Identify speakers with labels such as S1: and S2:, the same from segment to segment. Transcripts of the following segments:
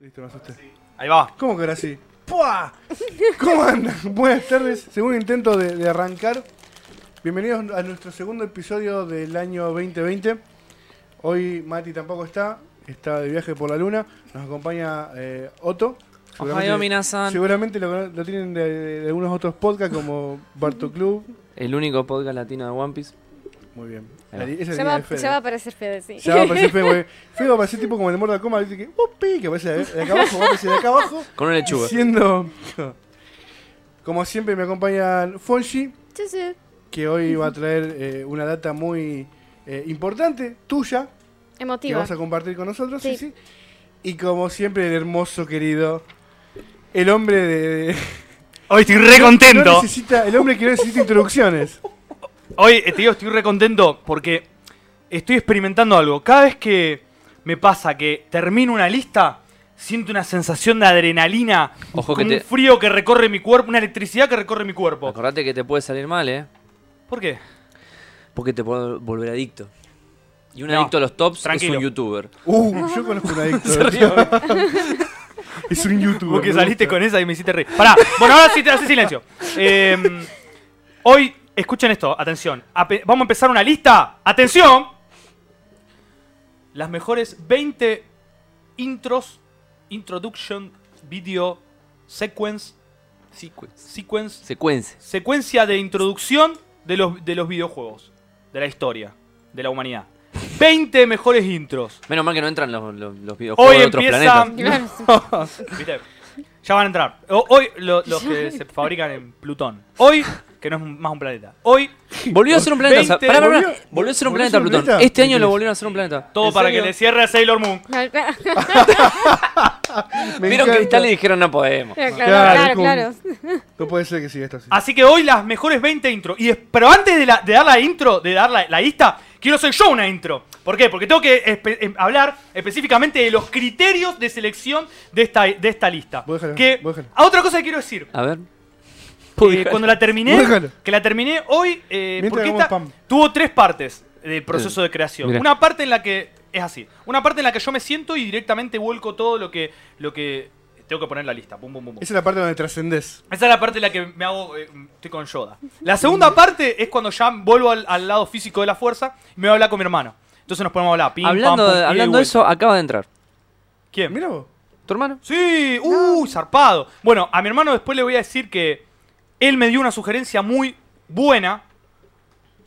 S1: Listo, me asusté.
S2: Ahí va.
S1: ¿Cómo que ahora sí? ¡Puah! ¿Cómo andan? Buenas tardes. Según intento de, de arrancar, bienvenidos a nuestro segundo episodio del año 2020. Hoy Mati tampoco está, está de viaje por la luna. Nos acompaña eh, Otto.
S3: Ohayou minasan.
S1: seguramente lo, lo tienen de, de- de algunos otros podcasts como Barto Club.
S3: El único podcast latino de One Piece.
S1: Muy bien.
S3: Ahí va.
S1: La li- esa es
S4: Ya
S1: la línea
S4: va,
S1: de Fede.
S4: ya va a aparecer Fede, sí.
S1: Ya va a aparecer Fede, güey. Fede va a aparecer tipo como en el Mortal Kombat, ¿viste? Que, "Upi", que aparece de, de acá abajo, va a aparecer de acá abajo.
S3: Con una lechuga.
S1: Siendo. Como siempre, me acompañan Fonji,
S4: Sí, sí.
S1: que hoy va a traer eh, una data muy eh, importante, tuya, que
S4: Emotiva.
S1: vas a compartir con nosotros. Sí.
S4: Sí.
S1: sí. Y como siempre, el hermoso querido. El hombre de. de-
S2: Hoy estoy re contento.
S1: no necesita, el hombre que no necesita introducciones.
S2: Hoy, eh, te digo, estoy re contento porque estoy experimentando algo. Cada vez que me pasa que termino una lista, siento una sensación de adrenalina,
S3: Ojo que
S2: como
S3: te-
S2: un frío que recorre mi cuerpo, una electricidad que recorre mi cuerpo.
S3: Acordate que te puede salir mal, ¿eh?
S2: ¿Por qué?
S3: Porque te puede volver adicto. Y un
S2: No,
S3: adicto a los tops
S2: tranquilo.
S3: es un youtuber.
S1: Uh, yo conozco un adicto. es un youtuber.
S2: Porque
S1: me
S2: saliste
S1: gusta.
S2: con esa y me hiciste reír. Pará, bueno, ahora sí te haces silencio. Eh, hoy, escuchen esto, atención. Ape- vamos a empezar una lista. ¡Atención! Las mejores 20 intros, introduction, video, sequence, sequence,
S3: Secuencia.
S2: secuencia de introducción de los, de los videojuegos, de la historia, de la humanidad. 20 mejores intros.
S3: Menos mal que no entran los, los, los videojuegos
S2: Hoy
S3: de otros
S2: empieza
S3: planetas.
S4: Claro, sí.
S2: Viste, Ya van a entrar. O- hoy lo- los que se fabrican en Plutón. Hoy, que no es un- más un planeta. Hoy,
S3: Volvió a ser un planeta.
S2: 20
S3: pará, pará, pará.
S1: volvió-
S3: Volvió, a ser un
S1: ¿volvió a
S3: planeta
S1: ser un
S3: Plutón.
S1: planeta?
S3: Este año
S1: Mentira.
S3: lo volvieron a ser un planeta.
S2: todo
S1: ¿En
S2: para
S1: serio?
S2: que le cierre a Sailor Moon.
S4: Claro, claro,
S1: Me
S3: Vieron
S1: encanta.
S3: Cristal y dijeron no podemos.
S4: claro,
S1: Claro,
S4: claro,
S1: como-
S4: claro.
S1: No puede ser que siga esto así.
S2: Así que hoy las mejores 20 intro. Y es- pero antes de, la- de dar la intro, de dar la, la lista, quiero hacer yo una intro. ¿Por qué? Porque tengo que espe- em, hablar específicamente de los criterios de selección de esta, de esta lista.
S1: Voy a dejarlo,
S2: que,
S1: voy a dejarlo.
S2: a otra cosa que quiero decir.
S3: A ver.
S2: Eh, cuando la terminé,
S1: Voy a dejarlo.
S2: que la terminé hoy, eh,
S1: Pues, Mientras
S2: porque
S1: hagamos
S2: esta
S1: spam.
S2: tuvo tres partes del proceso
S3: Eh,
S2: de creación.
S3: mirá.
S2: Una parte en la que es así, una parte en la que yo me siento y directamente vuelco todo lo que lo que tengo que poner en la lista. Pum, pum, pum, pum.
S1: Esa es la parte donde trascendés.
S2: Esa es la parte en la que me hago, eh, estoy con Yoda. La segunda parte es cuando ya vuelvo al, al lado físico de la fuerza y me voy a hablar con mi hermano. Entonces nos ponemos a hablar. pim, pam,
S3: hablando
S2: pum,
S3: de,
S2: ida y
S3: hablando de
S2: vuelta.
S3: eso, acaba de entrar.
S2: ¿Quién?
S1: Mira vos.
S3: ¿Tu hermano?
S2: Sí, uy, zarpado. Bueno, a mi hermano después le voy a decir que él me dio una sugerencia muy buena.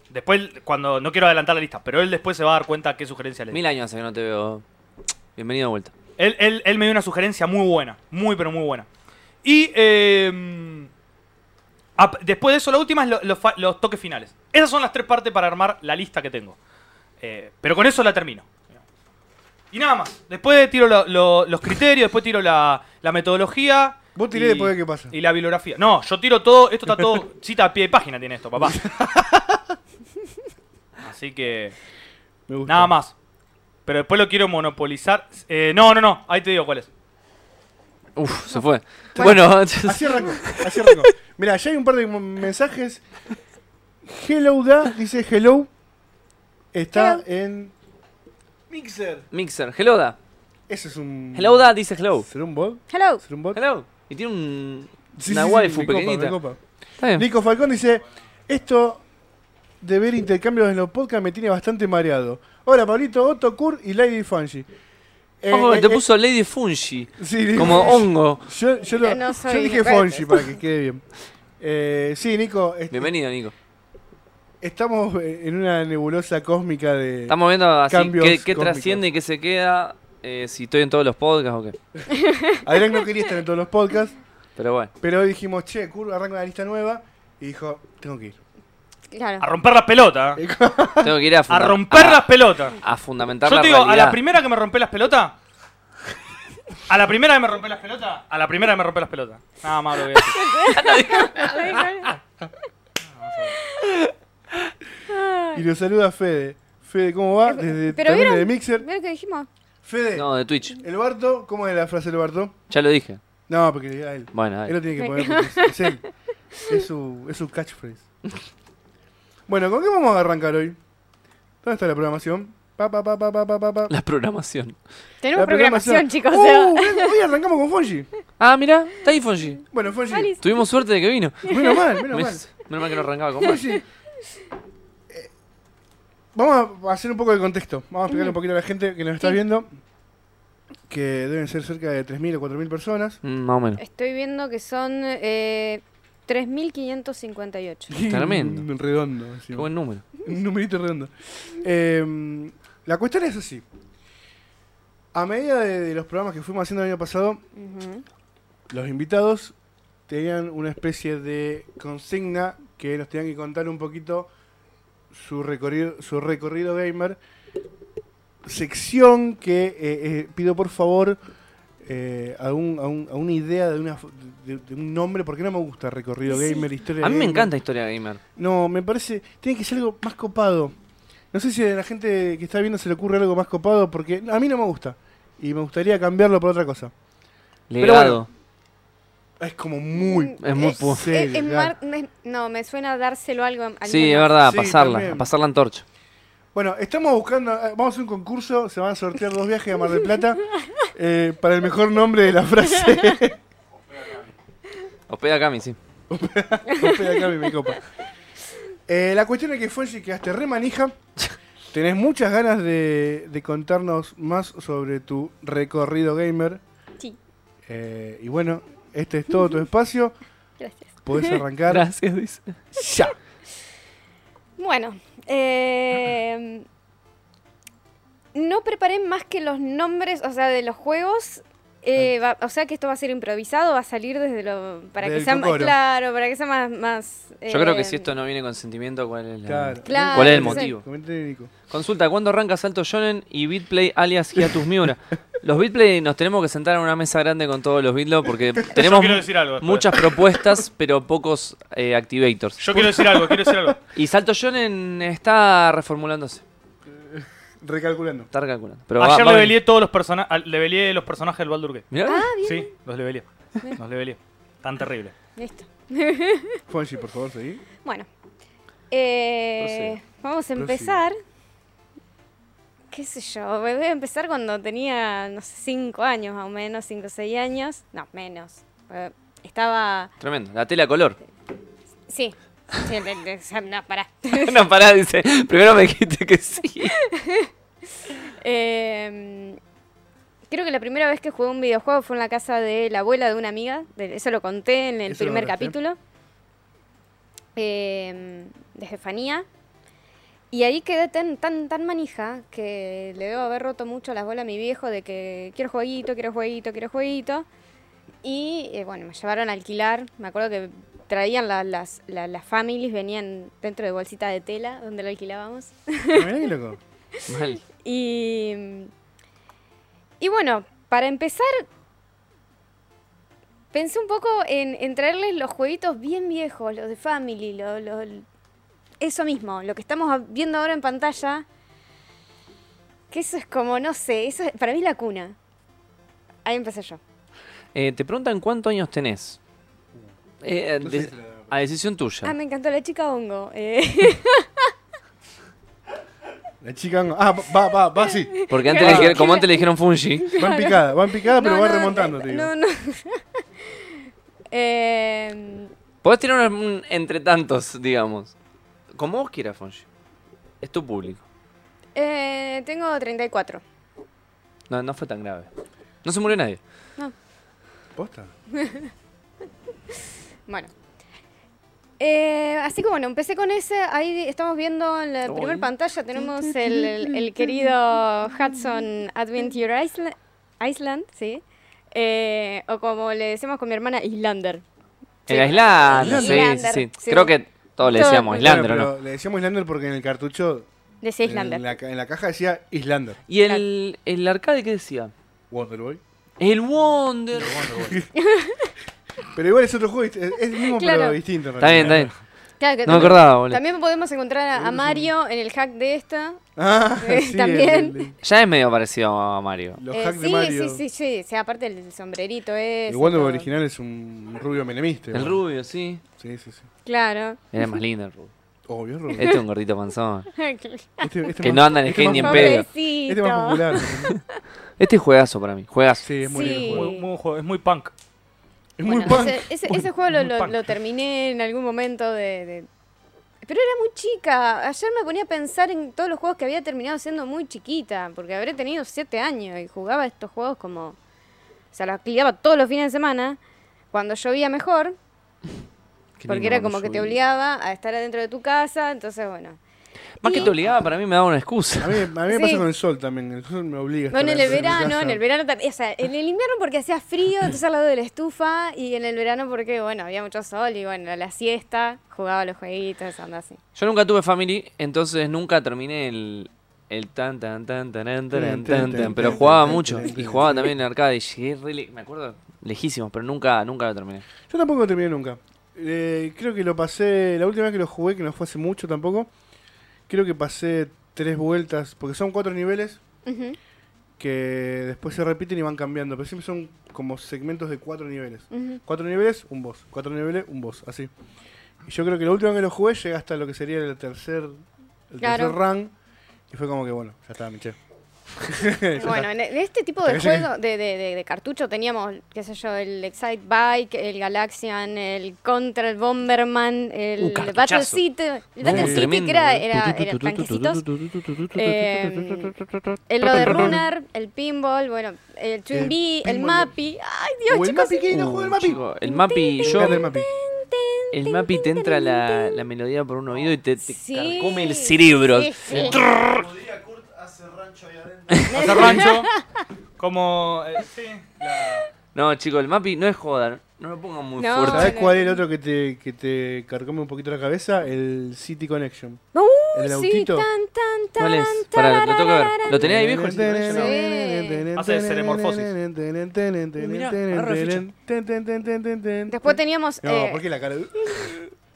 S2: Después, cuando no quiero adelantar la lista, pero él después se va a dar cuenta qué sugerencia le di.
S3: Mil años hace que no te veo. Bienvenido de vuelta.
S2: Él, él- él me dio una sugerencia muy buena, muy pero muy buena. Y eh, ap- después de eso, la última es lo- los fa- los toques finales. Esas son las tres partes para armar la lista que tengo. Eh, pero con eso la termino. Y nada más. Después tiro lo- lo- los criterios, después tiro la, la metodología.
S1: Vos tiré después de qué pasa.
S2: Y la bibliografía. No, yo tiro todo. Esto está todo. Cita a pie de página tiene esto, papá. Así que.
S1: Me gusta.
S2: Nada más. Pero después lo quiero monopolizar. Eh, no, no, no. Ahí te digo cuál es.
S3: Uf, se fue. Bueno,
S1: Así arrancó, así arrancó. Mirá, ya hay un par de m- mensajes. Hello da, dice hello. Está en.
S2: Mixer.
S3: Mixer. Hello da.
S1: Ese es un.
S3: Hello da dice hello.
S1: ¿Será un bot?
S4: Hello.
S1: ¿Será un bot?
S3: Hello. Y tiene un.
S1: Sí,
S3: una
S1: sí, sí,
S3: waifu
S1: me copa, me
S3: pequeñita.
S1: copa.
S3: Está bien.
S1: Nico Falcón dice: Esto de ver intercambios en los podcasts me tiene bastante mareado. Hola, Pablito, Otto Kur y Lady Fungi. Eh,
S3: Oh,
S1: eh,
S3: te
S1: eh,
S3: puso Lady Fungi.
S1: sí, dijo-
S3: Como hongo.
S1: Yo, yo, lo-
S4: Yo no
S1: yo
S4: soy
S1: dije
S4: fuerte.
S1: Fonji para que quede bien. Eh, sí, Nico, est-
S3: Bienvenido, Nico.
S1: estamos eh, en una nebulosa cósmica de.
S3: Estamos viendo así
S1: Cambios
S3: qué, qué
S1: cósmicos.
S3: trasciende y qué se queda. eh, si estoy en todos los podcasts o qué.
S1: Adrián no quería estar en todos los podcasts,
S3: Pero bueno.
S1: pero hoy dijimos, che, Curva arranca una lista nueva. Y dijo, tengo que ir.
S2: A
S4: Claro.
S2: romper las pelotas.
S3: Tengo que ir a,
S2: A
S3: funda-
S2: romper
S3: a-
S2: las pelotas.
S3: a fundamentar
S2: Yo
S3: la
S2: te digo, a
S3: realidad.
S2: la primera que me rompé las pelotas. A la primera que me rompé las pelotas. A la primera que me rompé las pelotas. Nada más lo voy a decir.
S1: Y lo saluda Fede. Fede, ¿cómo va? Desde también
S4: Eh, vieron-
S1: de Mixer.
S4: ¿Vieron que dijimos?
S1: Fede,
S3: No, de Twitch.
S1: el Barto, ¿cómo es la frase del Barto?
S3: Ya lo dije.
S1: No, porque le diga a él.
S3: Bueno,
S1: Él
S3: dale.
S1: lo tiene que poner porque es, es él. Es su, es su catchphrase. Bueno, ¿con qué vamos a arrancar hoy? ¿Dónde está la programación? Pa, pa, pa, pa, pa, pa, pa, pa.
S3: La programación.
S1: La
S4: Tenemos programación, chicos.
S1: Uh,
S4: o sea,
S1: ven, hoy arrancamos con Fonji.
S3: Ah, mirá, está ahí Fonji.
S1: Bueno, Fonji.
S4: Alice.
S3: Tuvimos suerte de que vino.
S1: Menos mal, menos mal.
S3: Menos menos mal que no arrancaba con más.
S1: Fonji. eh, Vamos a hacer un poco de contexto. Vamos a explicarle un poquito a la gente que nos está
S4: Sí.
S1: viendo. Que deben ser cerca de 3.000 o 4.000 personas.
S3: Mm, Más o
S1: Eh,
S3: menos.
S4: Estoy viendo que son eh, 3.558.
S3: Tremendo.
S1: Mm, Redondo. sí.
S3: Qué buen número.
S1: Un numerito redondo. Eh, la cuestión es así. A medida de, de los programas que fuimos haciendo el año pasado,
S4: Ujú.
S1: los invitados tenían una especie de consigna que nos tenían que contar un poquito su recorrido, su recorrido gamer. Sección que eh, eh, pido por favor eh, a, un- a un- a una idea de, una, de, de un nombre, porque no me gusta recorrido
S4: Sí.
S1: gamer, historia
S3: A mí me
S1: gamer.
S3: encanta Historia Gamer.
S1: No, me parece. Tiene que ser algo más copado. No sé si a la gente que está viendo se le ocurre algo más copado, porque a mí no me gusta. Y me gustaría cambiarlo por otra cosa. bueno.
S3: Legado.
S1: Es como muy.
S3: Es muy pu-
S4: Mm, es- es
S1: Sí,
S4: mar- es- No, me suena a dárselo algo a alguien
S3: Sí, es
S4: más.
S3: verdad, a
S1: Sí,
S3: pasarla, a
S1: también.
S3: pasar la antorcha.
S1: Bueno, estamos buscando. eh, Vamos a hacer un concurso. Se van a sortear dos viajes a Mar del Plata eh, para el mejor nombre de la frase.
S3: Os pega Cami, sí.
S1: Copia de Cami, mi copa. Eh, la cuestión es que Fonji quedaste re manija. Tenés muchas ganas de, de contarnos más sobre tu recorrido gamer.
S4: Sí,
S1: Eh, y bueno, este es todo tu espacio.
S4: gracias.
S1: Podés arrancar.
S3: Gracias, dice.
S1: Ya.
S4: Bueno, eh, no preparé más que los nombres, o sea, de los juegos. eh, va- o sea que esto va a ser improvisado, va a salir desde lo. para
S1: Ah. Del
S4: que sea más.
S1: cocoro.
S4: Claro, para que sea más. más
S3: Yo creo que
S4: eh,
S3: si esto no viene con sentimiento, ¿cuál es la...?
S1: Claro.
S4: Claro,
S3: ¿Cuál es el
S4: no sé.
S3: motivo?
S1: Coméntale, Nico.
S3: Consulta, ¿cuándo arranca Salto Shonen y Beatplay alias Hiatus Miura? Los Beatplay nos tenemos que sentar en una mesa grande con todos los Beatlo porque
S2: Yo
S3: tenemos
S2: quiero decir algo. después.
S3: muchas propuestas, pero pocos eh, activators.
S2: Yo quiero decir algo, quiero decir algo.
S3: Y Salto Shonen está reformulándose,
S1: Recalculando.
S3: está recalculando. Pero va-
S2: Ayer
S3: va-
S2: levelé todos los personajes. Levelé los personajes del Baldur Gate.
S3: Mirá,
S2: Sí, los levelé. Los levelé. Tan terrible.
S4: Listo.
S1: Fonji, por favor, seguí.
S4: Bueno, eh,
S3: Prosiga.
S4: vamos a
S1: Prosiga.
S4: empezar. ¿Qué sé yo? Voy a empezar cuando tenía, no sé, 5 años más o menos, 5 o 6 años. No, menos. Eh, Estaba.
S3: tremendo. La tela color.
S4: Sí. Sí, de- de- o sea, no, pará.
S3: no, pará, dice. Primero me dijiste que sí.
S4: Eh, creo que la primera vez que jugué un videojuego fue en la casa de la abuela de una amiga. de- eso lo conté en el
S1: Eso lo
S4: primer
S1: contaste.
S4: capítulo. eh, de Jefanía. Y ahí quedé tan, tan, tan manija que le debo haber roto mucho las bolas a mi viejo de que quiero jueguito, quiero jueguito, quiero jueguito. Y eh, bueno, me llevaron a alquilar. Me acuerdo que traían la- las, la- las families, venían dentro de bolsita de tela donde lo alquilábamos.
S1: Mirá qué loco.
S3: Mal.
S4: Y, y bueno, para empezar, pensé un poco en, en traerles los jueguitos bien viejos, los de Family, lo- lo- eso mismo, lo que estamos a- viendo ahora en pantalla. Que eso es como, no sé, eso es- para mí es la cuna. Ahí empecé yo.
S3: Eh, te preguntan cuántos años tenés. Eh,
S1: No
S3: de-
S1: sé si la-
S3: a decisión
S4: Ah,
S3: tuya.
S4: me encantó la chica hongo. eh.
S1: La chica. no- Ah, va, va, va así.
S3: Porque antes le
S1: Ah.
S3: dijeron- como antes le dijeron Fungi.
S1: Va en picada, va en picada, Ah, pero
S4: No,
S1: va
S4: no,
S1: remontando, te digo.
S4: No, no. Em,
S3: Podés tirar un, un entre tantos, digamos. Como vos quieras, Fonji. Es tu público.
S4: eh, tengo 34.
S3: No, no fue tan grave. No se murió nadie.
S1: ¿Posta?
S4: Bueno. Eh, así que bueno, empecé con ese. Ahí estamos viendo en la
S3: Uy.
S4: primera pantalla. Tenemos el, el- el querido Hudson Adventure Island, Island ¿sí? Eh, o como le decimos con mi hermana, Islander. Sí.
S3: Era Islander, sí,
S4: Islander,
S3: sí, sí.
S4: sí.
S3: Creo que todos le
S4: Todo-
S3: decíamos Islander, ¿o
S1: Bueno,
S3: ¿no?
S1: pero Le decíamos Islander porque en el cartucho.
S4: Decía
S1: En
S4: Islander.
S1: la, ca- en la caja decía Islander.
S3: ¿Y el, el arcade qué decía?
S1: Wonderboy.
S3: El Wonder.
S1: Pero igual es otro juego, dist- es es el mismo pero
S4: Claro.
S1: distinto. en
S3: Está bien, está
S1: realidad.
S3: bien.
S4: Claro que
S3: No me
S4: también-
S3: acordaba, boludo.
S4: También podemos encontrar a- a, Mario en el hack de esta.
S1: Ah,
S4: Eh,
S1: sí, el-
S4: también.
S1: el- el-
S3: Ya es medio parecido a Mario.
S1: los
S4: Eh,
S1: hacks de
S4: sí,
S1: Mario.
S4: sí, sí, sí, sí, Aparte el sombrerito es.
S1: El Wonderboy original es un rubio menemista.
S3: El
S1: igual.
S3: rubio, sí.
S1: Sí, sí, sí.
S4: Claro.
S3: Era más lindo el rubio.
S1: Obvio, Rubén.
S3: Este es un gordito panzón.
S1: Este- este
S3: que
S1: más-
S3: no anda en
S1: este
S3: skate
S1: más
S3: ni en
S1: popular.
S3: pedo.
S4: Pobrecito.
S1: Este es más popular.
S3: Este es juegazo para mí. Juegazo.
S1: Sí, es muy
S4: Sí.
S1: lindo el
S2: Muy-
S1: juego.
S2: muy buen juego, es muy punk.
S1: Es muy
S4: Bueno,
S1: punk.
S4: Ese, ese-
S2: Muy-
S4: ese juego lo,
S2: muy
S4: lo-
S2: punk.
S4: lo terminé en algún momento de, de- Pero era muy chica. Ayer me ponía a pensar en todos los juegos que había terminado siendo muy chiquita, porque habré tenido siete años y jugaba estos juegos como... O sea, los alquilaba todos los fines de semana, cuando llovía mejor,
S3: Qué
S4: porque
S3: lindo
S4: era
S3: cuando
S4: como que te
S3: subí.
S4: obligaba a estar adentro de tu casa, entonces bueno.
S3: Más que
S4: Y-
S3: te obligaba, para mí me daba una
S1: A
S3: excusa.
S1: mí, a mí me
S4: Sí.
S1: pasa con el sol también. El sol me obliga. a
S4: Bueno, en
S1: estar
S4: el
S1: adentro de mi
S4: verano,
S1: casa.
S4: en el verano también, o sea, en el invierno porque hacía frío, entonces al lado de la estufa, y en el verano porque, bueno, había mucho sol, y bueno, a la siesta, jugaba a los jueguitos, andaba así.
S3: Yo nunca tuve family, entonces nunca terminé el. El tan tan tan tan tan tan tan tan. Pero jugaba mucho. Y jugaba también en arcade. Y llegué re le- Me acuerdo lejísimos, pero nunca, nunca lo terminé.
S1: Yo tampoco lo terminé nunca. Eh, creo que lo pasé. La última vez que lo jugué, que no fue hace mucho tampoco. Creo que pasé tres vueltas. Porque son cuatro niveles
S4: Ujú.
S1: que después se repiten y van cambiando. Pero siempre son como segmentos de cuatro niveles.
S4: Ujú.
S1: Cuatro niveles, un boss. Cuatro niveles, un boss. Así. Y yo creo que la última vez que lo jugué llegué hasta lo que sería el tercer, el
S4: Claro.
S1: tercer run. Y fue como que bueno, ya está, Miche.
S4: Bueno, en en este tipo
S1: Hasta
S4: de
S1: que llegue.
S4: juego, de, de- de- de cartucho, teníamos, qué sé yo, el Excite Bike, el Galaxian, el Contra, el Bomberman, el
S3: cartuchazo.
S4: Battle City, el
S3: No,
S4: Battle City que era, era, era tanquecitos, eh, el lo de Runner, el Pinball, bueno, el Twin
S1: El
S4: B, el
S1: pinball.
S4: Mappy, ay Dios,
S1: O el
S4: chicos,
S1: Mappy que no
S3: Uh,
S1: jugué el Mappy.
S3: chico, el mapi,
S1: Me
S3: yo.
S1: encanta el Mappy.
S3: El mapi te entra la, la melodía por un oído y te, te
S4: Sí,
S3: carcome el cerebro.
S4: sí, sí.
S5: Podría Kurt hacer rancho ahí
S2: Hace
S5: adentro.
S2: rancho. Como. eh, sí. la-
S3: No, chico, el mapi no es joda. No lo pongan muy
S4: No.
S3: fuerte.
S1: ¿Sabés
S4: no,
S1: cuál
S4: no.
S1: es el otro que te, que te carcome un poquito la cabeza? El City Connection.
S4: Uy,
S1: ¿El del
S4: sí,
S1: autito?
S4: tan, tan,
S3: ¿Cuál es?
S4: tan,
S3: Pará, lo, lo tengo que ver.
S4: tarararara.
S3: ¿Lo tenía ahí viejo?
S1: Hace de
S2: celemorfosis.
S4: Después teníamos...
S1: No,
S4: eh,
S1: ¿por qué la cara? de-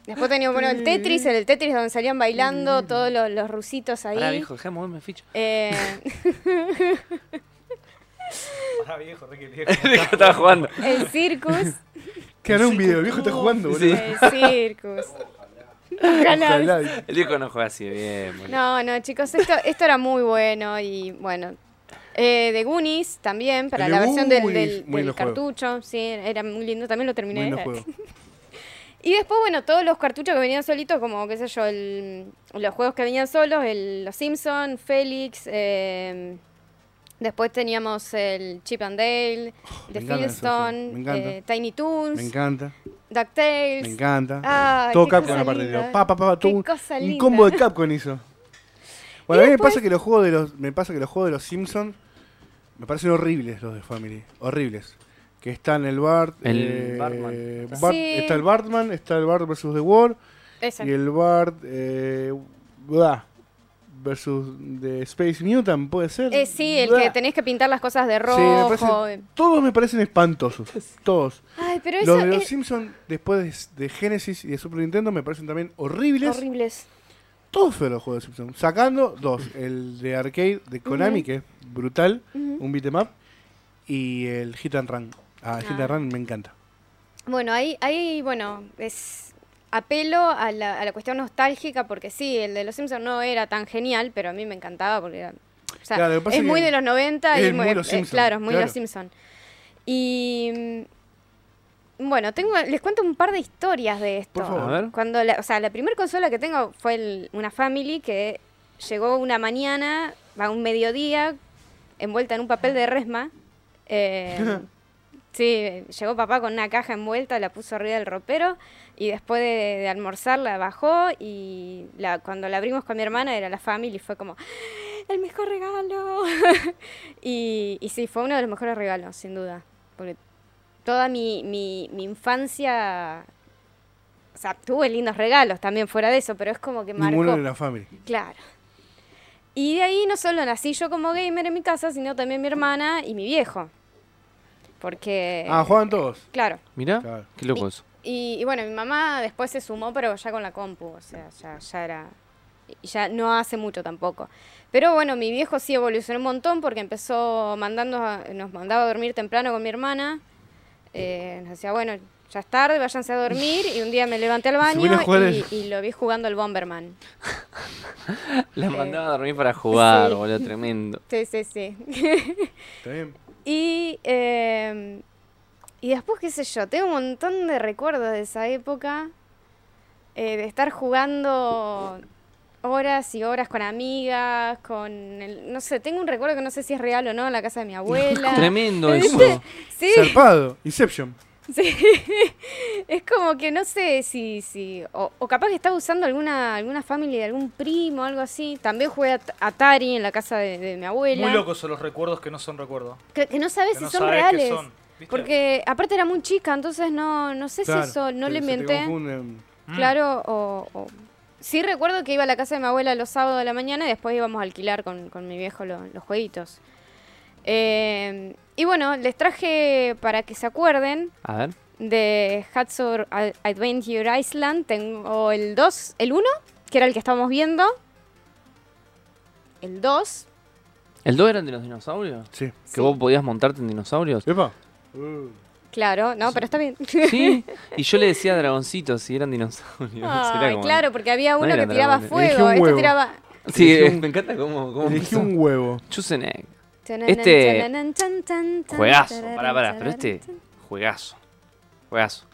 S4: Después teníamos bueno, el Tetris, en el Tetris donde salían
S1: Mm.
S4: bailando todos los, los rusitos ahí.
S3: Pará, viejo, dejá de moverme ficha.
S4: Eh,
S2: Pará, viejo, re que viejo.
S3: Viejo, estaba jugando.
S4: el Circus.
S1: Que hará un video, el viejo está jugando, boludo.
S4: el Circus. Ojalá.
S1: Ojalá.
S3: El viejo no juega así de bien, boludo.
S4: No, no, chicos, esto, esto era muy bueno y bueno. Eh, de Goonies también, para
S1: El
S4: la
S1: de
S4: versión del,
S1: Goonies,
S4: del-
S1: muy
S4: del
S1: lindo juego.
S4: cartucho. Sí, era muy lindo, también lo terminé.
S1: Bueno juego.
S4: Y después, bueno, todos los cartuchos que venían solitos, como, qué sé yo, el- los juegos que venían solos, el, los Simpson, Félix, eh, después teníamos el Chip and Dale,
S1: me encanta
S4: The
S1: eso, sí, me
S4: Flintstone,
S1: encanta.
S4: eh, Tiny
S1: Me
S4: Toons,
S1: encanta, me
S4: DuckTales.
S1: encanta.
S4: Ay,
S1: Todo
S4: qué
S1: Capcom
S4: cosa
S1: aparte.
S4: linda.
S1: digo, Pa, pa, pa,
S4: Qué
S1: todo un,
S4: cosa
S1: un
S4: linda.
S1: combo de Capcom hizo. Bueno,
S4: Y
S1: a mí
S4: después-
S1: me pasa que los juegos de los me pasa que los juegos de los Simpsons me parecen horribles los de Family, horribles. Que están el Bart,
S3: El
S1: eh,
S3: Bartman.
S1: Bart-
S4: Sí.
S1: está el Bartman, está el Bart versus The World
S4: Esa.
S1: y el Bart eh, bla, versus The Space Mutant, puede ser.
S4: Eh, sí, el
S1: Bla.
S4: que tenés que pintar las cosas de
S1: Sí, me
S4: rojo.
S1: parecen- todos me parecen espantosos, todos.
S4: Ay, pero eso
S1: Los de los
S4: es
S1: Simpsons, después de, de Genesis y de Super Nintendo, me parecen también horribles.
S4: horribles.
S1: Todos feos los juegos de Simpsons. Sacando dos:
S4: Mm.
S1: el de arcade de Konami,
S4: Ujú.
S1: que es brutal,
S4: Ujú.
S1: un beat'em up, y el Hit and Run. Ah, el Hit
S4: Ah.
S1: and Run me encanta.
S4: Bueno, ahí, ahí bueno, es apelo a la, a la cuestión nostálgica, porque sí, el de los Simpsons no era tan genial, pero a mí me encantaba porque era. O sea,
S1: Claro, lo que pasa
S4: es
S1: es
S4: muy
S1: que
S4: de los 90 y
S1: es
S4: es
S1: muy
S4: muy-
S1: los
S4: eh,
S1: Simpson,
S4: claro, es muy de los
S1: claro.
S4: Simpsons. Y. mm, Bueno, tengo, les cuento un par de historias de esto.
S1: Por favor.
S3: A ver.
S4: Cuando la, o sea, la primera consola que tengo fue el- una Family que llegó una mañana, a un mediodía, envuelta en un papel de resma. Eh, sí, llegó papá con una caja envuelta, la puso arriba del ropero y después de, de almorzar la bajó y la, cuando la abrimos con mi hermana era la Family y fue como el mejor regalo. y, y sí, fue uno de los mejores regalos, sin duda. Porque toda mi, mi, mi infancia. O sea, tuve lindos regalos también fuera de eso, pero es como que marcó.
S1: Ninguno de la Family.
S4: Claro. Y de ahí no solo nací yo como gamer en mi casa, sino también mi hermana y mi viejo. Porque.
S1: Ah, juegan todos.
S4: Claro.
S3: Mirá,
S1: Claro.
S3: qué loco eso.
S4: Y, y bueno, mi mamá después se sumó, pero ya con la compu, o sea, ya, ya era. y Ya no hace mucho tampoco. Pero bueno, mi viejo sí evolucionó un montón porque empezó mandando, a- nos mandaba a dormir temprano con mi hermana. eh, nos decía, bueno, ya es tarde, váyanse a dormir. Y un día me levanté al
S1: Subir
S4: baño
S1: a jugar
S4: y,
S1: el-
S4: y lo vi jugando al Bomberman.
S3: La mandaba a dormir para jugar,
S4: sí.
S3: boludo, tremendo.
S4: Sí, sí, sí.
S1: Está bien.
S4: Y, eh, y después, qué sé yo, tengo un montón de recuerdos de esa época, eh, de estar jugando horas y horas con amigas, con... el- no sé, tengo un recuerdo que no sé si es real o no, en la casa de mi abuela.
S3: Tremendo eso.
S4: Sí,
S1: Zarpado. Inception.
S4: sí. Es como que no sé si... si o, o capaz que estaba usando alguna, alguna familia de algún primo, algo así. También jugué a Atari en la casa de, de mi abuela.
S2: Muy locos son los recuerdos que no son recuerdos.
S4: Que, que no sabes
S2: Que
S4: si
S2: no
S4: son
S2: sabes
S4: reales.
S2: qué son. ¿viste?
S4: Porque aparte era muy chica, entonces no, no sé
S1: Claro,
S4: si eso no
S1: se-
S4: le
S1: se te
S4: inventé.
S1: confunden.
S2: Mm.
S4: Claro, o, o- Sí recuerdo que iba a la casa de mi abuela los sábados de la mañana y después íbamos a alquilar con, con mi viejo lo- los jueguitos. Eh, y bueno, les traje para que se acuerden
S3: A ver.
S4: de Hatsur Ad- Adventure Island. Tengo el 2, el 1, que era el que estábamos viendo. El 2.
S3: ¿El 2 eran de los dinosaurios?
S1: Sí.
S3: ¿Que vos podías montarte en dinosaurios?
S1: Epa.
S3: Uh.
S4: Claro, no, pero está bien.
S3: Sí. Y yo le decía dragoncitos si eran dinosaurios. Era
S4: Ay,
S3: como-
S4: claro, porque había
S3: no
S4: uno que
S3: eran
S4: tiraba
S3: dragones.
S1: Eligió
S4: fuego,
S1: un
S4: este
S1: huevo.
S4: tiraba...
S3: Sí, eh.
S1: Elegí un-
S3: me encanta cómo. cómo
S1: Elegí
S3: empezó.
S1: un huevo.
S3: Schwarzenegger. Este-
S4: Este
S3: Juegazo. Pará, pará, pero este. Juegazo. Juegazo.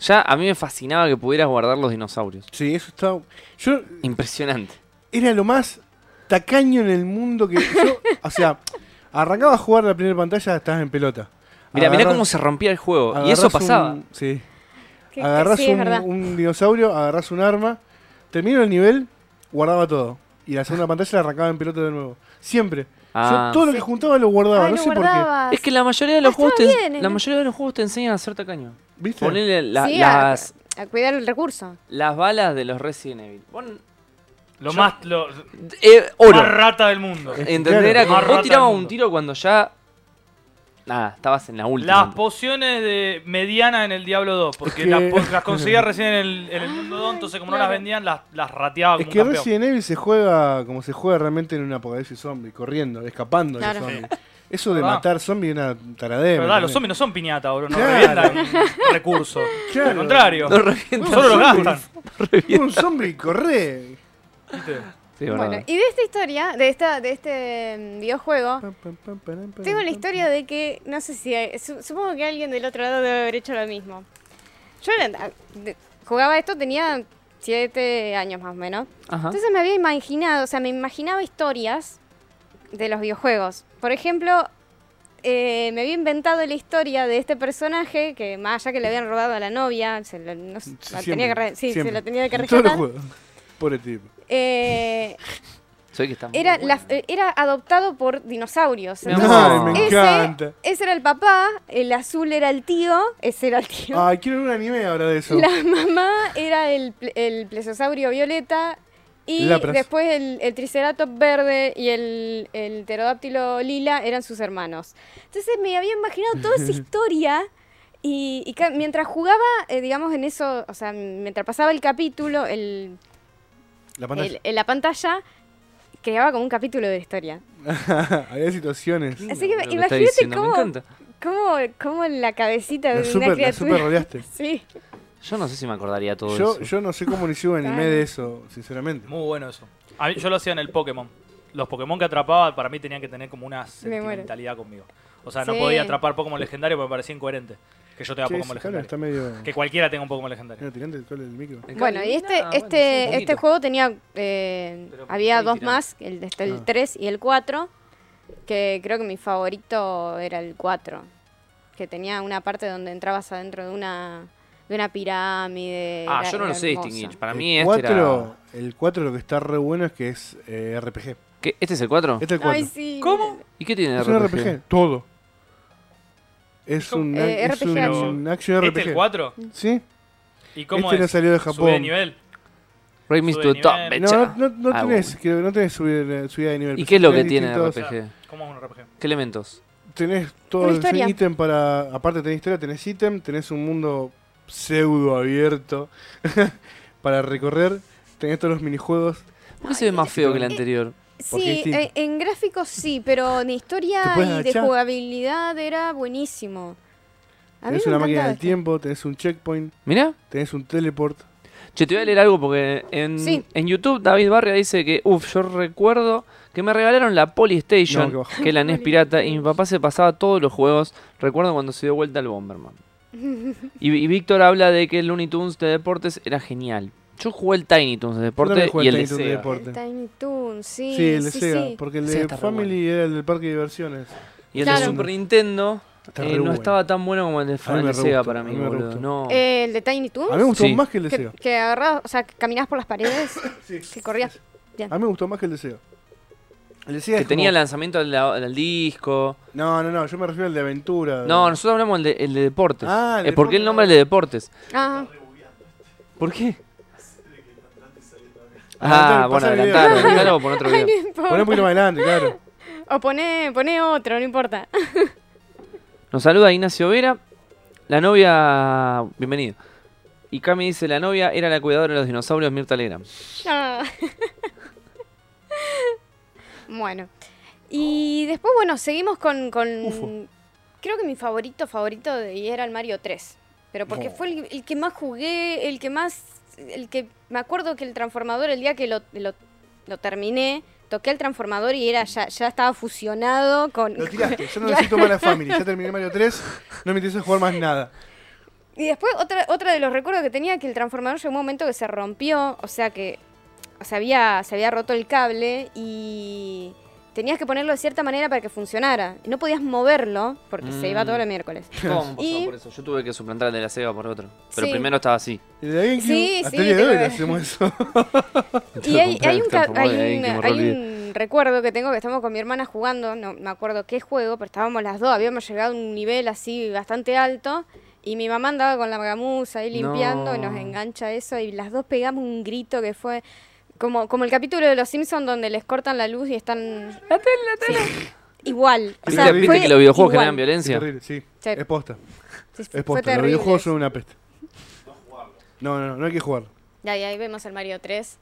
S3: Ya a mí me fascinaba que pudieras guardar los dinosaurios.
S1: Sí, eso está. Yo
S3: Impresionante.
S1: era lo más tacaño en el mundo que. Yo, o sea, arrancaba a jugar la primera pantalla, estabas en pelota.
S3: Mira, mira
S1: Agarrás-
S3: cómo se rompía el juego. Y
S1: agarrás
S3: eso pasaba.
S1: un- sí.
S4: Que- que
S1: agarrás
S4: sí, es
S1: un,
S4: verdad.
S1: un dinosaurio, agarrás un arma, termino el nivel, guardaba todo. Y la segunda pantalla la arrancaba en pelota de nuevo. Siempre.
S3: Ah.
S1: Yo todo lo que juntaba lo guardaba,
S4: Ay,
S1: no
S4: lo
S1: sé por
S4: guardabas.
S3: Es que la mayoría de los juegos te,
S4: bien, ¿eh?
S3: la mayoría de los juegos te enseñan a ser tacaño.
S1: qué. ¿Viste?
S3: Ponele la-
S4: Sí, a-
S3: las,
S4: a, cuidar el recurso.
S3: las balas de los Resident Evil. Pon-
S2: Lo
S3: Yo-
S2: más, lo,
S3: eh,
S2: más
S3: oro.
S2: rata del mundo.
S1: Eh,
S3: ¿Entendés? Era
S1: Claro.
S3: como
S2: Más rata
S3: vos tirabas
S2: del
S3: un
S2: mundo.
S3: tiro cuando ya. Nada, estabas en la
S2: Las
S3: última.
S2: pociones de mediana en el Diablo 2, porque
S1: Es que-
S2: las, po- las conseguía recién en el, en el mundo 2, entonces como no las
S4: claro.
S2: vendían, las, las rateaba
S1: Es
S2: como un
S1: que
S2: campeón.
S1: Resident Evil se juega como se juega realmente en un apocalipsis zombie, corriendo, escapando
S4: Claro.
S1: de los zombies. Eso de
S2: Verdad.
S1: matar zombies es una taradera.
S2: Pero verdad, los zombies no son piñata, bro, no
S1: Claro.
S2: revientan recursos.
S1: Claro.
S2: Al contrario,
S3: No revientas.
S2: solo los gastan.
S1: Un zombie, corre.
S2: ¿viste?
S3: Sí,
S4: Bueno,
S3: verdad.
S4: y de esta historia, de esta de este mm,
S1: Ah,
S4: videojuego, tengo la historia de que, no sé si, hay- su- supongo que alguien del otro lado debe haber hecho lo mismo. Yo era- de- jugaba esto, tenía siete años más o menos.
S3: Ajá.
S4: Entonces me había imaginado, o sea, me imaginaba historias de los videojuegos. Por ejemplo, eh, me había inventado la historia de este personaje que más allá que le habían robado a la novia, se lo, no sé, la tenía que re- sí, se la tenía que rescatar.
S1: Pobre tipo.
S4: Eh,
S3: Soy que está muy
S4: era,
S3: buena.
S4: la- eh, era adoptado por dinosaurios.
S3: Mi
S4: Entonces,
S1: Ay,
S3: amor.
S1: me
S4: ese,
S1: encanta.
S4: ese era el papá, el azul era el tío, ese era el tío.
S1: Ay, quiero ver un anime ahora de eso.
S4: La mamá era el, ple- el plesiosaurio violeta y
S1: Lapras.
S4: después el, el triceratops verde y el, el pterodáctilo lila eran sus hermanos. Entonces me había imaginado toda esa historia y, y ca- mientras jugaba, eh, digamos, en eso, o sea, mientras pasaba el capítulo, el,
S1: La pantalla.
S4: el- en la pantalla, creaba como un capítulo de la historia.
S1: Había situaciones.
S4: Así que
S3: Lo está
S4: imagínate
S3: diciendo, me
S4: cómo-
S3: encanta.
S4: ¿Cómo, cómo en la cabecita
S1: La
S4: de
S1: super,
S4: una
S1: la super
S4: criatura?
S1: rodeaste.
S4: Sí.
S3: Yo no sé si me acordaría todo
S1: Yo,
S3: eso.
S1: yo no sé cómo inició un anime
S4: Claro.
S1: de eso, sinceramente.
S2: Muy bueno eso. A mí- yo lo hacía en el Pokémon. Los Pokémon que atrapaba para mí tenían que tener como una
S4: Me muero.
S2: sentimentalidad conmigo. O sea, no
S4: Sí.
S2: podía atrapar Pokémon legendario porque me parecía incoherente que yo tenga
S1: Che,
S2: Pokémon
S1: ese cable
S2: legendario.
S1: está medio.
S2: Que cualquiera tenga un Pokémon legendario.
S1: medio tirante el cable del micro.
S3: Me
S4: Bueno, y
S3: encanta.
S4: este,
S3: Ah, bueno, sí, un
S4: este, este
S3: poquito.
S4: juego tenía. eh,
S3: Pero
S4: había
S3: ahí
S4: dos
S3: tirando.
S4: más, el, está el
S1: Ah.
S4: 3 y el 4. Que creo que mi favorito era el 4. Que tenía una parte donde entrabas adentro de una, de una pirámide.
S3: Ah,
S4: era-
S3: yo no lo
S4: era
S3: sé
S4: hermoso.
S3: distinguir. Para mí
S1: el
S3: este
S1: 4,
S3: era...
S1: el 4 lo que está re bueno es que es eh, RPG.
S3: ¿Qué? ¿Este es el 4?
S1: Este es el 4.
S4: Ay, sí.
S2: ¿Cómo?
S3: ¿Y qué tiene
S1: es un RPG. Todo. Es un,
S4: Eh,
S1: es
S4: RPG
S1: un
S2: action.
S1: action
S2: ¿Este el
S1: RPG.
S2: 4?
S1: ¿Sí?
S2: ¿Y cómo
S1: Este
S2: es?
S1: no salió de Japón.
S2: ¿Sube de nivel?
S3: Ray Miss
S2: Sube
S3: to
S2: de
S3: Top,
S2: nivel.
S1: No,
S3: becha.
S1: no, no, no
S3: Ah,
S1: tenés,
S3: bueno.
S1: que, no tenés subida, subida de nivel.
S3: ¿Y
S1: pero
S3: qué es lo que
S1: tenés
S3: tiene
S1: distintos-
S3: RPG?
S2: ¿Cómo es un RPG?
S3: ¿Qué elementos?
S1: Tenés
S4: Una
S1: todo
S4: historia.
S1: el ítem para. Aparte tenés historia, tenés ítem, tenés un mundo pseudo abierto para recorrer, tenés todos los minijuegos.
S3: ¿Por qué se ve más feo que el anterior?
S1: Porque
S4: Sí,
S1: es distinto.
S4: eh, en gráficos sí, pero de historia
S1: ¿Te puedes
S4: y de
S1: agachar?
S4: jugabilidad era buenísimo. A mí
S1: Tenés
S4: me
S1: una máquina
S4: encantaba
S1: del
S4: esto.
S1: tiempo, tenés un checkpoint,
S3: Mirá.
S1: tenés un teleport.
S3: Che, te voy a leer algo porque en,
S4: Sí.
S3: en YouTube David Barria dice que, uff, yo recuerdo que me regalaron la Polystation,
S1: No, qué bajo.
S3: que es la NES pirata, y mi papá se pasaba todos los juegos. Recuerdo cuando se dio vuelta al Bomberman. Y, y Víctor habla de que el Looney Tunes de deportes era genial. Yo jugué el Tiny Tunes de
S1: también
S3: deporte
S1: jugué
S3: y
S1: el
S3: el
S1: Tiny
S3: de
S1: Toons de
S3: Sega.
S1: deporte.
S4: El Tiny Toon, sí.
S1: Sí, el de
S4: sí,
S1: Sega,
S4: sí.
S1: porque el
S3: Sega
S1: de
S3: está re
S1: Family era el del parque de diversiones.
S3: Y el de
S4: Claro.
S3: Super Nintendo
S1: Está
S3: eh,
S1: re
S3: no
S1: bueno.
S3: estaba tan bueno como el de,
S1: me
S3: el de
S1: re
S3: Sega
S1: gustó,
S3: para
S1: a
S3: mí,
S1: mí me re
S3: boludo.
S1: gustó.
S3: No.
S4: Eh, ¿El de Tiny Toons?
S1: A mí me gustó
S3: Sí.
S1: más que el de
S4: que,
S1: Sega.
S4: que agarrabas, o sea, que caminabas por las paredes,
S1: Sí.
S4: que corrías.
S1: A mí me gustó más que el de Sega. El de Sega
S3: que
S1: es
S3: tenía
S1: como-
S3: lanzamiento al, al disco.
S1: No, no, no, yo me refiero al de aventura.
S3: No, nosotros hablamos del de, el de deportes.
S1: Ah, el
S3: Eh, ¿Por qué el
S1: deporte.
S3: nombre es el de deportes?
S4: Ah,
S3: ¿Por qué?
S1: Ah,
S3: Ah, bueno,
S1: pasa el video.
S3: adelantaron. Adelantalo por otro
S4: ay,
S3: video.
S4: no importa.
S1: Poné un poquito más adelante, claro.
S4: O pone, pone otro, no importa.
S3: Nos saluda Ignacio Vera. La novia. Bienvenido. Y Cami dice: La novia era la cuidadora de los dinosaurios, Mirta Legram.
S4: Ah. bueno. Y después, bueno, seguimos con... con-
S1: Oh. Ufo.
S4: Creo que mi favorito, favorito de, y era el Mario 3. Pero porque
S1: Oh.
S4: fue el, el que más jugué, el que más... El que... Me acuerdo que el transformador, el día que lo, lo, lo terminé, toqué el transformador y era ya, ya estaba fusionado con...
S1: Lo
S4: con-
S1: tiraste, yo no necesito más la Family. Ya terminé Mario 3, no me interesa jugar más nada.
S4: Y después otra, otra de los recuerdos que tenía que el transformador llegó un momento que se rompió, o sea que o sea, había, se había roto el cable y tenías que ponerlo de cierta manera para que funcionara. Y no podías moverlo porque se iba
S3: Mm.
S4: todo el miércoles.
S3: ¿Cómo pasó
S4: Y-
S3: por eso? Yo tuve que suplantar el de la Sega por otro. Pero
S4: Sí.
S3: primero estaba así.
S1: Y de ahí en que-
S4: Sí,
S1: hasta
S4: sí,
S1: el día de
S4: te
S1: hoy
S4: creo.
S1: le hacemos eso.
S4: Y hay,
S3: Compré
S4: hay
S3: el
S4: un, ca-
S3: transformador
S4: hay
S3: de ahí,
S4: un-
S3: que me re
S4: hay
S3: olvidé.
S4: un recuerdo que tengo que estamos con mi hermana jugando, no me acuerdo qué juego, pero estábamos las dos, habíamos llegado a un nivel así bastante alto. Y mi mamá andaba con la gamuza ahí limpiando y nos
S3: No.
S4: engancha eso. Y las dos pegamos un grito que fue como, como el capítulo de Los Simpsons donde les cortan la luz y están. La Igual. O
S3: ¿Viste,
S4: sea,
S3: viste
S4: fue
S3: que los videojuegos
S4: igual.
S3: generan
S1: Sí,
S3: violencia?
S1: terrible, sí.
S4: Sí.
S1: Es posta.
S4: Sí, fue
S1: Es posta. Los
S4: terrible
S1: videojuegos
S4: eso.
S1: son una peste. No, no, no, no hay que jugar.
S4: Y ahí, ahí vemos el Mario 3.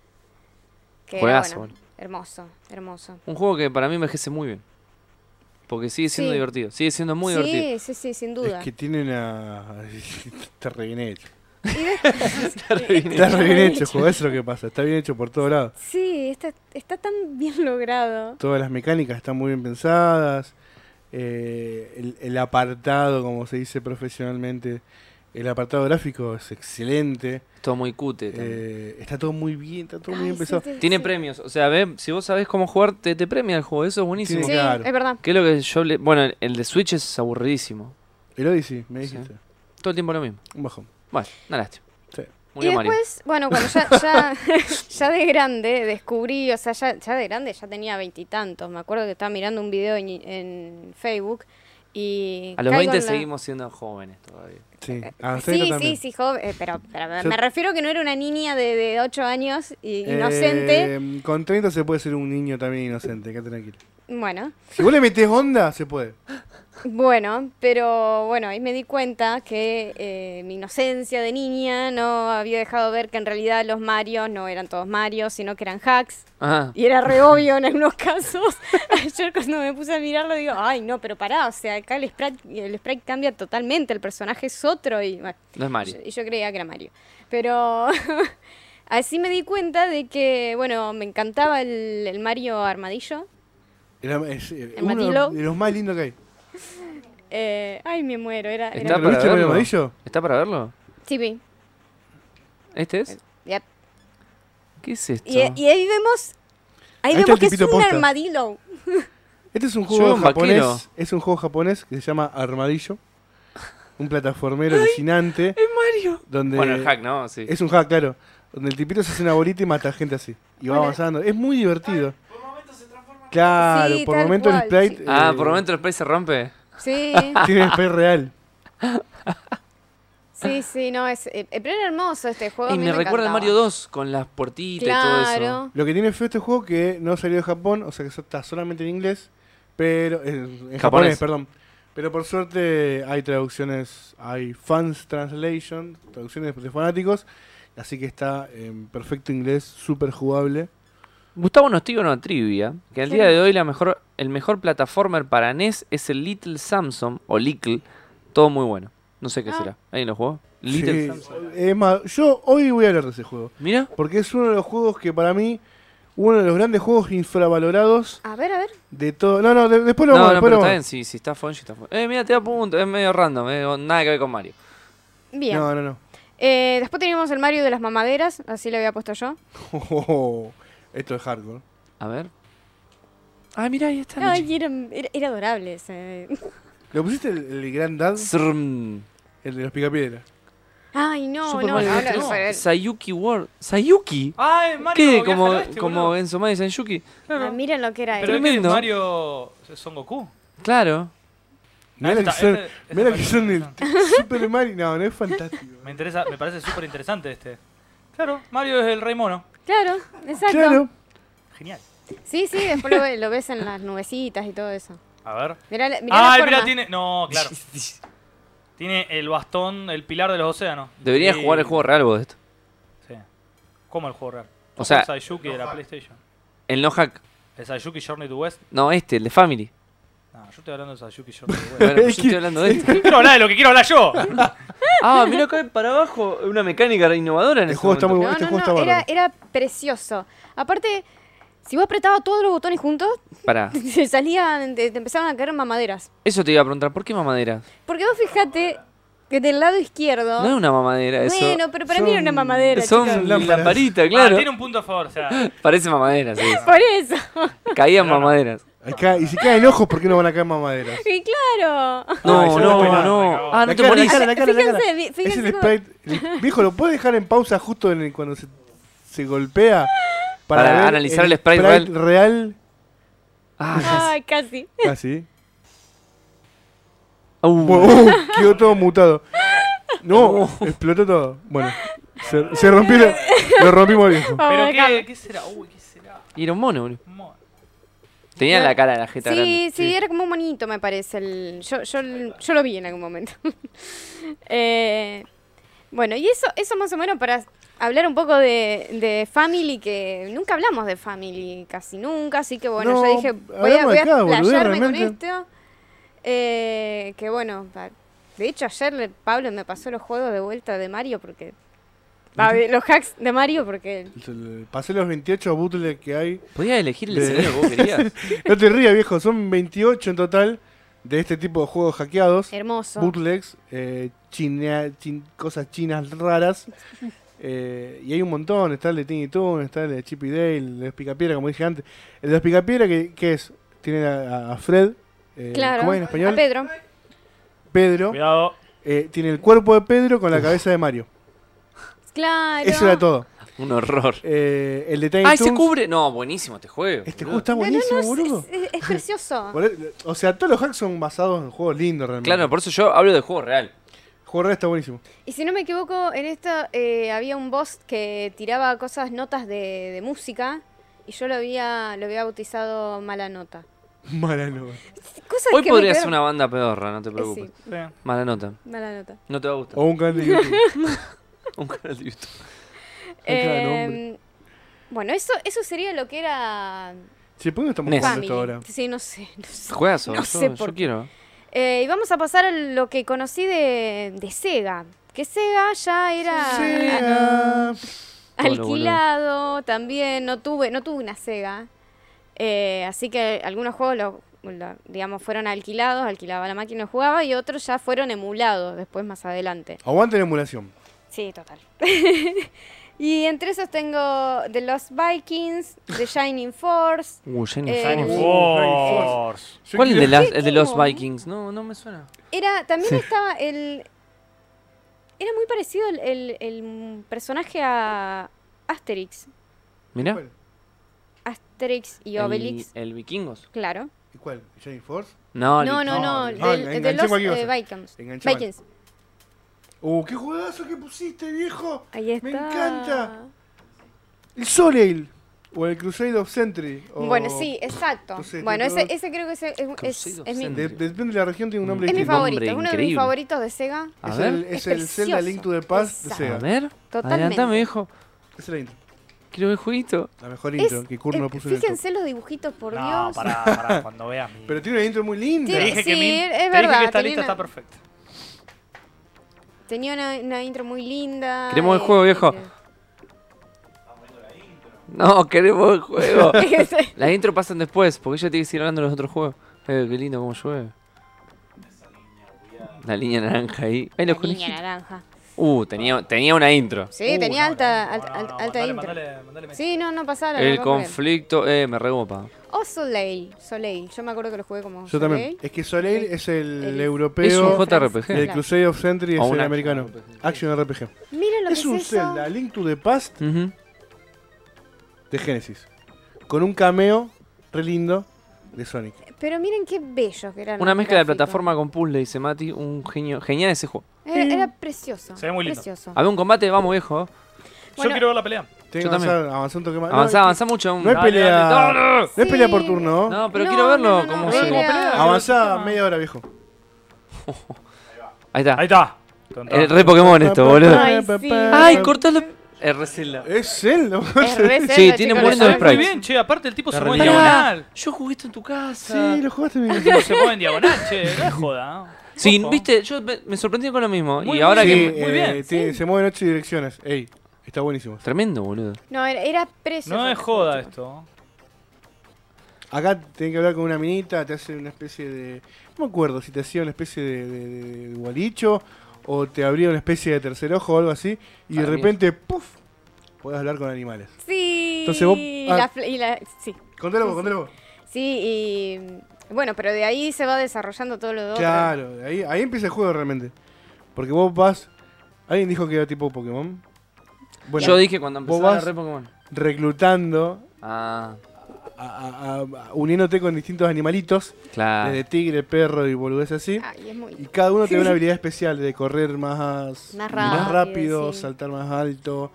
S4: Que era,
S3: Juegazo,
S4: bueno,
S3: boludo.
S4: hermoso, hermoso.
S3: Un juego que para mí envejece muy bien. Porque sigue siendo
S4: Sí.
S3: divertido. Sigue siendo muy
S4: sí,
S3: divertido.
S4: sí, sí, sin duda.
S1: Es que tiene una. Está re bien hecho.
S3: Está re bien
S1: Está re bien
S4: Está
S1: hecho, el juego. Eso es lo que pasa. Está bien hecho por todos lados.
S4: Sí, está, está tan bien logrado.
S1: Todas las mecánicas están muy bien pensadas. eh, el, el apartado, como se dice profesionalmente, el apartado gráfico es excelente.
S3: Todo muy cute. también.
S1: eh, está todo muy bien, está todo muy
S4: Ay,
S1: bien
S4: sí,
S1: pensado.
S4: sí,
S3: Tiene
S4: sí.
S3: premios. O sea, ve, si vos sabés cómo jugar, te, te premia el juego. Eso es buenísimo.
S1: Sí,
S4: Sí,
S1: claro.
S4: es verdad.
S3: ¿Qué es lo que yo le... Bueno, el- el de Switch es aburridísimo.
S1: El Odyssey, me
S3: Sí.
S1: dijiste.
S3: Todo el tiempo lo mismo.
S1: Un bajón.
S3: Bueno, una lástima.
S1: Sí.
S3: Murió
S4: y
S3: Mario.
S4: después, bueno, cuando ya, ya, ya de grande descubrí, o sea, ya, ya de grande ya tenía veintitantos. Me acuerdo que estaba mirando un video en, en Facebook y...
S3: A los
S4: caigo en
S3: 20
S4: la- Eh,
S3: seguimos siendo jóvenes todavía.
S1: Sí, a los 30
S4: Sí, sí,
S1: Ah, también.
S4: sí, joven, eh, pero, pero
S1: Yo-
S4: me refiero que no era una niña de, de 8 años y inocente.
S1: Eh, con 30 se puede ser un niño también inocente, quédate tranquilo.
S4: Bueno,
S1: Si vos le metés onda, se puede.
S4: Bueno, pero bueno, ahí me di cuenta que eh, mi inocencia de niña no había dejado ver que en realidad los Marios no eran todos Marios, sino que eran hacks.
S3: Ajá.
S4: Y era re obvio en algunos casos. Ayer cuando me puse a mirarlo digo, ay no, pero pará, o sea, acá el sprite, el sprite cambia totalmente, el personaje es otro y bueno,
S3: No es Mario.
S4: yo- Y yo creía que era Mario. Pero así me di cuenta de que, bueno, me encantaba el, el Mario Armadillo.
S1: Era- es, eh,
S4: El
S1: uno
S4: Matilo.
S1: de los más lindos que hay.
S4: Eh, ay, me muero, era...
S3: Está
S4: era
S1: ¿Lo
S3: para
S1: viste con el
S3: verlo.
S1: amarillo?
S3: ¿Está para verlo?
S4: Sí, vi.
S3: ¿Este es?
S4: Yep.
S3: ¿Qué es esto?
S4: Y, y ahí vemos.
S1: Ahí
S4: Ahí,
S1: está el
S4: vemos que es
S1: tipito
S4: un
S1: posta.
S4: armadillo.
S1: Este es un
S3: Yo
S1: juego
S3: un
S1: japonés.
S3: vaquero.
S1: Es un juego japonés que se llama Armadillo. Un plataformero alucinante.
S3: ¡Es Mario!
S1: Donde
S3: Bueno, el hack, ¿no? Sí.
S1: Es un hack, claro. Donde el tipito se hace una bolita y mata gente así. Y va avanzando. Es muy divertido. Claro,
S4: Sí,
S1: por
S4: tal
S1: momentos el
S4: cual,
S1: sprite.
S4: sí.
S3: Ah,
S1: eh,
S3: por momento el país se rompe.
S4: Sí,
S1: Tiene sprite real.
S4: sí, sí, no, es. eh, pero era hermoso este juego. a
S3: Y
S4: mí
S3: me recuerda al
S4: encantaba.
S3: Mario 2 con las puertitas y todo eso.
S4: Claro.
S1: Lo que tiene feo este juego que no salió de Japón, o sea que está solamente en inglés, pero en, en japonés. perdón. Pero por suerte hay traducciones, hay fans translation, traducciones de fanáticos, así que está en perfecto inglés, súper jugable.
S3: Gustavo nos tira una trivia, que al día
S4: Claro.
S3: de hoy la mejor, el mejor plataformer para NES es el Little Samson, o Little, todo muy bueno. No sé qué
S4: Ah.
S3: será. ¿Alguien lo jugó?
S1: Sí.
S3: Little
S1: Es más, yo hoy voy a hablar de ese juego.
S3: Mira.
S1: Porque es uno de los juegos que para mí, uno de los grandes juegos infravalorados
S4: A ver, a ver.
S1: de todo. No, no, de- después lo
S3: No,
S1: vamos,
S3: no,
S1: después
S3: pero
S1: lo
S3: está
S1: vamos.
S3: bien. Si, si está Fonji, está Fonji. Eh, mira, te da punto. Es medio random. eh, nada que ver con Mario.
S4: Bien.
S1: No, no, no.
S4: Eh, después teníamos el Mario de las mamaderas, así lo había puesto yo.
S1: Esto es hardcore.
S3: A ver. Ah, mira, ahí está.
S4: Ay, era, era- era adorable ese.
S1: ¿Lo pusiste el, el Grand Dad?
S3: Zrrm.
S1: El de los picapiedras.
S4: Ay, no,
S3: Super
S4: no,
S3: Mario
S4: no,
S3: Bros.
S4: no, no.
S3: Sayuki World. ¿Sayuki?
S2: Ah, es Mario.
S3: ¿Qué?
S2: viaja
S3: Como,
S2: al
S4: este,
S2: oeste,
S3: como
S2: boludo.
S3: Enzo Mai Sayuki.
S4: Ah, miren lo que era
S2: Pero
S4: él.
S2: es que es
S3: Tremendo.
S2: Mario Son Goku.
S3: Claro.
S1: Mirá la que
S2: Esta-
S1: son,
S2: este- este
S1: mirá la que
S2: parece
S1: son del
S2: interesante.
S1: Super Mario. No, no es fantástico.
S2: Me interesa, me parece súper interesante este. Claro, Mario es el rey mono.
S4: Claro, exacto.
S1: Claro.
S2: Genial.
S4: Sí, sí, después lo, ve- lo ves en las nubecitas y todo eso.
S2: A ver.
S4: Mirá, la- mirá la
S2: Ay,
S4: forma.
S2: mira, tiene. No, claro. Tiene el bastón, el pilar de los océanos.
S3: Deberías
S2: Y-
S3: jugar el juego real vos de esto.
S2: Sí. ¿Cómo el juego real?
S3: O sea-
S2: El Sayuki de la PlayStation.
S3: El no hack.
S2: El Sayuki Journey to West.
S3: No, este, el de Family.
S2: No, yo estoy hablando del Sayuki Journey to West.
S3: Bueno, pues yo estoy hablando de este.
S2: quiero hablar de lo que quiero hablar yo.
S3: Ah, mira acá para abajo. Una mecánica innovadora en
S1: El
S3: ese
S1: juego está muy
S3: momento.
S1: bueno.
S4: No,
S1: Este
S4: no,
S1: juego está
S4: no, era,
S1: bárbaro.
S4: era precioso. Aparte, si vos apretabas todos los botones juntos,
S3: Pará.
S4: te salían, te, te empezaban a caer mamaderas.
S3: Eso te iba a preguntar. ¿Por qué mamadera?
S4: Porque vos fijate que del lado izquierdo.
S3: No es una mamadera eso.
S4: bueno, pero para mí era una
S1: son-
S4: mamadera, chicos.
S3: Son
S1: chicos.
S3: lamparitas,
S2: Ah,
S3: claro.
S2: tiene un punto a favor. O sea,
S3: Parece mamadera, sí.
S4: Por eso.
S3: Caían mamaderas.
S1: Acá, y si caen ojos, ¿por qué no van a caer mamaderas?
S4: Y claro.
S3: No,
S1: Ay, se
S3: no,
S1: me fue la-
S3: no.
S1: La
S3: Ah, no te
S1: cara, la
S3: morís.
S1: cara, la cara, la cara.
S4: Fíjense, vi-
S1: Es
S4: fíjense
S1: el
S4: cómo-
S1: sprite. el- Viejo, ¿lo puedes dejar en pausa justo en el- cuando se, se golpea?
S3: Para
S1: ver
S3: analizar el sprite real.
S1: real.
S3: Ah,
S4: Ay, casi.
S1: Así.
S3: uh,
S1: Wow, quedó todo mutado. No, explotó todo. Bueno, se, se rompió. lo- Lo rompimos al viejo.
S4: Vamos a
S2: pero
S4: dejarlo.
S2: ¿qué, qué será? Uy, ¿qué será?
S3: y era un mono, boludo.
S2: Mo-
S3: Tenía la cara de la jeta grande.
S4: Sí, sí, era como un monito, me parece. el- yo, yo, yo lo vi en algún momento. Eh, bueno, y eso, eso más o menos para hablar un poco de, de Family, que nunca hablamos de Family, casi nunca, así que bueno,
S1: No,
S4: yo dije, voy a,
S1: hablamos
S4: voy a
S1: acá, boludez,
S4: explayarme con
S1: realmente.
S4: esto. Eh, que bueno, pa- de hecho ayer le- Pablo me pasó los juegos de vuelta de Mario porque... va, Los hacks de Mario porque...
S1: Pasé los 28 bootlegs que hay.
S3: Podías elegir el
S1: De-
S3: escenario que vos querías.
S1: No te rías, viejo. Son 28 en total de este tipo de juegos hackeados.
S4: Hermoso.
S1: bootlegs, eh, china- chin- cosas chinas raras. eh, y hay un montón, está el de Tiny Toon, está el de Chip y Dale, el de los Picapiedra, como dije antes. El de los Picapiedra, que, que es? Tiene a, a Fred, eh,
S4: Claro.
S1: ¿cómo es en
S4: A
S1: español?
S4: Pedro.
S1: Pedro.
S2: Cuidado.
S1: eh, tiene el cuerpo de Pedro con la cabeza de Mario.
S4: Claro.
S1: Eso era todo.
S3: un horror.
S1: Eh, el de Tiny
S3: Ah, se
S1: Toons,
S3: cubre. No, buenísimo este juego.
S1: Este juego
S3: boludo.
S1: está buenísimo, boludo.
S4: Es, es- es precioso.
S1: Por e- O sea, todos los hacks son basados en juegos lindos realmente.
S3: Claro, por eso yo hablo de juego real.
S1: El juego real está buenísimo.
S4: Y si no me equivoco, en esta eh, había un boss que tiraba cosas, notas de, de música, y yo lo había, lo había bautizado mala nota.
S1: Mala nota.
S4: Cosas
S3: Hoy
S4: que me
S3: podría ser
S4: quedaron-
S3: una banda pedorra, no te
S4: Eh,
S3: preocupes.
S4: sí,
S2: Sí.
S3: Mala nota.
S4: mala nota.
S3: No te va a gustar.
S1: O un canal de YouTube.
S3: Un canal de YouTube.
S1: claro,
S4: Eh,
S1: hombre.
S4: bueno, eso, eso sería lo que era
S1: Che, ¿por qué no estamos
S3: Nes.
S1: jugando
S4: Family.
S1: esto ahora?
S4: Sí, no sé, no sé.
S3: Juegazo.
S4: No
S3: yo,
S4: sé
S3: yo
S4: por qué.
S3: quiero.
S4: Eh, y vamos a pasar a lo que conocí de, de Sega. Que Sega ya era
S1: Sega.
S3: Todo lo
S4: alquilado también no tuve no tuve una Sega Eh, así que algunos juegos lo- lo- digamos fueron alquilados alquilaba la máquina y jugaba y otros ya fueron emulados después más adelante
S1: Aguante la emulación.
S4: sí total y entre esos tengo The Lost Vikings The Shining Force
S3: Uh, Shining
S4: Eh,
S3: Force.
S4: Shining
S2: Force.
S1: Yo
S3: ¿Cuál es el de,
S1: quiero-
S3: las- el de los
S4: juego?
S3: Vikings? No, no me suena.
S4: era también estaba el era muy parecido el, el- el personaje a Asterix
S3: Mirá.
S1: ¿Cuál?
S4: Asterix y
S3: El-
S4: Obelix
S3: El, vikingos.
S4: claro
S1: ¿Y cuál? ¿Shining Force?
S3: No,
S4: no
S1: no,
S4: no no
S1: el-
S4: del-
S1: Ah,
S4: de,
S1: enganché
S4: los
S1: cualquier
S4: eh,
S1: cosa.
S4: Vikings
S1: Enganché mal.
S4: Vikings
S1: ¡Uh, qué juegazo que pusiste, viejo!
S4: Ahí está.
S1: Me encanta. El Soleil. O el Crusade of Century. o-
S4: Bueno, sí, exacto.
S1: no sé,
S4: bueno,
S1: tiene
S4: ese,
S1: todo-
S4: ese creo que ese es, es- es
S3: Crusader
S4: mi,
S3: Century.
S1: de- depende de la región, tiene un nombre
S4: es mi
S3: Qué
S1: distinto.
S4: favorito. Es uno de mis
S3: increíble.
S4: favoritos de Sega.
S3: A
S1: Es
S3: ver.
S1: el, es
S4: Es
S1: el Zelda
S4: precioso.
S1: Link to the Past de
S4: Exacto.
S1: Sega.
S3: A ver.
S4: Totalmente.
S3: Adelantame, viejo.
S1: Es la intro.
S3: Quiero ver jueguito.
S1: La mejor
S4: Es-
S1: intro que Kurt
S4: eh,
S1: no puso en el top.
S4: fíjense los dibujitos, por
S2: No,
S4: Dios.
S2: pará, pará, cuando veas mi.
S1: Pero tiene una intro muy linda.
S2: Te
S4: Tiene-
S2: dije
S4: Sí,
S2: que mi-
S4: es
S2: te dije
S4: verdad,
S2: que esta
S4: tenía
S2: lista
S4: una-
S2: está perfecta.
S4: Tenía una, una intro muy linda.
S3: Queremos el
S4: eh,
S3: juego, viejo. No, queremos el juego.
S4: eh,
S3: Las intro pasan después, porque ella tiene que seguir hablando de los otros juegos. Eh, qué lindo cómo llueve. La línea naranja ahí. Ay, los
S4: La niña
S3: conejitos.
S4: naranja.
S3: Uh, tenía, tenía una intro.
S4: Sí,
S2: Uh,
S4: tenía
S2: no,
S4: alta,
S2: no,
S4: al-
S2: no,
S4: al-
S2: no,
S4: alta
S2: mandale,
S4: intro.
S2: mandale, mandale mensaje.
S4: Sí, no, no pasaba.
S3: El conflicto. Eh, me regopa.
S4: O Oh, Soleil, Soleil. Yo me acuerdo que lo jugué como
S1: Yo también.
S4: Soleil.
S1: Es que Soleil es el,
S4: El-
S1: europeo.
S3: Es un
S1: y
S3: JRPG.
S1: el
S4: Claro.
S1: Crusade of Century
S3: O
S1: es
S3: un
S1: el
S3: action
S1: americano.
S3: RPG.
S1: Action RPG.
S4: Miren lo
S1: Es
S4: que
S1: un
S4: es eso.
S1: Zelda, Link to the Past
S3: Ujú.
S1: de Genesis. Con un cameo re lindo de Sonic.
S4: Pero miren qué bellos que eran.
S3: Una
S4: los
S3: mezcla de
S4: gráficos.
S3: plataforma con puzzle, dice Mati. Un genio. Genial ese juego.
S4: Era, era precioso.
S2: Se ve muy lindo.
S4: Precioso.
S3: Había un combate, vamos viejo.
S2: Yo
S4: Bueno.
S2: quiero ver la pelea.
S1: Tengo que
S3: Yo también.
S1: avanzar, avanzar un toque más. No,
S3: Avanzá,
S1: es que-
S3: avanzá mucho.
S1: No hay
S3: Dale,
S1: pelea.
S3: dale, dale.
S1: No es pelea
S4: Sí.
S1: por turno, ¿no?
S3: No, pero
S4: No,
S3: quiero verlo
S4: no, no,
S3: como
S4: no,
S3: se-
S4: era-
S1: Avanzá media hora, viejo.
S3: Ahí está.
S2: Ahí está.
S3: Es re Pokémon esto, boludo.
S4: Ay, sí.
S3: Ay, cortalo. Es re Zelda.
S1: Es Zelda.
S4: Es re
S3: Sí, tiene
S4: Zelda, chicos,
S3: un buen
S4: lo
S3: de
S4: saben.
S2: Está muy
S3: sprites.
S2: bien, che. Aparte el tipo se
S3: Está
S2: mueve
S3: re
S2: en
S3: lindo.
S2: diagonal.
S3: Yo jugué esto en tu casa.
S1: Sí, lo jugaste
S2: El
S1: bien.
S2: tipo se mueve en diagonal, che. No es joda. ¿no?
S3: Sí,
S2: Ojo.
S3: viste, yo me, me sorprendí con lo mismo.
S2: Muy
S3: y ahora
S1: Sí,
S2: bien.
S3: que.
S2: muy
S1: eh,
S2: bien,
S1: tiene- Se mueven ocho direcciones. Ey, está buenísimo.
S3: Tremendo, boludo.
S4: No, era, era precioso.
S2: No es joda esto.
S1: Acá tienen que hablar con una minita, te hace una especie de. No me acuerdo si te hacía una especie de, de- de- de gualicho o te abría una especie de tercer ojo o algo así, y de
S3: Para mí
S1: repente, ¡puf! Puedes hablar con animales.
S4: Sí.
S1: Entonces vos-
S4: y
S1: ah.
S4: la fl- y la- sí.
S1: Contalo vos, contalo vos.
S4: Sí, y. Bueno, pero de ahí se va desarrollando todo lo de otro.
S1: Claro, ahí, ahí empieza el juego realmente. Porque vos vas. Alguien dijo que era tipo Pokémon. Bueno,
S3: Yo dije cuando empezó
S1: vos
S3: la
S1: vas-
S3: re Pokémon.
S1: reclutando,
S3: Ah,
S1: a- a- a- a- uniéndote con distintos animalitos,
S3: claro.
S1: desde tigre, perro y boludez así.
S4: Ay, es muy.
S1: Y cada uno tiene una habilidad especial de correr más,
S4: Más
S1: más rápido,
S4: rápido, sí.
S1: saltar más alto,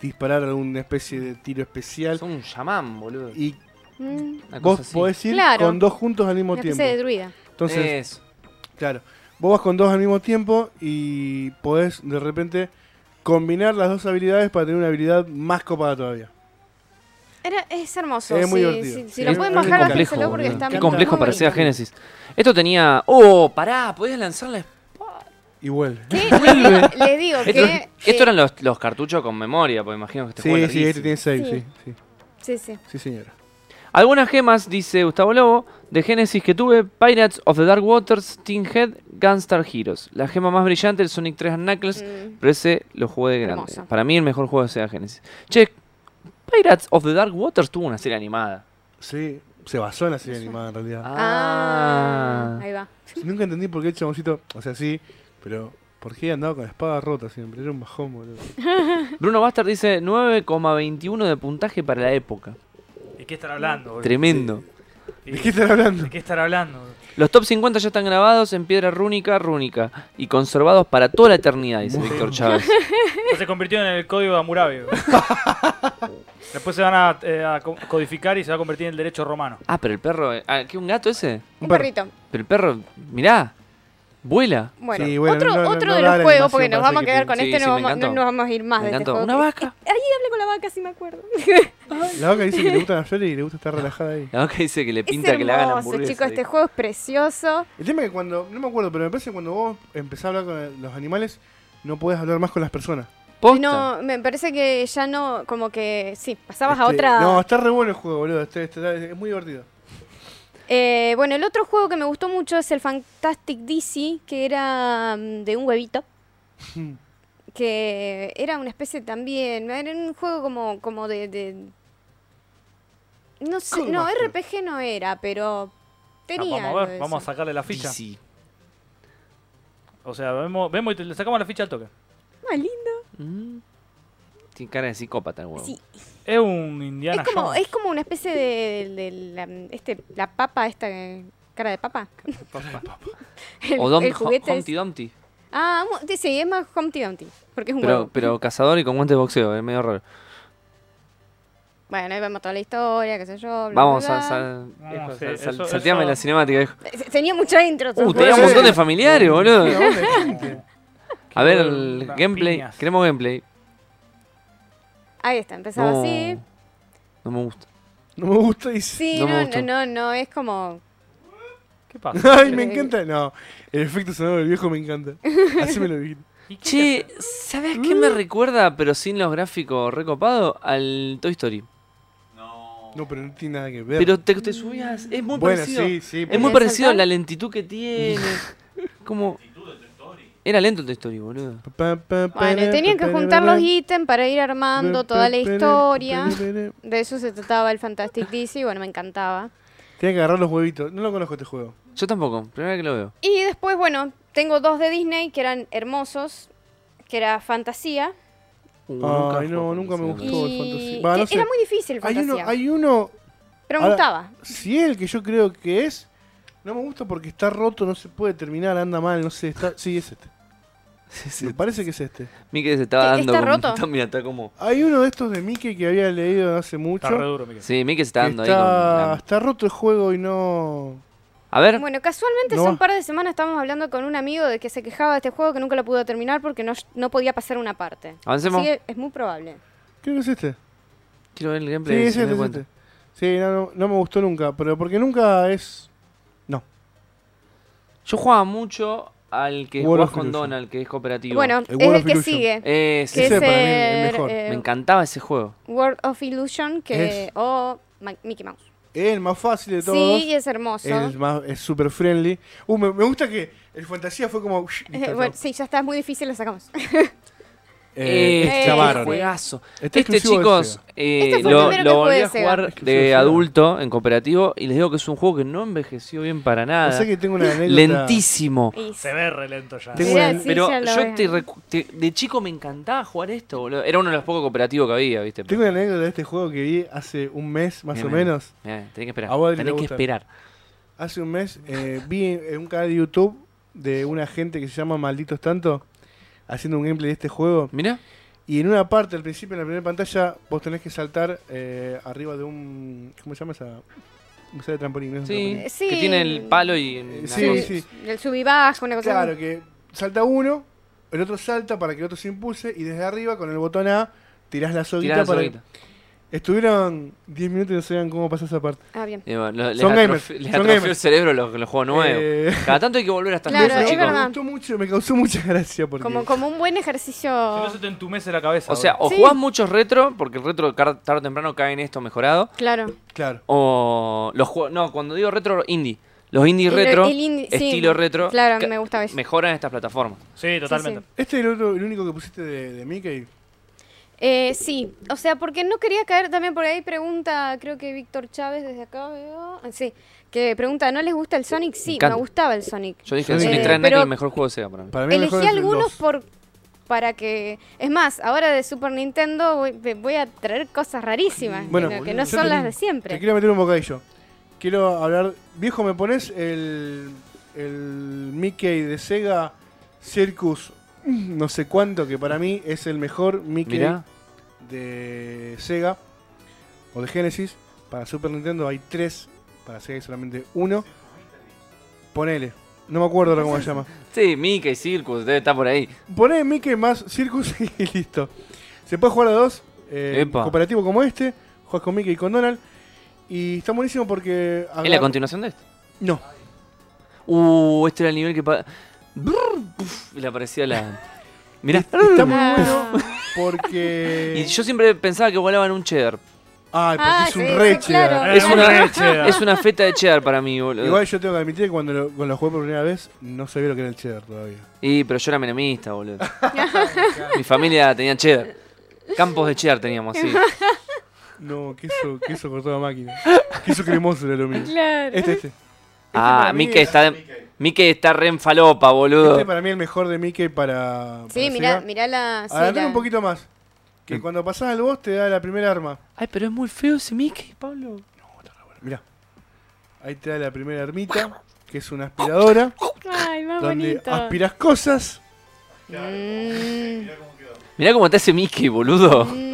S1: disparar alguna especie de tiro especial.
S3: Son un chamán, boludo.
S1: Y
S4: Mm,
S3: Una
S1: vos
S3: cosa así.
S1: podés ir
S4: Claro.
S1: con dos juntos al mismo
S4: una
S1: tiempo.
S4: especie de druida.
S1: Entonces,
S3: Eso.
S1: claro, vos vas con dos al mismo tiempo y podés de repente combinar las dos habilidades para tener una habilidad más copada todavía.
S4: Era, es hermoso.
S1: Es muy
S4: si,
S1: divertido.
S4: si- si
S1: Sí,
S4: lo
S1: es-
S4: pueden
S1: es
S4: bajar,
S1: complejo,
S4: bájenselo porque
S1: boludo.
S4: está
S3: Qué
S4: muy-
S3: complejo
S4: muy
S3: parecía
S4: bonito.
S3: Génesis. Esto tenía. ¡Oh! Pará, podías lanzar la
S1: Y vuelve.
S4: Sí, les digo- les digo que.
S3: Esto, esto
S4: eh,
S3: eran los, los cartuchos con memoria, porque imagino que este juego
S1: Sí,
S3: es
S1: sí, este
S3: larguísimo.
S1: tiene seis, sí.
S4: Sí.
S1: sí,
S4: Sí, sí.
S1: sí, señora.
S3: Algunas gemas, dice Gustavo Lobo, de Genesis que tuve, Pirates of the Dark Waters, Teen Head, Gunstar Heroes. La gema más brillante, el Sonic 3 and
S1: Ah.
S3: Knuckles,
S4: Mm.
S3: pero ese lo jugué de grande.
S4: Hermoso.
S3: Para mí el mejor juego de Sega Genesis. Che, Pirates of the Dark Waters tuvo una serie animada.
S1: Sí, se basó en la serie animada en realidad.
S4: Ah,
S3: Ah.
S4: ahí va.
S1: Pues Nunca entendí por qué el chaboncito, o sea, sí, pero ¿por qué andaba con la espada rota siempre? Era un bajón, boludo.
S3: Bruno Bastard dice 9,21 de puntaje para la época.
S2: ¿De qué estar hablando? boludo?
S3: Tremendo.
S2: Sí.
S1: ¿De qué están hablando?
S2: ¿De qué estar hablando?
S3: Los top 50 ya están grabados en piedra rúnica, rúnica, y conservados para toda la eternidad, dice
S1: Muy
S3: Víctor
S1: bien.
S3: Chávez.
S2: No se convirtió en el código de Hammurabi. boludo. Después se van a, eh, a co- codificar y se va a convertir en el derecho romano.
S3: Ah, pero el perro... eh, ah, ¿Qué, un gato ese?
S4: Un
S1: Un perro.
S4: perrito.
S3: Pero el perro, mirá, vuela.
S4: Bueno,
S1: Sí, bueno,
S4: otro,
S1: no- no-
S4: otro
S1: no
S4: de
S1: da
S4: los
S1: la
S4: juegos, porque
S1: animación, parece
S4: nos vamos a
S1: que tiene-
S4: quedar con
S3: Sí,
S4: este,
S3: sí,
S4: no,
S3: me
S4: vamos, no
S3: encantó.
S4: nos vamos a ir más
S3: Me
S4: de este
S3: encantó.
S4: juego.
S3: Una vaca.
S4: Ahí hablé con la vaca, sí me acuerdo.
S1: La vaca dice que le gustan las flores y le gusta estar relajada ahí.
S3: La vaca dice que le
S4: es
S3: pinta que le hagan
S4: hermoso,
S3: hamburguesa.
S4: chicos, este
S3: dijo.
S4: juego es precioso.
S1: El tema es que cuando, no me acuerdo, pero me parece que cuando vos empezás a hablar con los animales, no puedes hablar más con las personas.
S3: Posta.
S4: No, me parece que ya no, como que, sí, pasabas a
S1: Este,
S4: otra...
S1: No, está re bueno el juego, boludo. Este- este- es muy divertido.
S4: Eh, bueno, el otro juego que me gustó mucho es el Fantastic DC, que era mm, de un huevito. que era una especie también. Era un juego como, como de, de- No sé,
S1: Cool
S4: no,
S1: Master.
S4: RPG no era, pero.
S2: Ah,
S4: Tenía.
S2: vamos a
S4: algo
S2: ver,
S4: de
S2: vamos a
S4: eso.
S2: sacarle la ficha.
S3: DC.
S2: O sea, vemos, vemos y te- le sacamos la ficha al toque.
S4: Ah, lindo.
S3: Mm. Tiene cara de psicópata el huevo.
S4: Sí,
S2: Es un Indiana
S4: es como,
S2: Jones.
S4: es como una especie de. de la, este, la papa, esta. eh, Cara de papa. El,
S3: O Dom,
S4: el
S3: Ho-
S4: juguete es-
S3: Humpty Dumpty.
S4: Ah, mu- sí, sí, es más Humpty Dumpty. Porque es un
S3: Pero,
S4: huevo.
S3: pero cazador y con guantes de boxeo, es medio raro.
S4: Bueno, ahí vemos toda la historia, qué sé yo. bla,
S3: Vamos,
S4: bla,
S3: a
S4: bla.
S3: sal,
S2: No,
S3: hijo,
S2: Ah, sí,
S3: sal- sal-
S2: eso-
S3: salteame
S2: eso-
S3: la cinemática, hijo.
S4: Eh, Tenía mucha intro.
S3: Uh,
S4: todo.
S3: tenía un
S1: ser.
S3: montón de familiares, boludo.
S1: Una onda de gente.
S3: A ver,
S2: Quiero
S3: el
S2: unas
S3: gameplay.
S2: piñas.
S3: Queremos gameplay.
S4: Ahí está, empezaba
S3: No,
S4: así.
S3: no me gusta.
S1: No me gusta y sí.
S4: Sí,
S3: No me
S4: no,
S3: gustó.
S4: no, no, no, es como.
S2: ¿Qué pasa?
S1: Ay, me encanta. No, el efecto sonoro del viejo me encanta. Así me lo vi.
S3: Che, ¿sabes
S1: Mm.
S3: qué me recuerda, pero sin los gráficos recopados? Al Toy Story.
S5: No.
S1: No, pero no tiene nada que ver.
S3: Pero te, te subías, es muy
S1: bueno,
S3: parecido.
S1: sí, sí.
S3: Es
S1: pero-
S3: muy
S4: ¿Querés
S3: parecido
S4: saltar?
S3: la lentitud que tiene. Como. Era lento el Toy Story, boludo.
S1: Pa, pa, pa,
S4: Bueno,
S1: ra,
S4: tenían
S1: pa,
S4: que
S1: pa, ra,
S4: juntar
S1: ra,
S4: los ítems para ir armando
S1: ra,
S4: toda
S1: pa,
S4: la
S1: pa, ra,
S4: historia.
S1: pa, ra, ra.
S4: De eso se trataba el Fantastic DC y bueno, me encantaba.
S1: Tenía que agarrar los huevitos. No lo conozco este juego.
S3: Yo tampoco, primera vez que lo veo.
S4: Y después, bueno, tengo dos de Disney que eran hermosos, que era Fantasía.
S3: Uh,
S1: Ay,
S3: jugué
S1: no,
S3: con
S1: nunca me
S3: ese,
S1: gustó.
S3: boludo.
S1: Todo el Fantasía.
S4: Y
S1: Va,
S4: que
S1: no sé.
S4: era muy difícil
S1: Hay
S4: Fantasía,
S1: uno, hay uno,
S4: pero me
S1: ahora-
S4: gustaba.
S1: si es el que yo creo que es, no me gusta porque está roto, no se puede terminar, anda mal, no sé. Está... Sí, es este.
S3: Sí, sí.
S1: Me parece que es este.
S3: Mickey se estaba
S4: ¿Está
S3: dando. como-
S4: roto?
S3: Está, mira, está como.
S1: Hay uno de estos de Mickey que había leído hace mucho.
S2: Está re duro, Miguel.
S3: Sí, Mickey se está
S1: que
S3: dando ahí
S1: está,
S3: con. la-
S1: está roto el juego y no.
S3: A ver,
S4: Bueno, casualmente
S1: No
S4: hace
S1: va.
S4: un par de semanas estábamos hablando con un amigo de que se quejaba de este juego que nunca lo pudo terminar porque no, no podía pasar una parte.
S3: avancemos.
S4: Así que es muy probable.
S1: Creo que es este.
S3: Quiero ver el
S1: Sí,
S3: gameplay.
S1: es
S3: si me
S1: este.
S3: doy
S1: es
S3: cuenta.
S1: este. Sí, no, no, no me gustó nunca, pero porque nunca es.
S3: Yo jugaba mucho al que
S1: World
S3: jugás
S1: of
S3: con
S1: Illusion.
S3: Donald, que es cooperativo.
S4: Bueno,
S1: El
S4: es
S1: World
S4: el
S1: of
S4: que
S1: Illusion.
S4: sigue.
S3: Eh, sí,
S4: Que
S1: Ese
S4: es
S1: para mí es el
S4: el,
S1: mejor.
S4: eh,
S3: me encantaba ese juego.
S4: World of Illusion que
S1: Es.
S4: o Ma- Mickey Mouse.
S1: Es el más fácil de todos.
S4: Sí, y es hermoso.
S1: es más, es super friendly. Uh, me, me gusta que el fantasía fue como. ush,
S4: Eh,
S1: listo,
S4: bueno,
S1: chao.
S4: sí, ya está, es muy difícil, lo sacamos.
S1: Eh,
S4: este
S1: está
S4: es
S1: bárbaro.
S3: juegazo.
S1: Está
S3: este,
S1: exclusivo de
S3: chicos,
S1: Sega.
S3: eh,
S4: Este fue el
S3: lo,
S4: primero
S3: lo
S4: que jugué
S3: volví
S4: de
S3: a
S4: Sega.
S3: jugar
S1: Exclusivo de
S3: de
S1: Sega.
S3: adulto en cooperativo y les digo que es un juego que no envejeció bien para
S1: O
S3: nada.
S1: sea que tengo una anécdota.
S3: Lentísimo.
S4: Y
S2: Se ve re lento ya.
S1: Tengo
S4: Mirá,
S1: una-
S4: sí,
S3: Pero
S4: ya lo
S3: yo
S4: ves.
S3: te recu- te- de chico me encantaba jugar esto, boludo. Era uno de los pocos cooperativos que había, ¿viste?
S1: Tengo una anécdota de este juego que vi hace un mes, más
S3: Bien,
S1: o
S3: bien.
S1: menos.
S3: Mirá, tenés que esperar.
S1: A vos, Adri,
S3: tenés
S1: te
S3: que
S1: gusta.
S3: esperar.
S1: Hace un mes eh, vi en, en un canal de YouTube de una gente que se llama Malditos Tanto haciendo un gameplay de este juego.
S3: Mira,
S1: Y en una parte, al principio, en la primera pantalla, vos tenés que saltar eh, arriba de un. ¿Cómo se llama esa? No sé, de trampolín. ¿no es un
S3: sí,
S4: Eh, sí.
S3: que tiene el palo y
S1: Eh,
S3: la
S1: sí,
S3: cosa.
S1: sí.
S4: El sub y bajo, una cosa
S1: Claro,
S4: así.
S1: que salta uno, el otro salta para que el otro se impulse y desde arriba con el botón A tirás la soguita
S3: Tirá la
S1: para...
S3: soguita.
S1: Estuvieron 10 minutos y no sabían cómo pasó esa parte.
S4: Ah, bien.
S3: Y bueno, lo- les
S1: Son
S3: atrofi-
S1: gamers,
S3: les
S1: son
S3: atrofió el
S1: gamers.
S3: cerebro los, los juegos nuevos.
S1: Eh,
S3: Cada tanto hay que volver a estas
S4: Claro,
S3: cosas,
S4: es
S3: chicos.
S1: me
S4: verdad.
S1: gustó mucho, me causó mucha gracia porque...
S4: Como, como un buen ejercicio.
S2: Si no se te entumece la cabeza.
S3: O sea,
S2: boludo.
S3: o
S4: Sí.
S3: jugás muchos retro, porque el retro car- tarde o temprano cae en esto mejorado.
S4: Claro.
S1: Claro.
S3: O los juegos. No, cuando digo retro, indie. Los indie
S4: El-
S3: retro,
S4: el indie- sí,
S3: estilo retro,
S4: Claro,
S3: ca-
S4: me gustaba eso.
S3: mejoran estas plataformas.
S2: Sí, totalmente.
S4: sí.
S1: Este es el, otro, el único que pusiste de, de Mickey.
S4: Eh, sí, o sea, porque no quería caer también por ahí. Pregunta, creo que Víctor Chávez desde acá veo. ah, Sí, que pregunta, ¿no les gusta el Sonic? Sí, me,
S3: encanta.
S4: gustaba el Sonic.
S3: Yo dije
S1: Eh,
S3: que Sonic 3 es
S4: pero-
S3: el mejor juego de Sega para mí.
S1: Para mí el mejor
S4: Elegí
S1: es el
S4: algunos
S1: dos.
S4: por para que. Es más, ahora de Super Nintendo voy, ve- voy a traer cosas rarísimas,
S1: Ah, Bueno,
S4: que no- que
S1: boludo,
S4: no
S1: yo
S4: son
S1: te-
S4: las de
S1: Te
S4: siempre.
S1: quiero meter un bocadillo. Quiero hablar... Viejo, ¿me pones el, el Mickey de Sega Circus? mm, No sé cuánto, que para mí es el mejor Mickey
S3: Mirá,
S1: de Sega o de Genesis. Para Super Nintendo hay tres, para Sega hay solamente uno. Ponele, no me acuerdo ahora cómo se llama.
S3: sí, Mickey Circus debe estar por ahí.
S1: Poné Mickey más Circus y listo. Se puede jugar a dos, eh,
S3: Epa.
S1: cooperativo como este, juegas con Mickey y con Donald. Y está buenísimo porque.
S3: ¿Es la
S1: agar-
S3: continuación de esto?
S1: No,
S3: Uh, este era el nivel que. pa- Brr, puf, y le aparecía la. Mirá.
S1: está muy
S4: Ah.
S1: bueno porque.
S3: Y yo siempre pensaba que volaba en un cheddar.
S1: Ay, porque
S4: Ah,
S1: es un
S4: sí, sí,
S1: reche.
S4: claro.
S3: Es una-
S2: leche.
S3: Es una feta de cheddar para mí, boludo.
S1: Igual yo tengo que admitir que cuando lo, cuando lo jugué por primera vez no sabía lo que era el cheddar todavía.
S3: Y, pero yo era menemista, boludo. Mi familia tenía cheddar. Campos de cheddar teníamos, sí.
S1: No, queso, queso cortado a máquina. Queso cremoso era lo mío.
S4: Claro.
S1: Este, este.
S3: Ah,
S1: para mí
S3: Mickey
S1: es
S3: está,
S5: Mickey.
S3: Mickey está re en falopa,
S1: Este
S3: boludo.
S1: para mí es el mejor de Mickey para.
S4: Sí,
S1: para
S4: mirá,
S1: Sega.
S4: mirá la. sí,
S1: Agrandale
S4: la-
S1: un poquito más. Que
S3: Mm.
S1: cuando pasás al boss te da la primera arma.
S3: Ay, pero es muy feo ese Mickey, Pablo.
S1: Mirá. Ahí te da la primera armita, que es una aspiradora,
S4: Ay, más
S1: donde
S4: bonito.
S1: aspiras cosas.
S4: Mm,
S5: Mirá cómo quedó.
S3: Mirá cómo está ese Mickey, boludo.
S4: mm.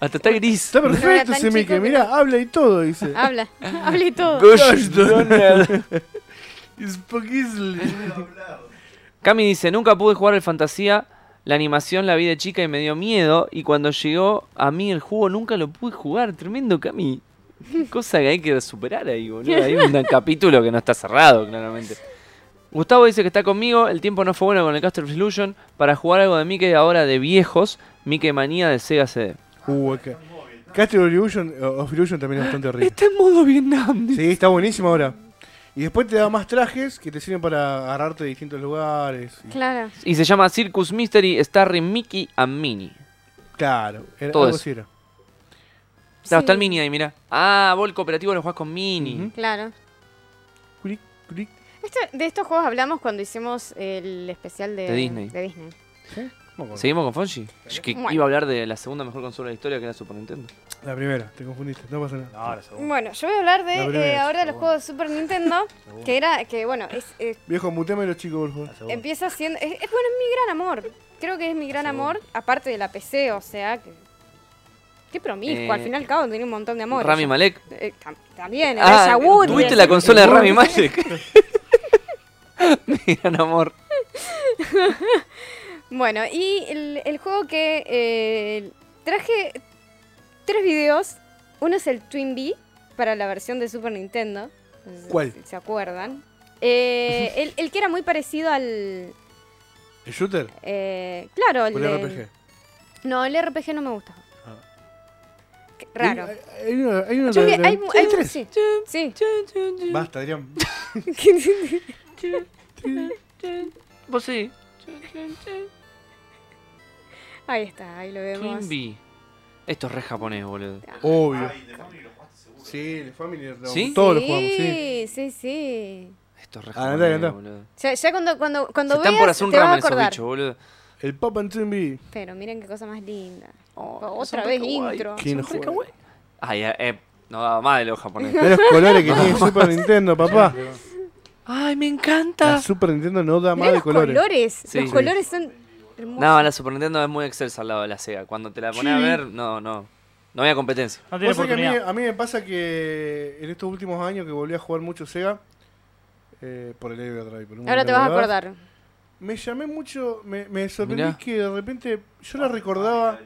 S3: Hasta está gris.
S1: Está
S4: era
S1: perfecto
S4: tan
S1: ese
S4: chico
S1: Mickey.
S4: que Ah.
S1: Mirá, habla y todo, dice.
S4: Habla, habla y todo.
S3: Gosh, Donald.
S1: Es poquísimo.
S5: Puedo hablar.
S3: Cami dice, nunca pude jugar el fantasía. La animación la vi de chica y me dio miedo. Y cuando llegó a mí el juego nunca lo pude jugar. Tremendo, Cami. Qué Cosa que hay que superar ahí, boludo. Hay un capítulo que no está cerrado, claramente. Gustavo dice que está conmigo, el tiempo no fue bueno con el Castle Illusion para jugar algo de Mickey ahora de viejos, Mickey Manía de Sega CD.
S1: Uh, acá. Castle of Illusion, of Illusion también es bastante rico.
S3: en modo Vietnam.
S1: Sí, está buenísimo ahora. Y después te da más trajes que te sirven para agarrarte de distintos lugares. Y-
S4: Claro.
S3: Y se llama Circus Mystery Starring Mickey and Minnie.
S1: Claro, era,
S3: Todo
S1: algo
S3: eso.
S1: así era.
S3: Claro,
S4: Sí.
S3: está el Mini ahí, mirá. Ah, vos el cooperativo lo jugás con Mini.
S1: Ujú.
S4: Claro.
S1: Clic, clic.
S4: Esto- de estos juegos hablamos cuando hicimos el especial de,
S3: De Disney.
S1: ¿Sí? No me acuerdo.
S3: ¿Seguimos con Fonji? Yo que
S4: Bueno.
S3: iba a hablar de la segunda mejor consola de la historia que era Super Nintendo.
S1: La primera, te confundiste, no pasa nada.
S2: Ahora, seguro.
S4: Bueno, yo voy a hablar de
S1: La primera
S4: eh,
S1: vez,
S4: ahora de los
S2: seguro.
S4: juegos de Super Nintendo, que era, que bueno, es, eh,
S1: Viejo, muteme los chicos, por favor.
S2: Seguro.
S4: empieza siendo, es, es, bueno, es mi gran amor. Creo que es mi gran amor, aparte de la PC, o sea, que... Qué promiscuo, al
S3: Eh,
S4: fin y al cabo tiene un montón de amor.
S3: Rami
S4: ella.
S3: Malek.
S4: Eh, tam- también,
S3: Ah,
S4: Elijah Wood.
S3: ¿tuviste
S4: y-
S3: la consola de Rami Malek? Mi gran amor.
S4: Bueno, y el, el juego que eh, traje tres videos. Uno es el Twin B para la versión de Super Nintendo. No sé si-
S1: ¿Cuál?
S4: si ¿Se acuerdan? Eh, el, el que era muy parecido al.
S1: ¿El shooter?
S4: eh, claro, el.
S1: ¿O el
S4: del-
S1: RPG?
S4: No, el RPG no me gusta.
S1: Ah.
S4: Qué Raro.
S1: Hay, hay uno, hay uno
S4: Yo
S1: de-
S4: vi-
S1: de-
S4: hay,
S1: hay
S4: hay-
S1: tres.
S4: sí. Sí.
S1: Basta, Adrián.
S3: Vos sí.
S4: ahí está, ahí lo vemos.
S3: Kimby. Esto es re japonés, boludo.
S1: Obvio.
S5: Ay, de Family lo jugaste seguro.
S1: Sí, el Family lo-
S3: ¿Sí?
S1: todos los jugamos, sí.
S4: Sí, sí, sí.
S3: Esto es re
S1: Andá,
S3: japonés,
S1: andá.
S3: boludo.
S4: Ya, ya cuando, cuando, cuando
S3: Se están
S4: veas,
S3: por hacer un
S4: te vas a
S3: ramen esos
S4: acordar.
S3: bichos, boludo.
S1: El Pop and Timmy.
S4: Pero miren qué cosa más linda.
S3: Oh,
S4: Otra
S3: son re
S4: vez
S3: kawaii.
S4: intro.
S1: ¿Quién
S3: Son re
S1: juega?
S3: kawaii. Ay, eh, eh, no daba más de los japoneses.
S1: Mirá los colores que tiene Super Nintendo, papá.
S3: Ay, me
S1: La
S3: encanta.
S1: Super Nintendo no da
S4: Mirá
S1: más de
S4: los colores.
S1: colores.
S3: Sí.
S4: los
S3: Sí.
S4: colores son hermosos.
S3: No, la Super Nintendo es muy excelsa al lado de la Sega. Cuando te la pones a ver, no, no. No había competencia.
S2: No tiene
S1: Vos sabés que a, mí,
S2: oportunidad.
S1: a mí me pasa que en estos últimos años que volví a jugar mucho Sega, eh, por el Evo otra vez, por un
S4: Ahora
S1: montón
S4: te
S1: de
S4: vas a
S1: verdad,
S4: acordar.
S1: Me llamé mucho, me, me sorprendí
S3: Mirá.
S1: que de repente yo la recordaba,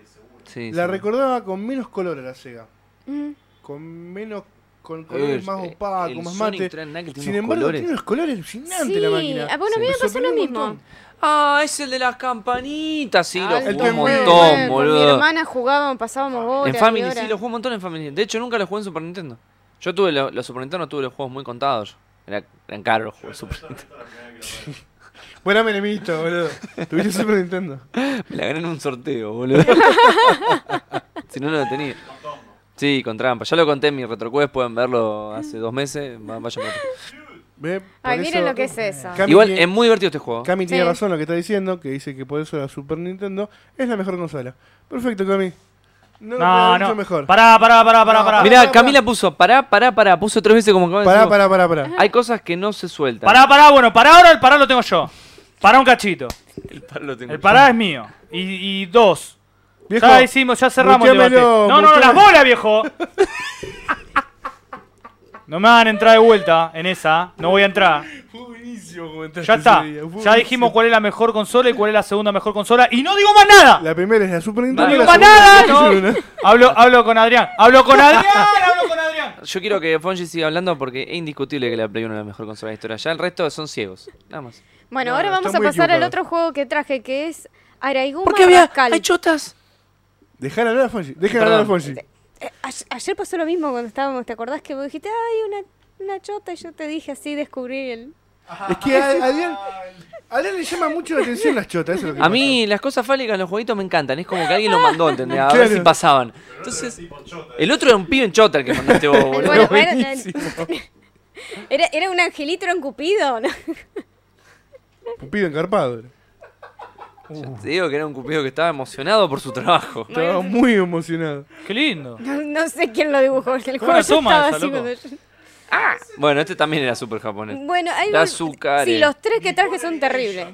S3: Sí,
S1: la
S3: sí.
S1: recordaba con menos color a la Sega,
S4: Mm.
S1: con menos, con colores
S3: Eh,
S1: más
S3: eh,
S1: opacos,
S3: el
S1: más
S3: Sonic
S1: mate.
S3: 3 Knuckles tiene
S1: Sin
S3: unos
S1: embargo,
S3: colores.
S1: tiene unos colores alucinantes
S4: Sí,
S1: la máquina.
S4: ah, bueno, a mí
S1: Sí.
S4: me pasó lo
S1: sorprendió un
S4: mismo.
S1: montón.
S3: Ah, es el de las campanitas. Sí, lo
S4: Ay,
S1: Ah, el
S3: jugó un
S1: Temple.
S4: bueno,
S3: montón,
S4: con Mi
S3: boludo.
S4: hermana jugábamos, pasábamos horas.
S3: En
S4: y
S3: Family,
S4: horas.
S3: sí, lo jugué un montón en Family. De hecho, nunca lo jugué en Super Nintendo. Yo tuve lo- los Super Nintendo, tuve los juegos muy contados. Era, eran caros los juegos de Super Nintendo.
S1: Buena menemista, boludo. Tuviste Super Nintendo.
S3: Me la gané en un sorteo, boludo. si no, no lo tenía. Sí, con trampa. Ya lo conté en mi retroquest, pueden verlo hace dos meses. Va- vayan por-
S1: Ve,
S4: Ay,
S1: por
S4: miren
S1: eso-
S4: lo que es eso.
S1: Cami
S3: Igual,
S1: tiene-
S3: es muy divertido este juego.
S1: Cami tiene
S4: Sí.
S1: razón lo que está diciendo, que dice que por eso la Super Nintendo es la mejor consola. Perfecto, Cami. No,
S2: No,
S1: mucho
S2: no.
S1: mejor.
S2: Pará, pará, pará, pará,
S1: No,
S2: pará.
S1: mirá,
S3: Mirá, Camila puso pará, pará, pará. Puso tres veces como acaba de
S1: Pará,
S3: decir vos.
S1: pará, pará, pará.
S3: Hay cosas que no se sueltan.
S2: Pará, pará, bueno, pará ahora el pará lo tengo yo. Pará un cachito.
S3: El pará lo tengo
S2: El
S3: yo.
S2: pará es mío. Y, y dos.
S1: Viejo,
S2: ya hicimos, ya cerramos el debate.
S1: muteamelo,
S2: No, no, no,
S1: muteame-
S2: las bolas, viejo. No me hagan entrar de vuelta en esa. No voy a entrar.
S1: Fue buenísimo comentaste
S2: Ya está.
S1: ese día, uh, fue
S2: Ya dijimos
S1: buenísimo.
S2: cuál es la mejor consola y cuál es la segunda mejor consola. Y no digo más nada.
S1: La primera es la Super Nintendo.
S2: digo
S1: la
S2: más
S1: segunda
S2: nada,
S1: es la
S2: no.
S1: PlayStation
S2: Hablo, hablo con Adrián. Hablo con Adrián. Hablo con Adrián.
S3: Yo quiero que Fonji siga hablando porque es indiscutible que la Play 1 es la mejor consola de la historia. Ya el resto son ciegos. Nada más.
S4: Bueno,
S1: No,
S4: ahora
S1: no,
S4: vamos
S1: está
S4: a
S1: muy
S4: pasar al
S1: equivocado.
S4: otro juego que traje, que es Araiguma
S3: ¿Por qué había?
S4: Rascal.
S3: ¡Hay chotas!
S1: Dejar hablar a Fonji. Dejar hablar a
S3: Perdón.
S1: Fonji.
S4: Eh, ay- Ayer pasó lo mismo cuando estábamos, ¿te acordás que vos dijiste, ay, una, una chota? Y yo te dije así, descubrí el...
S1: Es que a, a Adrián, a Adrián le llama mucho la atención las chotas. Eso es lo que
S3: A mí las cosas fálicas en los jueguitos me encantan. Es como que alguien lo mandó, ¿entendés? A ver
S1: Claro.
S3: si pasaban. Entonces, el otro era un pibe en chota el que mandaste vos, boludo.
S4: Bueno, era-
S1: buenísimo.
S4: Era, era un angelito, era un cupido. ¿no?
S1: pasa. Pupido encarpado.
S3: Te digo que era un cupido que estaba emocionado por su trabajo.
S1: Estaba muy emocionado.
S2: Qué lindo.
S4: No, no sé quién lo dibujó. El
S2: Una
S4: juego yo
S2: toma
S4: estaba
S2: esa,
S4: así
S2: loco.
S4: cuando yo-
S3: Bueno, este también era súper japonés.
S4: Bueno, hay
S3: Da
S4: un-
S3: azúcar, eh.
S4: Sí, los tres que traje son terribles.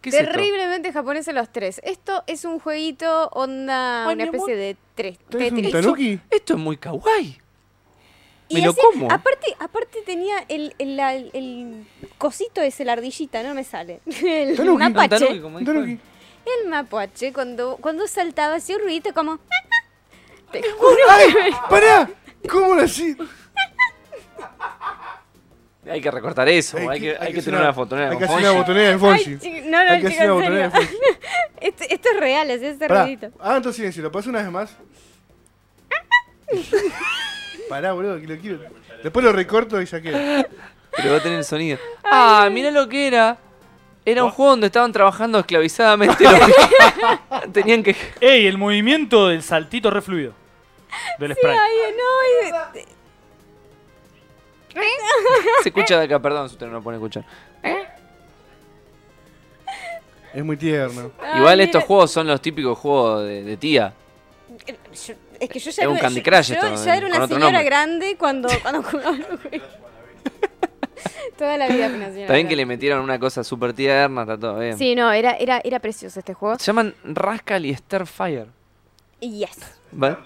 S3: ¿Qué es esto?
S4: Terriblemente japoneses los tres. Esto es un jueguito onda,
S3: Ay,
S4: una
S3: mi amor.
S4: especie de tres.
S1: ¿Tenés un
S4: Tetris.
S1: tanuki?
S3: Esto es muy kawaii.
S4: Y
S3: Me lo
S4: así-
S3: como.
S4: Aparte, aparte tenía el, el, la- el cosito ese, la ardillita, no me sale. El
S1: Tanuki.
S4: mapache.
S3: como
S1: Un
S3: dijo él.
S1: tanuki.
S4: El mapache, cuando, cuando saltaba hacía un ruidito como... "Ah, Te juro.
S1: ¡Ay! ¡Pará! ¿Cómo lo hacía?
S3: Hay que recortar eso, hay, que, hay que tener una, fotonera
S1: Hay
S3: con
S1: que hacer una
S3: Fonji.
S1: botonera de Fonji.
S4: Ay, chi- no, no,
S1: Hay que
S4: chico,
S1: hacer una
S4: en
S1: botonera de
S4: serio.
S1: Fonji.
S4: Esto, esto es real, así este
S1: Pará,
S4: ruidito.
S1: hagan todo silencio, ¿lo pasás una vez más? Pará, boludo, que lo quiero. Después lo recorto y ya queda.
S3: Pero va a tener el sonido. Ah, mira lo que era. Era un juego donde estaban trabajando esclavizadamente. los- Tenían que.
S2: Ey, el movimiento del saltito re fluido. Del sprite.
S4: Ay, no, y-
S3: Se escucha de acá, perdón, si usted no lo pone a escuchar.
S1: Es muy tierno.
S4: ay,
S3: Igual
S4: Ah, mira.
S3: estos juegos son los típicos juegos de, de tía.
S4: Yo- Es que yo ya
S3: Es un
S4: era-
S3: Candy
S4: yo-
S3: Crush
S4: yo,
S3: esto,
S4: yo era
S3: con
S4: una
S3: otro
S4: señora
S3: nombre.
S4: grande cuando, cuando jugaba a los juegos. Toda la vida fui una señora
S3: Está bien que le
S4: grande.
S3: metieron una cosa súper tierna, está todo bien.
S4: Sí, no, era, era, era precioso este juego.
S3: Se llaman Rascal y Starfire.
S4: Yes.
S3: ¿Vale?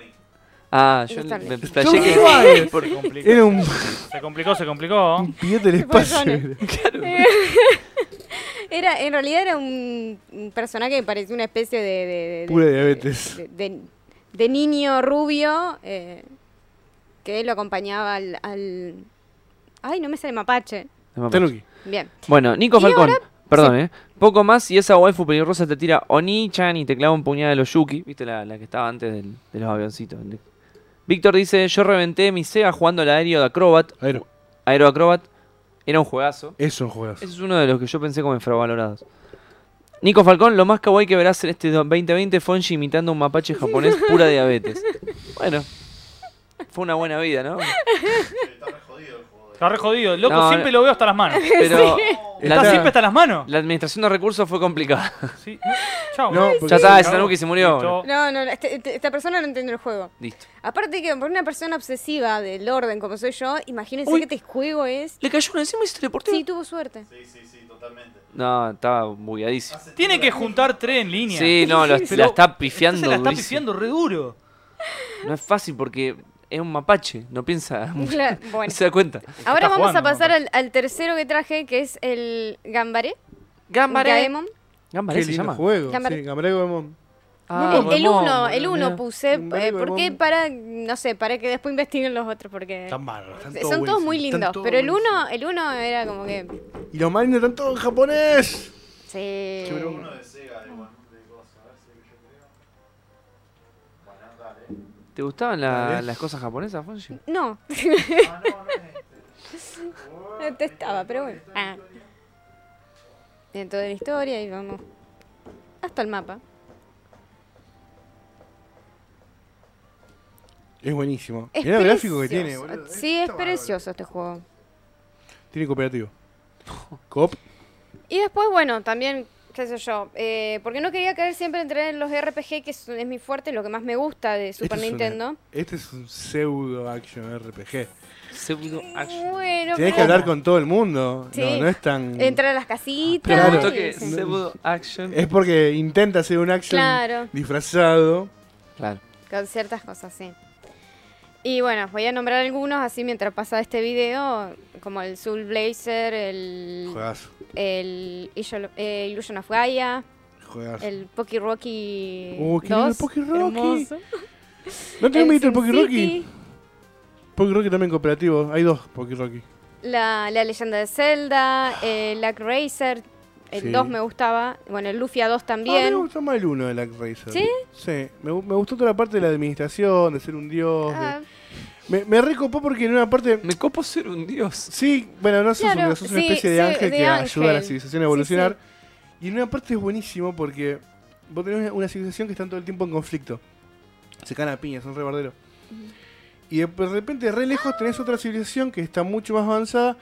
S3: Ah,
S4: Y
S3: yo
S4: Starling.
S3: me
S1: Son
S3: explayé que.
S1: iguales.
S2: Se complicó,
S1: Era un
S2: se complicó, se complicó.
S1: piloto del
S4: Fue
S1: espacio.
S4: Sonic. Era, en realidad era un, un personaje que parecía una especie de... de- de-
S1: Pura
S4: de- este,
S1: diabetes.
S4: De, de- de niño rubio eh, que lo acompañaba al, al- Ay, no me sale mapache.
S1: Tanuki.
S4: Bien.
S3: Bueno, Nico
S4: Y
S3: Falcón.
S4: ahora-
S3: Perdón, ¿eh? Poco más y esa waifu peligrosa te tira Oni-chan y te clava un puñado de los Yuki. ¿Viste la, la que estaba antes del- de los avioncitos? El de- Víctor dice: Yo reventé mi Sega jugando al aéreo de Acrobat.
S1: Aero.
S3: Aero Acrobat. Era un juegazo.
S1: Eso en juegas.
S3: Ese es uno de los que yo pensé como infravalorados. Nico Falcón, lo más kawaii que verás en este 2020 fue Onji imitando a un mapache japonés pura diabetes. Bueno, fue una buena vida, ¿no?
S5: Está re jodido el juego.
S2: Está re jodido. El loco
S3: No,
S2: siempre lo veo hasta las manos.
S3: Pero
S2: Está
S3: la,
S2: siempre hasta las manos.
S3: la administración de recursos fue complicada.
S2: Sí. no, Chao.
S1: No, porque-
S3: Ya está,
S2: Chao.
S3: Sanuki se murió.
S2: Listo.
S4: No, no, no, este- este- esta persona no entiende el juego.
S3: Listo.
S4: Aparte que por una persona obsesiva del orden como soy yo, imagínense
S3: Uy.
S4: que este juego es...
S3: Le cayó una encima y se
S2: Este-
S3: teleportó.
S4: Sí, tuvo suerte.
S5: Sí, sí, sí, totalmente.
S3: No, estaba bugueadísimo.
S5: Hace
S2: Tiene que
S5: tiempo
S2: juntar tres en línea.
S3: Sí, no, lo-
S2: Pero
S3: la está
S2: Entonces
S3: pifiando.
S2: la está
S3: durísimo.
S2: pifiando re duro.
S3: No es fácil porque es un mapache, no piensa mucho.
S4: Claro,
S3: No
S4: bueno.
S3: se da cuenta.
S4: Ahora
S2: está
S4: vamos a
S2: jugando,
S4: pasar
S2: ¿no?
S4: al, al tercero que traje, que es el Gambaré.
S3: Gambare.
S4: Gaemon.
S3: Gambare
S1: Qué
S3: se
S1: lindo
S3: llama.
S1: juego.
S4: Gambar-
S1: Sí, Gambaré Goemon.
S3: Ah,
S4: el, el
S3: Goemon,
S4: uno, el uno
S3: mira.
S4: puse, eh,
S1: Vale,
S4: porque
S1: Goemon.
S4: para, no sé, para que después investiguen los otros, porque
S1: Están bárbaros. están
S4: son todos muy
S1: buenísimos,
S4: lindos,
S1: están todos
S4: pero el
S1: buenísimos.
S4: uno, el uno era como que,
S1: Y los más lindos están todos en japonés.
S4: sí,
S1: Sí, pero
S5: uno de Sega, de Guan- de cosa, a ver si yo creo. Bueno, dale.
S3: ¿Te gustaban la-
S1: Dale.
S3: las cosas japonesas, Fonji?
S4: no,
S5: Ah, no, no es este. Oh,
S4: no te estaba, pero bueno, ah. dentro de la historia y vamos hasta el mapa,
S1: Es buenísimo.
S4: es
S1: Mirá el gráfico que tiene,
S4: precioso.
S1: boludo. eh.
S4: sí, es
S1: Está bárbaro.
S4: precioso este juego.
S1: Tiene cooperativo. Cop.
S4: Y después, bueno, también, qué sé yo, eh, porque no quería caer siempre entre los RPG, que es, es mi fuerte, lo que más me gusta de Super
S1: Este es una-
S4: Nintendo.
S1: este es un pseudo action RPG.
S3: Pseudo action.
S4: Bueno,
S1: Tenés que
S4: pero-
S1: hablar con todo el mundo.
S4: Sí.
S1: No, no es tan.
S4: Entrar a las casitas.
S3: Pero
S1: Claro.
S3: justo que
S4: sí.
S3: pseudo action.
S1: Es porque intenta hacer un action
S4: Claro.
S1: disfrazado.
S3: Claro.
S4: Con ciertas cosas, sí. Y bueno, voy a nombrar algunos así mientras pasa este video, como el Soul Blazer, el,
S1: Juegazo.
S4: el Illu- eh, Illusion of Gaia,
S1: Juegazo.
S4: el Poki Rocky
S1: Oh, qué lindo el
S4: 2.
S1: Poki Rocky.
S4: hermoso.
S1: ¿No
S4: El
S1: tenés visto el
S4: Sin
S1: Poki
S4: City,
S1: Rocky? Poki Rocky también cooperativo. Hay dos Poki Rocky.
S4: La, la leyenda de Zelda, el Lack Racer, el
S1: Sí.
S4: 2 me gustaba, bueno, el Luffy A2
S1: Ah,
S4: también.
S1: me gustó más el uno de la Racer.
S4: ¿Sí?
S1: Sí. Me, gu- me gustó toda la parte de la administración, de ser un dios. de-
S4: Ah,
S1: Me, me recopó porque en una parte.
S3: Me copo ser un dios.
S1: Sí, bueno, no sos, un
S4: Claro,
S1: dios, sos una
S4: sí,
S1: especie de
S4: sí,
S1: ángel
S4: de
S1: que ayuda a la
S4: ángel.
S1: civilización
S4: Sí,
S1: a evolucionar. Y en una parte es buenísimo porque vos tenés una- una civilización que está todo el tiempo en conflicto. Se caen a piñas, son rebarderos. Y de, de repente, re lejos, tenés otra civilización que está mucho más avanzada.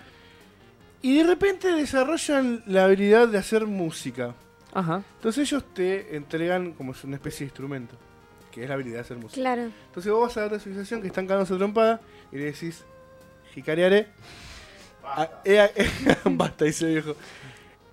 S1: Y de repente desarrollan la habilidad de hacer música.
S3: Ajá.
S1: Entonces ellos te entregan como es una especie de instrumento, que es la habilidad de hacer música.
S4: claro.
S1: Entonces vos vas a la otra civilización que están cagándose a trompada y le decís, jicareare, a- he a- basta, dice el viejo.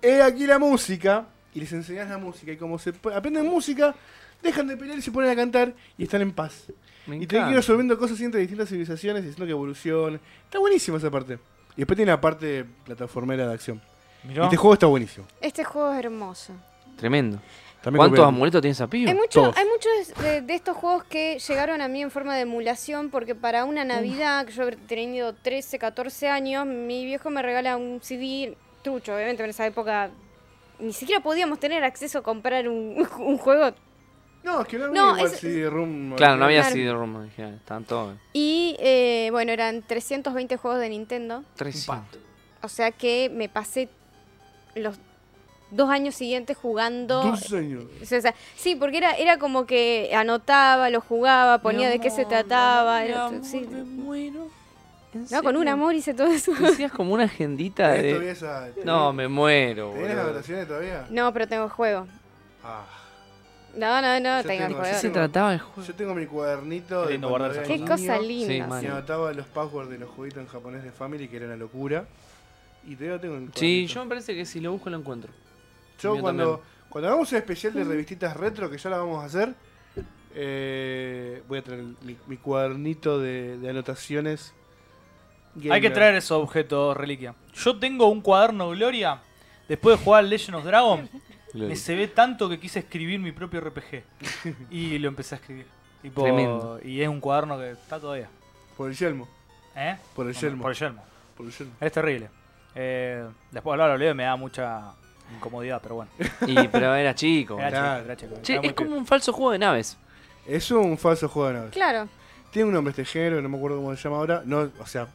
S1: He aquí la música y les enseñás la música y como se po- aprenden música, dejan de pelear y se ponen a cantar y están en paz.
S3: Me
S1: Y te ir
S3: encanta.
S1: resolviendo cosas entre distintas civilizaciones y haciendo que evolucionen. Está buenísima esa parte. Y después tiene la parte plataformera de acción.
S2: Mirá.
S1: Este juego está buenísimo.
S4: Este juego es hermoso.
S3: Tremendo.
S1: También
S3: ¿Cuántos
S1: copiaron.
S3: amuletos tiene esa piba?
S4: Hay, mucho-
S1: todos.
S4: hay muchos de, de estos juegos que llegaron a mí en forma de emulación porque para
S1: Mm.
S4: una Navidad, que yo he tenido 13, 14 años, mi viejo me regala un CD trucho. Obviamente en esa época ni siquiera podíamos tener acceso a comprar un, un juego.
S1: No, es que no había
S4: No,
S1: igual
S4: es-
S1: CD-ROM.
S3: Claro, no había
S4: Claro.
S3: CD-ROM original, estaban "Ah, todos.
S4: Y eh, bueno, eran 320 juegos de Nintendo.
S3: 300.
S4: O sea que me pasé los dos años siguientes jugando.
S1: Dos años.
S4: O sea, o sea, sí, porque era, era como que anotaba, lo jugaba, ponía de qué se trataba. era- sí. No, con un amor hice todo eso.
S3: Decías como una agendita
S1: ¿Tenés todavía
S3: de.
S1: esa-
S3: No, me muero,
S1: ¿Tenés las
S3: boludo.
S1: grabaciones todavía?
S4: No, pero tengo juego.
S1: Ah,
S4: No, no, no,
S1: Yo
S4: tengo
S1: tengo-
S3: ¿Qué
S4: juego.
S3: se trataba el juego?
S1: yo tengo mi cuadernito
S2: Qué
S1: de
S2: lindo
S1: cuando
S2: guardar
S1: era
S4: Qué
S2: esas
S1: niño,
S4: cosa
S3: Sí,
S4: linda.
S1: Y
S3: mal.
S1: anotaba los passwords de los juguitos en japonés de Family, que era una locura. Y todavía lo tengo en el
S3: Sí,
S1: cuadernito.
S3: yo me parece que si lo busco lo encuentro.
S1: Yo
S3: Yo
S1: cuando,
S3: también.
S1: cuando hagamos un especial de revistitas retro, que ya la vamos a hacer, eh, voy a traer mi, mi cuadernito de, de anotaciones.
S2: Hay
S1: gamer.
S2: que traer esos objetos, reliquia. Yo tengo un cuaderno Gloria. Después de jugar Legend of Dragon, me se ve tanto que quise escribir mi propio RPG. Y lo empecé a escribir. Tipo,
S3: Tremendo.
S2: Y es un cuaderno que está todavía.
S1: Por el yelmo.
S2: ¿Eh?
S1: Por el yelmo.
S2: Por el yelmo.
S1: Por el yelmo.
S2: Es terrible. Eh, después hablar lo leo y me da mucha incomodidad, pero bueno.
S3: Y pero era chico.
S2: Era
S1: Claro.
S2: chico, era chico.
S3: Che,
S2: Era muy
S3: es como
S2: pibe.
S3: un falso juego de naves.
S1: Es un falso juego de naves.
S4: Claro.
S1: Tiene un nombre este género, no me acuerdo cómo se llama ahora. No, o sea,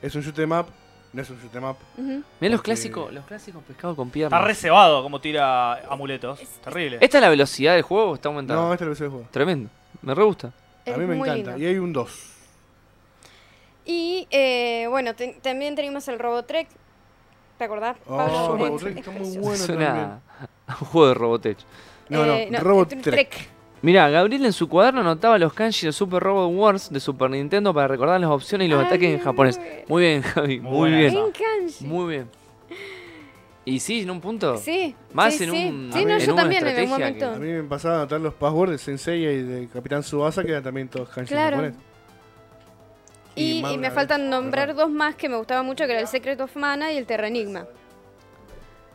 S1: es un shoot em up, no es un shoot em up.
S4: ujú.
S3: Mirá los
S1: Porque-
S3: clásicos, los clásicos pescados con
S2: Está
S3: piernas.
S2: recebado como tira amuletos. Terrible.
S3: ¿Esta es la velocidad del juego o está aumentada?
S1: No, este es el juego.
S3: Tremendo. Me re gusta.
S1: A
S4: Es
S1: mí me
S4: muy
S1: encanta.
S4: lindo.
S1: Y hay un 2.
S4: Y eh, bueno, te- también tenemos el Robotrek. ¿Te acordás?
S1: Oh,
S4: Pablo?
S1: Robotrek
S4: Es- es
S1: está muy
S4: precioso.
S1: Bueno,
S3: Suena a un juego de Robotech.
S1: No, no,
S4: Eh,
S1: Robotrek.
S3: Mirá, Gabriel en su cuaderno anotaba los kanji de Super Robot Wars de Super Nintendo para recordar las opciones y los
S4: Ah,
S3: ataques en
S4: muy
S3: japonés.
S4: bueno.
S3: Muy bien, Javi.
S2: Muy
S3: Muy
S2: buena
S3: bien.
S2: esa.
S4: En kanji.
S3: Muy bien. Y sí, en un punto.
S4: Sí.
S3: Más
S4: sí,
S3: en
S4: sí.
S3: un-
S4: Sí, no,
S1: en
S4: yo
S3: una
S4: también en
S3: estrategia
S4: algún
S3: que-
S4: momento.
S1: A mí me pasaba a anotar los passwords de Sensei y de Capitán Subasa, que eran también todos kanji en
S4: Claro.
S1: japonés.
S4: Y,
S1: más
S4: y
S1: de una
S4: me
S1: vez,
S4: faltan nombrar
S1: perdón.
S4: dos más que me gustaban mucho, que era el Secret of Mana y el Terranigma.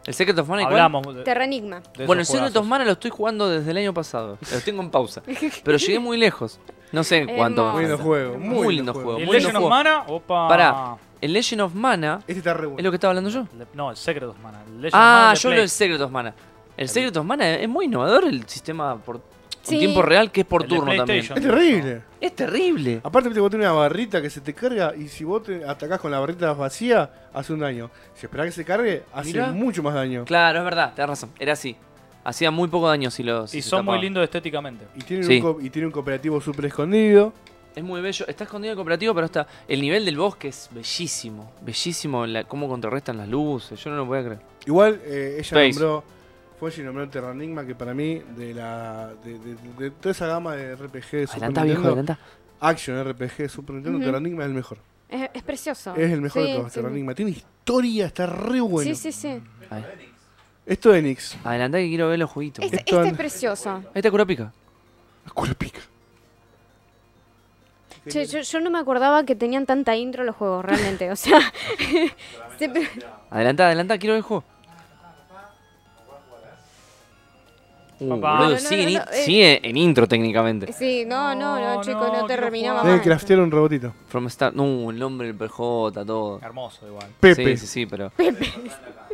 S3: El Secret of Mana igual-
S2: Hablamos de,
S4: Terranigma.
S2: de
S3: Bueno, el
S2: esos
S3: Secret of
S2: juegazos.
S3: Mana lo estoy jugando desde el año pasado. Lo tengo en pausa. Pero llegué muy lejos. No sé en cuánto. me
S4: Hermoso.
S1: Muy lindo
S3: falta.
S1: juego. Muy, lindo juego.
S2: ¿Y el
S3: Muy
S2: Legend
S3: lindo
S2: of
S3: juego.
S2: Mana? Opa.
S3: Pará. El Legend of Mana
S1: Este está re
S3: es
S1: bueno.
S3: lo que estaba hablando yo.
S2: Le- No, el Secret of Mana. El Legend
S3: Ah,
S2: of Mana de
S3: yo
S2: Play.
S3: lo del Secret of Mana. El Secret of Mana es muy innovador el sistema por
S4: Sí.
S3: en tiempo real que es por
S2: El de
S3: turno también.
S2: PlayStation.
S1: Es terrible.
S3: Es terrible.
S1: Aparte, viste, vos tenés una barrita que se te carga y si vos te atacás con la barrita vacía, hace un daño. Si esperás que se cargue, hace
S3: Mirá.
S1: mucho más daño.
S3: Claro, es verdad, tenés razón. Era así. Hacía muy poco daño si los.
S2: Y son muy lindos estéticamente.
S1: Y tiene,
S3: Sí.
S1: un, co- y tiene un cooperativo súper escondido.
S3: Es muy bello. Está escondido el cooperativo, pero está. El nivel del bosque es bellísimo. Bellísimo la- cómo contrarrestan las luces. Yo no lo voy a creer.
S1: Igual eh, ella
S3: Space.
S1: nombró. Fue y nombró Terranigma, que para mí, de la de, de- de- de toda esa gama de RPG de Super
S3: Adelantá, viejo,
S1: Nintendo,
S3: adelantá.
S1: Action RPG de Super Nintendo,
S4: Ujú.
S1: Terranigma es el mejor.
S4: Es, es precioso.
S1: Es el mejor
S4: Sí,
S1: de todos,
S4: sí.
S1: Terranigma. Tiene historia, está re bueno.
S4: Sí, sí, sí.
S3: Ahí.
S1: Esto de Nix.
S3: Adelantá que quiero ver los jueguitos.
S4: Este,
S3: Ahí
S1: Esto-
S4: este es precioso.
S3: está Kurapika.
S1: Culo pica.
S4: Che, yo, yo no me acordaba que tenían tanta intro los juegos, realmente. O sea, siempre-
S3: Adelantá, adelantá, quiero ver el juego. Uh,
S2: Papá.
S3: boludo,
S2: No,
S4: no,
S3: sigue, en
S4: no,
S3: in-
S4: no, eh.
S3: sigue en intro técnicamente.
S4: sí, no, no, no,
S2: No,
S4: chicos,
S2: no,
S4: no,
S2: quiero
S4: terminaba
S2: jugar.
S1: Tiene
S4: más.
S1: que craftear un robotito.
S3: From Star. No, el nombre del PJ, todo.
S2: Hermoso igual.
S1: Pepe.
S3: Sí, sí, sí, pero.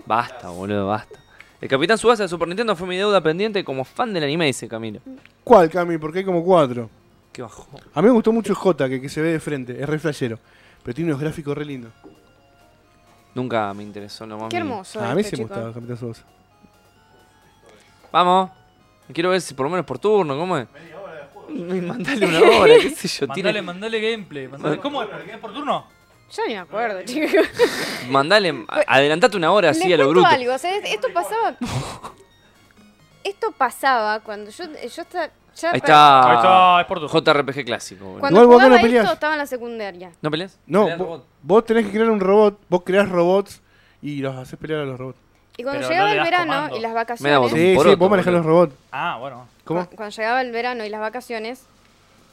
S3: Basta, boludo, basta. El Capitán Subasa de Super Nintendo fue mi deuda pendiente como fan del anime, dice Camilo.
S1: ¿Cuál, Cami? Porque hay como cuatro.
S3: Qué bajo.
S1: A mí me gustó mucho J, que, que se ve de frente. Es re flashero. Pero tiene unos gráficos re lindos.
S3: Nunca me interesó lo más
S4: Qué
S3: mínimo.
S4: hermoso.
S1: a mí sí
S4: esto,
S1: me
S4: chicos.
S1: gustaba Capitán Subasa.
S3: Vamos. Quiero ver si por lo menos por turno, ¿cómo es? Y Mandale una hora, qué sé yo. tiene-
S2: Mandale, mandale gameplay. mandale- ¿Cómo es? ¿Por qué es por turno?
S4: Yo ni me acuerdo, chicos.
S3: Mandale, a- adelantate una hora así
S4: Les
S3: a lo
S4: cuento
S3: bruto.
S4: algo, o sea, es- esto pasaba. esto pasaba cuando yo, yo estaba. ya
S3: Ahí
S4: para-
S3: está.
S2: Ahí está, es por turno.
S3: JRPG clásico, boludo.
S4: Cuando
S1: Igual vos acá
S4: jugaba
S1: no peleás.
S4: esto estaba en la secundaria.
S3: ¿No peleas?
S1: No, vo- vos, tenés que crear un robot. Vos creás robots y los haces pelear a los robots.
S4: Y cuando
S2: Pero
S4: llegaba
S2: no le
S4: el
S2: das
S4: verano
S2: comando.
S4: y las
S3: Me da
S4: vacaciones.
S3: botón.
S1: Sí,
S3: poroto,
S1: sí, vos manejás
S3: boludo.
S1: los robots.
S2: Ah, bueno.
S1: ¿Cómo?
S4: cu- Cuando llegaba el verano y las vacaciones,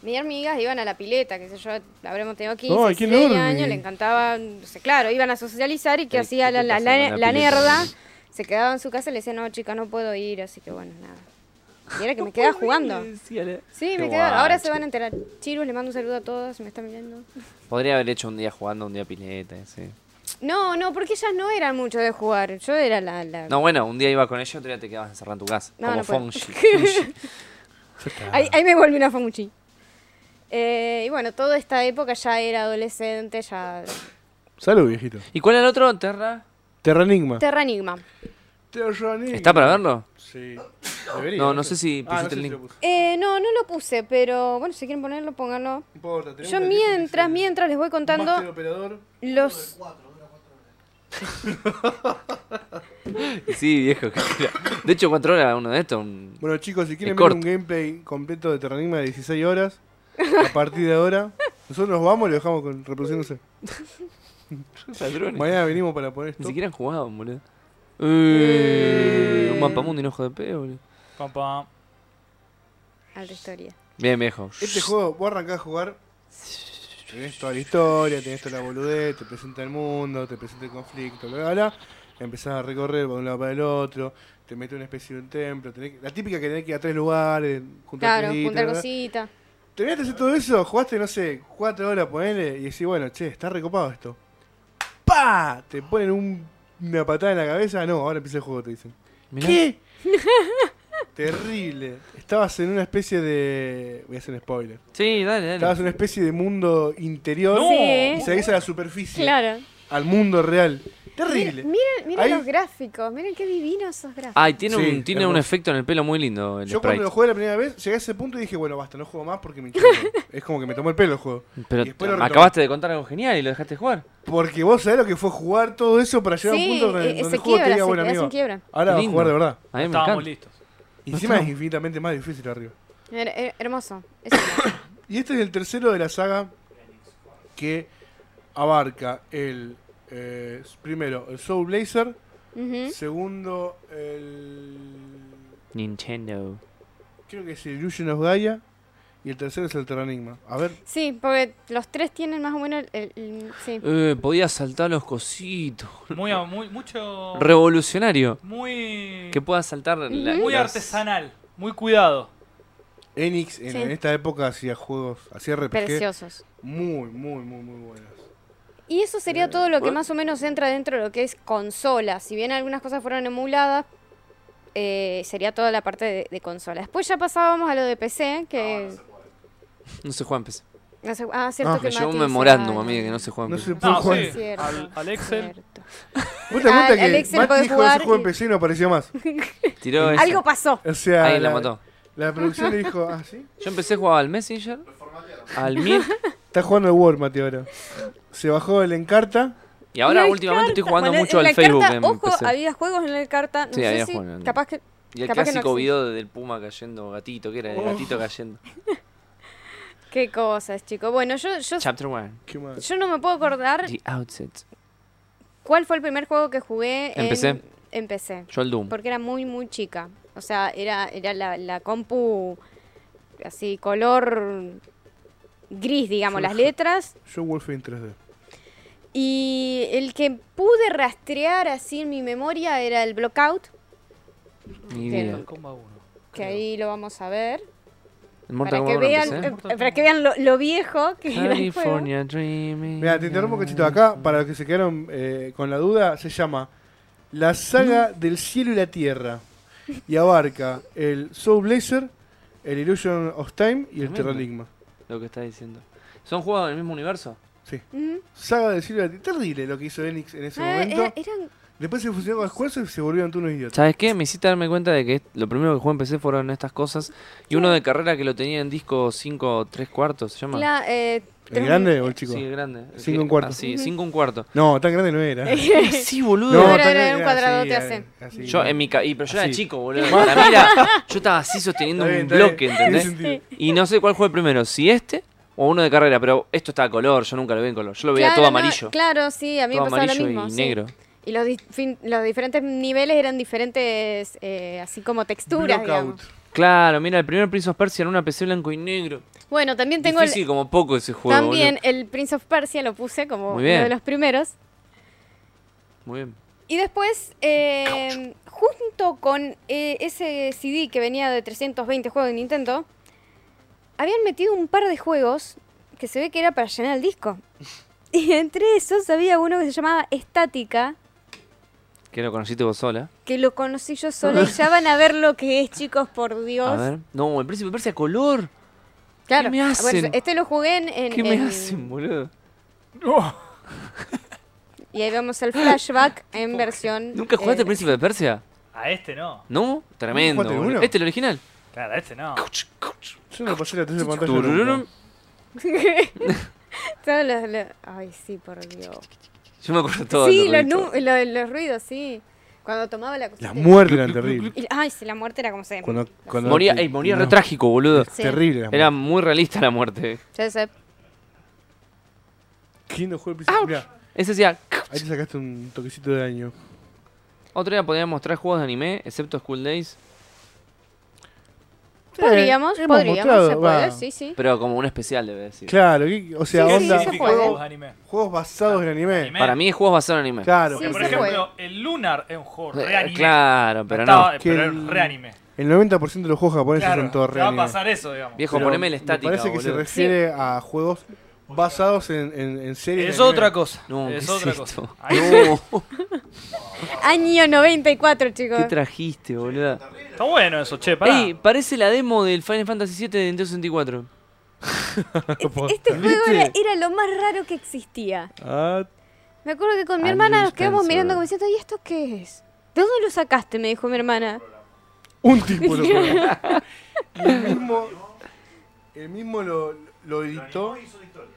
S4: mis amigas iban a la pileta, qué sé yo, habremos tenido 15,
S1: Ay, qué
S4: 16
S1: enorme.
S4: años, le encantaba, no sé, claro, iban a socializar y que
S3: Ay,
S4: hacía
S3: ¿qué
S4: la,
S3: te
S4: la,
S3: pasa
S4: la-
S3: con la
S4: la
S3: pileta?
S4: nerda, se quedaba en su casa y le decía, no, chica, no puedo ir, así que bueno, nada. Y era que me quedaba jugando. Sí,
S3: Qué
S4: me quedaba. Ahora se
S3: guacho.
S4: van a enterar. Chirus, le mando un saludo a todos, me están mirando.
S3: Podría haber hecho un día jugando, un día pileta, sí.
S4: No, no, porque ellas no eran mucho de jugar. Yo era la. la-
S3: No, bueno, un día iba con ella, otro día te quedabas encerrado en tu casa.
S4: No,
S3: como
S4: no puedo.
S3: Fonji. Fonji.
S4: Ahí, ahí me volví una famuchi. Eh, y bueno, toda esta época ya era adolescente, ya.
S1: Salud, viejito.
S3: ¿Y cuál era el otro, Terra?
S1: Terranigma.
S4: Terra Enigma.
S1: Terranigma.
S3: ¿Está para verlo?
S1: Sí. Debería,
S3: No, no sé si
S1: Ah, no
S3: pusiste
S1: sé si
S3: el link.
S1: lo puse.
S4: Eh, no, no lo puse, pero bueno, si quieren ponerlo, pónganlo.
S1: No importa, tenemos
S4: Yo
S1: el disco que
S4: mientras,
S1: dice
S4: mientras les voy
S1: Master
S4: contando
S1: Operador.
S4: los
S3: Sí, viejo. que era. De hecho, cuatro horas uno de estos. un-
S1: Bueno, chicos, si quieren
S3: Es
S1: ver
S3: corto.
S1: un gameplay completo de Terranigma de 16 horas, a partir de ahora, nosotros nos vamos y lo dejamos con, reproduciéndose. Mañana venimos para poner
S3: Ni
S1: esto.
S3: siquiera han jugado, boludo. Eh, un mapa mundo y un ojo de peo, boludo.
S2: Pam, pam.
S3: Eh,
S4: a Ah, la historia.
S3: Bien, viejo.
S1: Este juego, vos arrancás a jugar. Tenés toda la historia, tenés toda la boludez, te presenta el mundo, te presenta el conflicto, bla, bla, bla. Empezás a recorrer por un lado para el otro, te metes una especie de un templo. tenés que- la típica que tenés que ir a tres lugares, juntar
S4: Claro,
S1: piedritas,
S4: juntar
S1: bla, bla.
S4: cositas.
S1: Terminaste de hacer todo eso, jugaste, no sé, cuatro horas, ponele, y decís, bueno, che, está recopado esto. pa Te ponen un- una patada en la cabeza, no, ahora empieza el juego, te dicen.
S3: Mirá.
S1: ¿Qué? Terrible. Estabas en una especie de... Voy a hacer un spoiler.
S3: Sí, dale,
S1: Estabas en
S3: dale.
S1: una especie de mundo interior
S2: No.
S1: y
S4: Sí.
S1: salís a la superficie,
S4: Claro.
S1: al mundo real. Terrible.
S4: Miren, miren
S1: Ahí- Ah,
S4: los gráficos, miren qué divinos esos gráficos.
S3: Ay, tiene,
S1: Sí,
S3: un, tiene
S1: hermoso.
S3: un efecto en el pelo muy lindo el
S1: Yo cuando
S3: sprite.
S1: lo jugué la primera vez, llegué a ese punto y dije, bueno, basta, no juego más porque me chupó. Es como que me tomó el pelo el juego.
S3: Pero
S1: y después lo retomé.
S3: acabaste de contar algo genial y lo dejaste jugar.
S1: Porque vos sabés lo que fue jugar todo eso para llegar a un
S4: Sí,
S1: punto donde,
S4: eh,
S1: donde
S4: se
S1: el juego te
S4: quiebra,
S1: diga,
S4: se
S1: bueno,
S4: queda sin
S1: amigo,
S4: quiebra.
S1: ahora vas a
S3: Lindo.
S1: jugar de verdad.
S3: A mí me
S2: Estábamos
S3: encanta.
S2: listos.
S1: Y
S3: No
S1: encima
S3: está.
S1: es infinitamente más difícil arriba.
S4: Her- her- hermoso. Es hermoso.
S1: Y este es el tercero de la saga que abarca el... eh, primero, el Soul Blazer.
S4: Ujú.
S1: Segundo, el...
S3: Nintendo.
S1: Creo que es el Illusion of Gaia. Y el tercero es el Terranigma. A ver,
S4: Sí, porque los tres tienen más o menos el, el- sí.
S3: Eh, podía saltar los cositos.
S2: Muy, a- muy, mucho.
S3: Revolucionario.
S2: Muy.
S3: Que pueda saltar la-
S2: Muy
S3: las-
S2: artesanal. Muy cuidado.
S1: Enix en,
S4: Sí.
S1: en esta época hacía juegos, hacía RPG
S4: preciosos.
S1: muy, muy, muy, muy buenos.
S4: Y eso sería todo lo que más o menos entra dentro de lo que es consola. Si bien algunas cosas fueron emuladas, eh, sería toda la parte de, de consola. Después ya pasábamos a lo de PC, que...
S3: No se juega en PC.
S4: no sé- ah, cierto
S1: Ah,
S4: que
S3: Me llevó un
S4: Mati
S3: memorándum,
S4: sabe.
S3: amiga, que no se juega en
S1: No
S3: PC.
S1: se puede
S2: No,
S1: jugar.
S2: sí.
S4: Cierto,
S2: Al, al Excel.
S4: cierto.
S1: ¿Vos te das
S4: Al-
S1: cuenta
S4: al
S1: que
S4: Excel podés
S1: Mati dijo ese
S4: jugar
S1: juego
S4: y-
S1: en PC y no apareció más?
S3: Tiró esa.
S4: Algo pasó.
S1: O sea,
S3: Ahí la mató.
S1: la producción le dijo, ah, ¿sí?
S3: Yo empecé a jugar al Messenger, al Mir,
S1: Está jugando el Word, Mati, ahora. Se bajó el Encarta.
S3: y ahora
S4: La
S3: últimamente estoy
S4: Encarta.
S3: jugando
S4: Bueno,
S3: mucho
S4: en
S3: al
S4: la
S3: Facebook
S4: carta,
S3: en
S4: Ojo,
S3: PC.
S4: había juegos en la carta. No
S3: Sí,
S4: sé
S3: había
S4: si-
S3: juegos en-
S4: Capaz que
S3: Y el
S4: capaz que no
S3: clásico
S4: existe.
S3: video del Puma cayendo, gatito, que era el
S1: Oh.
S3: gatito cayendo.
S4: Qué cosas, chicos. Bueno, yo, yo,
S3: Chapter 1,
S1: Qué mal.
S4: yo no me puedo acordar
S3: The Outset.
S4: cuál fue el primer juego que jugué en,
S3: Empecé.
S4: en PC,
S3: Yo el Doom.
S4: Porque era muy, muy chica. O sea, era, era la, la compu así, color gris, digamos, las letras.
S1: Yo Wolfenstein 3D.
S4: Y el que pude rastrear así en mi memoria era el Blockout,
S3: Ni
S4: que-
S3: idea.
S2: Comba uno.
S4: que ahí lo vamos a ver.
S3: El Mortal
S4: para, que
S3: Kombat
S4: vean,
S3: empecé.
S4: eh, para que vean lo, lo viejo que era el juego.
S3: California Dreaming.
S1: Mira, te interrumpo un cachito. Acá, para los que se quedaron eh, con la duda, se llama La saga del cielo y la tierra. Y abarca el Soul Blazer, el Illusion of Time y el
S3: Tremendo.
S1: Terranigma.
S3: Lo que está diciendo. ¿Son juegos del mismo universo?
S1: Sí.
S4: Ujú.
S1: Saga del cielo y la tierra. Terrible lo que hizo Enix en ese
S4: Ah,
S1: momento.
S3: eh,
S4: era- eran-
S1: Después se fusionó con Squaresoft y se volvieron unos idiotas.
S3: ¿Sabes qué? Me hiciste darme cuenta de que est- lo primero que jugué en PC fueron estas cosas. Y uno de carrera que lo tenía en disco 5 3 cuartos, ¿se llama?
S4: la, eh,
S1: ¿El
S4: tres-
S1: grande o el chico?
S3: Sí, grande.
S1: Cinco
S3: Eh,
S1: un cuarto.
S3: ah, sí, 5 un cuarto.
S1: No, tan grande no era.
S3: Sí, boludo.
S1: No,
S4: era-
S1: tan
S4: era
S1: grande
S4: un cuadradote
S1: así,
S4: así.
S1: así.
S3: Yo en mi ca- y pero yo era
S1: Así.
S3: chico, boludo. Para mí era- yo estaba así sosteniendo
S1: Está bien,
S3: un
S1: está bien.
S3: bloque,
S1: Tiene
S3: ¿entendés?
S1: sentido.
S3: Y no sé cuál fue el primero, si este o uno de carrera, pero esto está a color, yo nunca lo vi en color. Yo lo veía
S4: claro,
S3: todo
S4: no,
S3: amarillo.
S4: claro, sí, a mí me
S3: todo
S4: pasaba lo
S3: amarillo
S4: mismo.
S3: y
S4: sí.
S3: negro.
S4: Y los, dif- fin- los diferentes niveles eran diferentes, eh, así como texturas,
S1: Blockout.
S4: digamos.
S3: Claro, mira, el primer Prince of Persia era una PC blanco y negro.
S4: Bueno, también tengo
S3: Difícil
S4: el,
S3: como poco ese juego, boludo.
S4: también el Prince of Persia, lo puse como
S3: Muy
S4: uno de
S3: bien.
S4: los primeros.
S3: Muy bien.
S4: Y después, eh, junto con eh, ese CD que venía de 320 juegos de Nintendo, habían metido un par de juegos que se ve que era para llenar el disco. Y entre esos había uno que se llamaba Estática,
S3: Que lo conociste vos sola.
S4: que lo conocí yo sola y ya van a ver lo que es, chicos, por Dios.
S3: A ver. No, el príncipe Persia color.
S4: Claro,
S3: ¿Qué me
S4: bueno,
S3: hacen?
S4: este lo jugué en... en-
S3: ¿Qué me
S4: en-
S3: hacen, boludo?
S4: Y ahí vemos el flashback en versión...
S3: ¿Nunca jugaste
S4: eh,
S3: el príncipe de Persia?
S2: A este no.
S3: ¿No? Tremendo.
S1: jugaste
S3: boludo.
S1: uno?
S3: Este, el original.
S2: Claro, a este no.
S1: Yo no pasé la tercera pantalla.
S3: Turururum.
S1: nunca.
S4: todos los- los- Ay, sí, por Dios.
S3: Yo me acuerdo todo.
S4: sí,
S3: los
S4: los, nu- los, los ruidos, sí. Cuando tomaba la cosita.
S1: Las muertes eran terribles.
S4: Y- Ay, sí, la muerte era como se...
S1: Cuando, cuando
S3: Moría, ey, moría
S1: no,
S3: re trágico, boludo.
S4: Sí.
S1: Terrible. las
S3: Era muy realista la muerte.
S4: Ya sé.
S1: muertes. Qué lindo juego de PC. Mirá,
S3: Ese decía.
S1: ahí te sacaste un toquecito de daño.
S3: Otro día podíamos mostrar juegos de anime, excepto School Days,
S4: Podríamos,
S1: hemos
S4: podríamos,
S1: mostrado,
S4: se puede,
S1: va.
S4: sí, sí.
S3: pero como un especial, debe decir.
S1: Claro, que- o sea,
S4: Sí, sí,
S1: onda,
S4: se
S2: Significa
S4: puede.
S2: juegos de anime.
S1: juegos basados en anime.
S2: Anime.
S3: Para mí es juegos basados en anime.
S1: Claro,
S4: Sí,
S2: Que, por
S4: se
S2: ejemplo, el Lunar es un juego
S3: Eh,
S2: re anime.
S3: Claro, pero no.
S2: Estaba-
S1: Que
S2: Pero
S1: el-
S2: es re anime.
S1: el 90% de los juegos japoneses
S2: Claro,
S1: son todos
S2: te va a
S1: reales.
S2: pasar eso, digamos.
S3: Viejo, poneme el estática,
S1: Me parece que se
S3: boludo.
S1: refiere a juegos basados en, en, en series. de
S2: Es
S1: anime.
S2: otra cosa.
S3: No, ¿qué
S2: es
S3: es
S2: otra
S3: esto?
S2: cosa. Ahí
S3: No,
S4: Año 94, chicos.
S3: ¿qué trajiste, boludo?
S2: Está bueno eso, che, pará.
S3: Ey, parece la demo del Final Fantasy VII de Nintendo 64.
S4: Este juego era,
S3: ¿Viste?
S4: era lo más raro que existía.
S1: Ah,
S4: Me acuerdo que con mi
S3: Andrew
S4: hermana nos quedamos
S3: Spencer.
S4: mirando como diciendo, ¿y esto qué es? ¿De dónde lo sacaste? Me dijo mi hermana.
S1: un tipo lo juega. Y el mismo, el mismo lo, lo editó.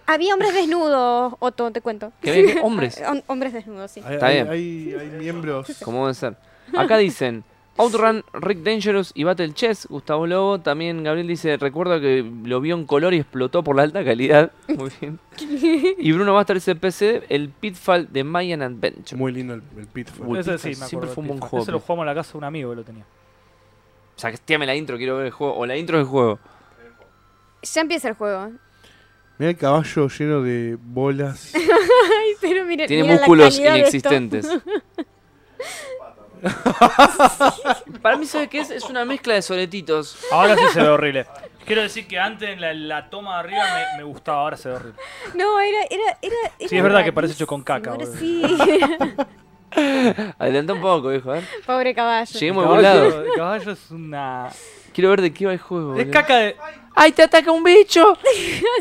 S4: Había hombres desnudos, Otto, te cuento.
S3: Que ven hombres,
S4: Hom- hombres desnudos, sí.
S1: Hay,
S3: Está
S1: hay-
S3: bien.
S1: hay- hay miembros.
S3: como deben ser. Acá dicen Outrun, Rick Dangerous y Battle Chess, Gustavo Lobo. También Gabriel dice, recuerdo que lo vio en color y explotó por la alta calidad. Muy bien. Y Bruno Bastard dice PC, el Pitfall de Mayan Adventure.
S1: Muy lindo el, el Pitfall.
S3: Uy,
S2: Ese
S3: Pitfall
S2: sí, me acuerdo
S3: siempre
S2: de
S3: fue un buen
S2: Pitfall.
S3: juego,
S2: Ese lo
S3: Pitfall.
S2: jugamos en la casa de un amigo que lo tenía.
S3: Saqueame la intro, quiero ver el juego. O la intro del juego.
S4: Ya empieza el juego.
S1: Mira el caballo lleno de bolas.
S4: Ay, pero miren,
S3: Tiene
S4: miren Eh, la
S3: músculos
S4: calidad de esto.
S3: inexistentes. Para mí, ¿sabes qué es? Es una mezcla de soletitos.
S2: Ahora sí se ve horrible. Quiero decir que antes en la, la toma de arriba me, me gustaba, ahora se ve horrible.
S4: No, era, era, era,
S2: Sí,
S4: era
S2: es verdad que parece hecho
S4: rarísimo,
S2: con caca,
S4: era
S2: boludo.
S4: Sí,
S3: Adelanta un poco, viejo. a ver.
S4: pobre caballo.
S3: Llegué muy
S2: El
S3: volado.
S2: caballo, el caballo es una.
S3: Quiero ver de qué va el juego.
S2: Es
S3: boludo.
S2: caca de.
S3: ¡Ay, te ataca un bicho!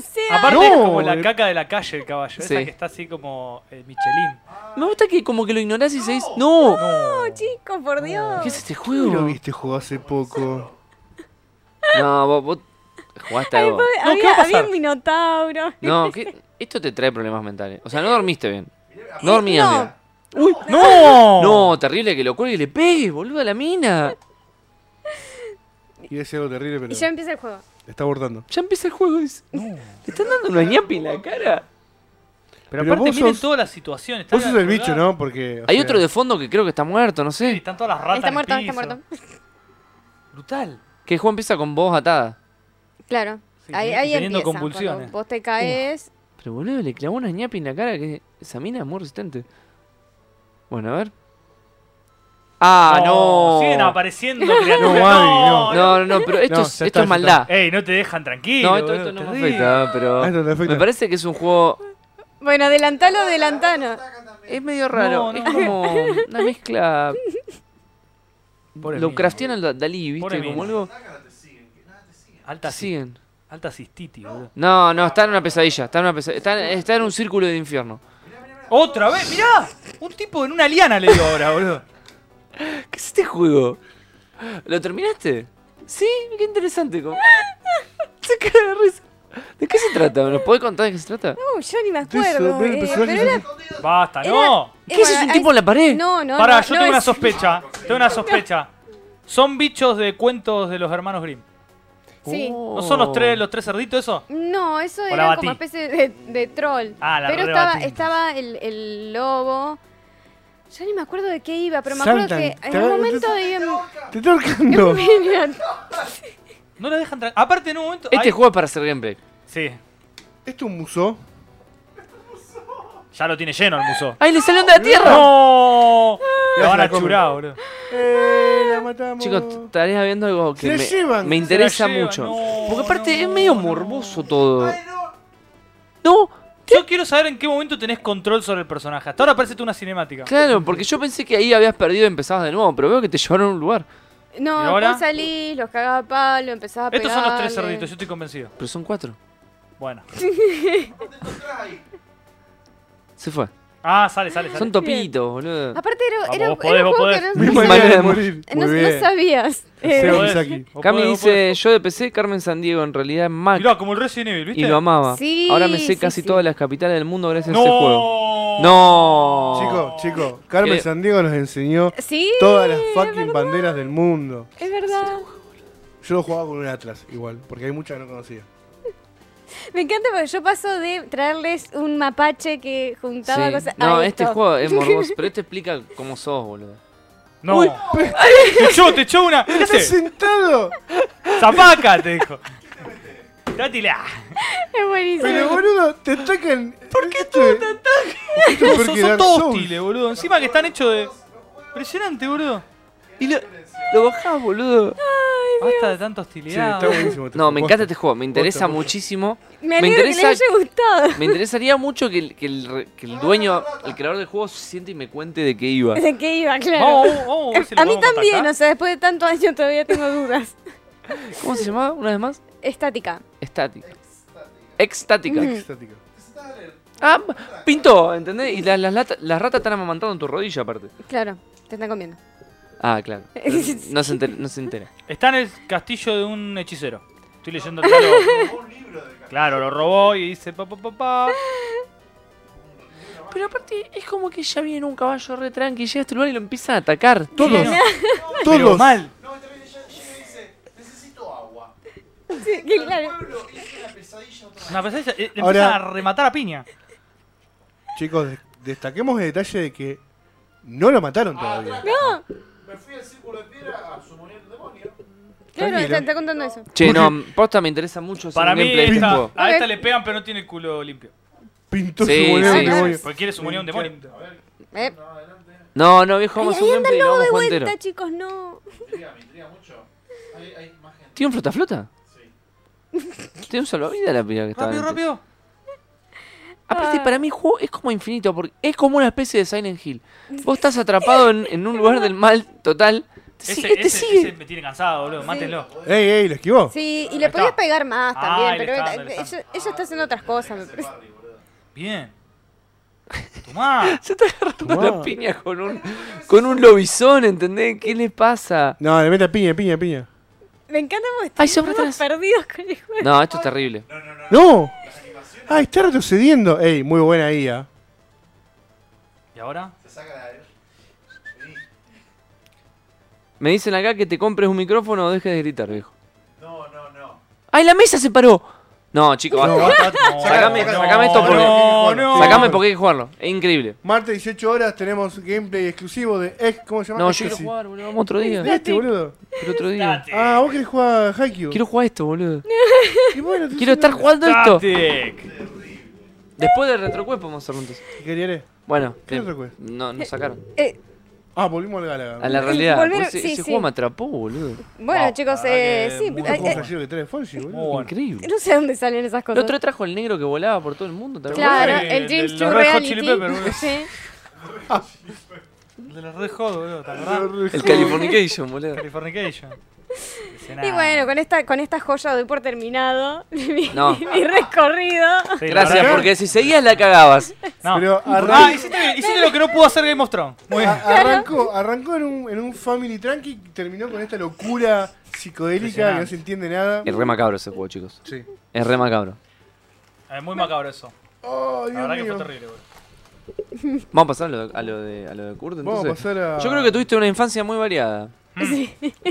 S4: Sí,
S2: Aparte
S1: No,
S2: es como la
S1: eh.
S2: caca de la calle el
S3: Sí.
S2: caballo. Esa que está así como eh, Michelin.
S3: Me gusta que como que lo ignorás y se dice. ¡No!
S2: No.
S4: chicos, por Dios.
S3: ¿Qué es este
S1: ¿Qué lo
S3: juego?
S1: viste juego hace poco?
S3: No, vos, vos jugaste algo.
S2: No, ¿qué
S4: había,
S2: va a pasar?
S4: había un minotauro.
S3: No, ¿qué? esto te trae problemas mentales. O sea, no dormiste bien. No dormías
S4: No.
S3: bien.
S2: ¡No!
S3: No, terrible que lo cuelgue y le pegues, boludo, a la mina.
S1: Y es algo terrible,
S4: Y
S1: pero
S4: ya empieza el juego.
S1: está abortando.
S3: Ya empieza el juego. dice. Te están dando una ñapi en la cara.
S1: Pero
S2: Pero, aparte,
S1: vos
S2: miren
S1: sos-
S2: toda la situación. está
S1: Vos sos
S2: la-
S1: el bicho, ¿no? Porque. o
S3: Hay
S1: sea,
S3: otro de fondo que creo que está muerto, no
S2: Sí,
S3: sé.
S2: están todas las ratas.
S4: Está
S2: en el
S4: muerto, está
S2: piso.
S4: muerto.
S2: Brutal.
S3: Que el juego empieza con voz atada.
S4: Claro.
S2: Sí,
S4: ahí
S2: y
S4: ahí
S2: teniendo
S4: empieza.
S2: convulsiones.
S4: cuando Vos te caes.
S3: Pero boludo, le clavó una ñapi en la cara que esa mina es muy resistente. Bueno, a ver. ¡Ah, no!
S2: Siguen apareciendo criaturas.
S1: No, Abby, no.
S3: No, no, no, pero esto
S1: No,
S3: es,
S1: ya está,
S3: esto es
S1: ya
S3: maldad.
S2: Ey, no te dejan tranquilo.
S3: No, esto,
S2: boludo,
S3: esto no me
S2: terrible.
S3: afecta, pero.
S1: Ah, esto te afecta.
S3: Me parece que es un juego.
S4: Bueno, adelantalo, adelantalo.
S3: Es medio raro.
S2: No, no,
S3: es
S2: no.
S3: como una mezcla.
S2: Pobre
S3: Lo
S2: mina.
S3: craftean al Dalí, ¿viste?
S2: Pobre
S3: como
S2: mina.
S3: algo.
S2: Alta, sí.
S3: siguen.
S2: alta cistitis, boludo.
S3: No, no, está en una pesadilla. Está en, una pesadilla, está, en- está en un círculo de infierno.
S2: ¡Otra vez! ¡Mirá! Un tipo en una liana le dio ahora, boludo.
S3: ¿Qué es este juego? ¿Lo terminaste? Sí, qué interesante. como- Se cae de risa. ¿De qué se trata? ¿Nos podés contar de qué se trata?
S4: No, yo ni me
S1: Te hizo
S4: acuerdo.
S1: ver el
S4: eh,
S1: personaje
S4: pero era-
S1: que-
S2: Basta,
S4: Era-
S2: no.
S4: eh,
S3: ¿Qué es
S4: bueno,
S3: ese
S4: ahí-
S3: tipo en la pared?
S4: No, no,
S2: Pará,
S4: no,
S2: yo
S4: no
S2: tengo una
S4: es-
S2: sospecha. Tengo una sospecha. Son bichos de cuentos de los hermanos Grimm.
S4: Sí.
S3: Oh.
S2: ¿No son los tres, los tres cerditos eso?
S4: No, eso
S2: la
S4: era
S2: batí.
S4: como especie de, de troll.
S2: Ah, la
S4: pero
S2: re
S4: estaba,
S2: batí,
S4: estaba el, el lobo. Ya ni me acuerdo de qué iba, pero me acuerdo
S1: Saltan.
S4: que
S1: Te
S4: en un
S1: agarran-
S4: momento
S1: te-
S4: iban.
S1: Te está ahorcando.
S2: No la dejan tranquila. Aparte en un momento.
S3: Este
S2: ay,
S3: juego es para hacer gameplay.
S2: Sí.
S1: ¿Esto es un museo?
S2: Ya lo tiene lleno el muso.
S3: ¡Ay, le salió de la tierra!
S2: ¡No! Lo van a
S1: come.
S2: churar, boludo.
S1: Eh, la matamos.
S3: Chicos, t- estaría viendo algo
S1: Se
S3: que
S1: la
S3: me,
S1: llevan.
S3: me
S1: Se la
S3: interesa
S2: llevan.
S3: mucho.
S2: No,
S3: Porque aparte
S2: no,
S3: es medio
S2: no.
S3: morboso todo.
S1: Ay, no.
S3: No,
S2: Yo quiero saber en qué momento tenés control sobre el personaje. Hasta ahora parece una cinemática.
S3: claro, porque yo pensé que ahí habías perdido y empezabas de nuevo, pero veo que te llevaron a un lugar.
S2: ¿Y
S4: No,
S2: ahora?
S4: vos salís, los cagás a palo, empezás a
S2: Estos son los tres
S4: pegarle.
S2: cerditos, yo estoy convencido.
S3: Pero son cuatro.
S2: Bueno.
S3: Se fue.
S2: Ah, sale, sale, sale.
S3: Son topitos, boludo.
S4: Aparte era,
S2: Vamos,
S4: era,
S2: vos
S4: era
S2: podés,
S4: un juego
S2: vos podés.
S4: que
S1: Mi
S4: no-
S3: Muy
S1: manera de
S3: bien.
S1: morir.
S4: no,
S1: Muy
S4: no
S1: bien.
S4: sabías. Eh,
S1: Seba
S2: Vos podés.
S1: Misaki.
S2: Vos
S3: Cami
S2: podés, vos
S3: dice, yo de PC Carmen Sandiego en realidad es
S2: podés.
S3: Mac
S2: Mirá, como el Resident Evil, ¿viste?
S3: y lo amaba.
S4: Sí,
S3: Ahora me sé
S4: sí,
S3: casi
S4: sí.
S3: todas las capitales del mundo gracias
S2: no.
S3: a ese juego. No.
S1: Chico, chico, Carmen
S3: Creo-
S1: Sandiego nos enseñó
S4: Eh, Sí,
S1: todas las
S4: es
S1: fucking
S4: verdad,
S1: banderas del mundo.
S4: Es verdad.
S1: Yo lo jugaba con un Atlas, igual, porque hay muchas que no conocía.
S4: Me encanta porque yo paso de traerles un mapache que juntaba
S3: Sí.
S4: cosas. a
S3: No,
S4: esto.
S3: este juego es morboso, pero este explica cómo sos, boludo.
S2: No. te echó, te echó una. ¿Qué
S1: ¿Estás
S2: haces?
S1: sentado?
S2: Zapaca, te dijo. Dátila.
S4: Es buenísimo.
S1: Pero boludo, te atacan. Este, ¿Por qué tú te
S2: Todos
S1: atacan?
S2: son, son todos hostiles, eh, boludo. Encima que están hechos de. Impresionante, boludo.
S3: Y lo, lo bajás, boludo.
S2: Basta de tanta
S1: Sí, está
S2: hostilidad.
S1: buenísimo. te
S3: No, me
S1: propuesto.
S3: encanta este juego, me interesa
S1: posta.
S3: muchísimo.
S4: me alegro que
S3: interesa-
S4: les haya gustado.
S3: Me interesaría mucho que el, que el re- que el dueño, el creador del juego, se siente y me cuente de qué iba.
S4: De qué iba, claro. Eh,
S2: Vamos, vamos, vamos, ver si lo
S4: a mí
S2: podemos
S4: también,
S2: contactar.
S4: o sea, después de tantos años todavía tengo dudas.
S3: ¿Cómo se llamaba una vez más?
S4: Estática.
S3: Estática. Extática.
S1: Estática.
S3: Ah, pintó, ¿entendés? Y las, las, lata- las ratas están amamantando en tu rodilla aparte.
S4: Claro, te están comiendo.
S3: Ah, claro. No se entera. No se entera.
S2: Está en el castillo de un hechicero. Estoy leyendo el libro. Claro, lo robó y dice pa pa pa pa.
S3: Pero aparte es como que ya viene un caballo re tranqui, llega a este lugar y lo empiezan a atacar.
S1: Todos,
S2: no.
S1: todos.
S2: Pero mal.
S5: No, está bien, ella llega y dice, necesito agua.
S4: Sí, que claro.
S5: Pueblo hizo una pesadilla otra vez.
S2: Una presencia. eh, le
S1: Ahora-
S2: empiezan a rematar a piña.
S1: Chicos, des- destaquemos el detalle de que no lo mataron todavía.
S4: No,
S5: Me fui al círculo de piedra a sumonear el demonio.
S4: claro,
S1: Tranquila.
S4: te está contando eso.
S3: Che, no, posta me interesa mucho hacer
S2: Para
S3: un
S2: mí,
S3: gameplay de este
S2: esta-
S3: juego.
S2: a esta
S4: Ok.
S2: le pegan, pero no tiene el culo limpio.
S1: Pintó
S3: Sí,
S1: su moneda
S3: sí.
S1: de demonio.
S2: Porque quiere su moneda un demonio.
S4: Eh.
S3: No, no, viejo, vamos a
S4: Ay,
S3: hacer un
S4: ahí anda
S3: gameplay
S4: el
S3: y lo
S4: lobo
S3: vamos a
S4: de
S3: jugar
S4: vuelta,
S3: entero.
S4: chicos, no.
S5: Me intriga, me intriga mucho. Hay, hay más gente.
S3: ¿Tiene un flota flota?
S5: Sí.
S3: Tiene un salvavidas la piba que está.
S2: Rápido, Ah. rápido.
S3: Aparte, para mí el juego es como infinito, porque es como una especie de Silent Hill. Vos estás atrapado en, en un lugar del mal total. Te
S2: Ese,
S3: sigue, te
S2: ese-
S3: sigue.
S2: ese me tiene cansado, boludo. Mátenlo.
S1: Ey, ey, lo esquivó.
S4: Sí, y le
S2: está.
S4: podías pegar más
S2: Ah,
S4: también,
S2: ahí le
S4: pero
S2: está,
S4: él-
S2: ahí le
S4: ella, ella está haciendo otras cosas, me parece.
S2: Bien. Tomá.
S3: Se está agarrando
S1: Tomá.
S3: la piña con un, con un lobizón, ¿entendés? ¿Qué le pasa?
S1: No, le mete a piña, piña, piña.
S4: Me encanta porque
S3: Ay,
S4: estamos
S3: son ratas.
S4: perdidos con el juego.
S3: No, esto es terrible.
S1: ¡No! Ah, está retrocediendo. Ey, muy buena IA.
S2: ¿Y ahora?
S5: Se saca la de...
S3: Me dicen acá que te compres un micrófono o dejes de gritar, viejo.
S5: No, no, no.
S3: ¡Ay, la mesa se paró! No, chicos, basta.
S2: No,
S3: Sacame-
S2: no,
S3: sacame esto porque-
S2: No, no.
S3: Sacame porque hay que jugarlo. Es increíble.
S1: Martes 18 horas tenemos gameplay exclusivo de ex, ¿cómo se llama?
S3: No, yo
S1: Ecstasy.
S3: quiero jugar, boludo. Vamos otro
S1: De
S3: día.
S1: este, boludo.
S3: Pero otro día.
S2: Static.
S1: Ah, vos querés jugar a Haikyuu.
S3: Quiero jugar esto, boludo.
S1: Y bueno, te diciendo-
S3: Quiero estar jugando esto.
S2: Static.
S3: Después del retrocuerpo vamos a hacer juntos.
S1: ¿Qué querés?
S3: Bueno,
S1: ¿Qué
S3: bien.
S1: retrocuerpo?
S3: no, nos sacaron.
S4: Eh,
S1: Ah, volvimos al Galaga.
S3: A la realidad.
S4: volver-
S3: porque ese
S4: sí,
S3: ese
S4: sí.
S3: juego me atrapó, boludo.
S4: bueno,
S2: Wow,
S4: chicos,
S2: la verdad
S4: eh,
S2: que
S4: sí,
S2: muy
S1: Este
S4: ay,
S2: bueno.
S1: juego
S4: eh, Ah,
S1: flashero que trae Fonsi,
S2: Muy
S1: boludo.
S2: bueno.
S3: Increíble.
S4: no sé dónde salen esas
S3: El
S4: cosas.
S3: otro trajo el negro que volaba por todo el mundo. ¿te acordás?
S4: Claro,
S2: Eh,
S4: el Dreams
S2: del-
S4: True
S2: los Red Hot Chili
S4: Reality.
S2: Peppers, boludo.
S4: Sí.
S2: De los Red Hot, boludo. ¿Te acordás?
S3: El Californication, boludo.
S2: Californication.
S4: Y bueno, con esta, con esta joya doy por terminado mi,
S3: No.
S4: mi recorrido.
S2: Sí,
S3: Gracias,
S2: la verdad que-
S3: porque si seguías la cagabas.
S2: No.
S1: Pero arran-
S2: ah, hiciste, bien, hiciste lo que no pudo hacer Game of Thrones. Muy bien.
S3: Ah.
S1: a- arrancó, arrancó en, un, en un family tranqui y terminó con esta locura psicodélica que no se entiende nada.
S3: Es re macabro ese juego, chicos.
S1: Sí.
S3: Es re macabro.
S2: Es Eh, muy macabro eso.
S1: Oh,
S2: La
S1: Dios
S2: verdad que fue
S1: mío.
S2: terrible, boludo.
S3: Vamos a pasar a lo, a lo de, a lo de Kurt,
S1: Vamos a
S3: entonces.
S1: pasar a.
S3: Yo creo que tuviste una infancia muy variada.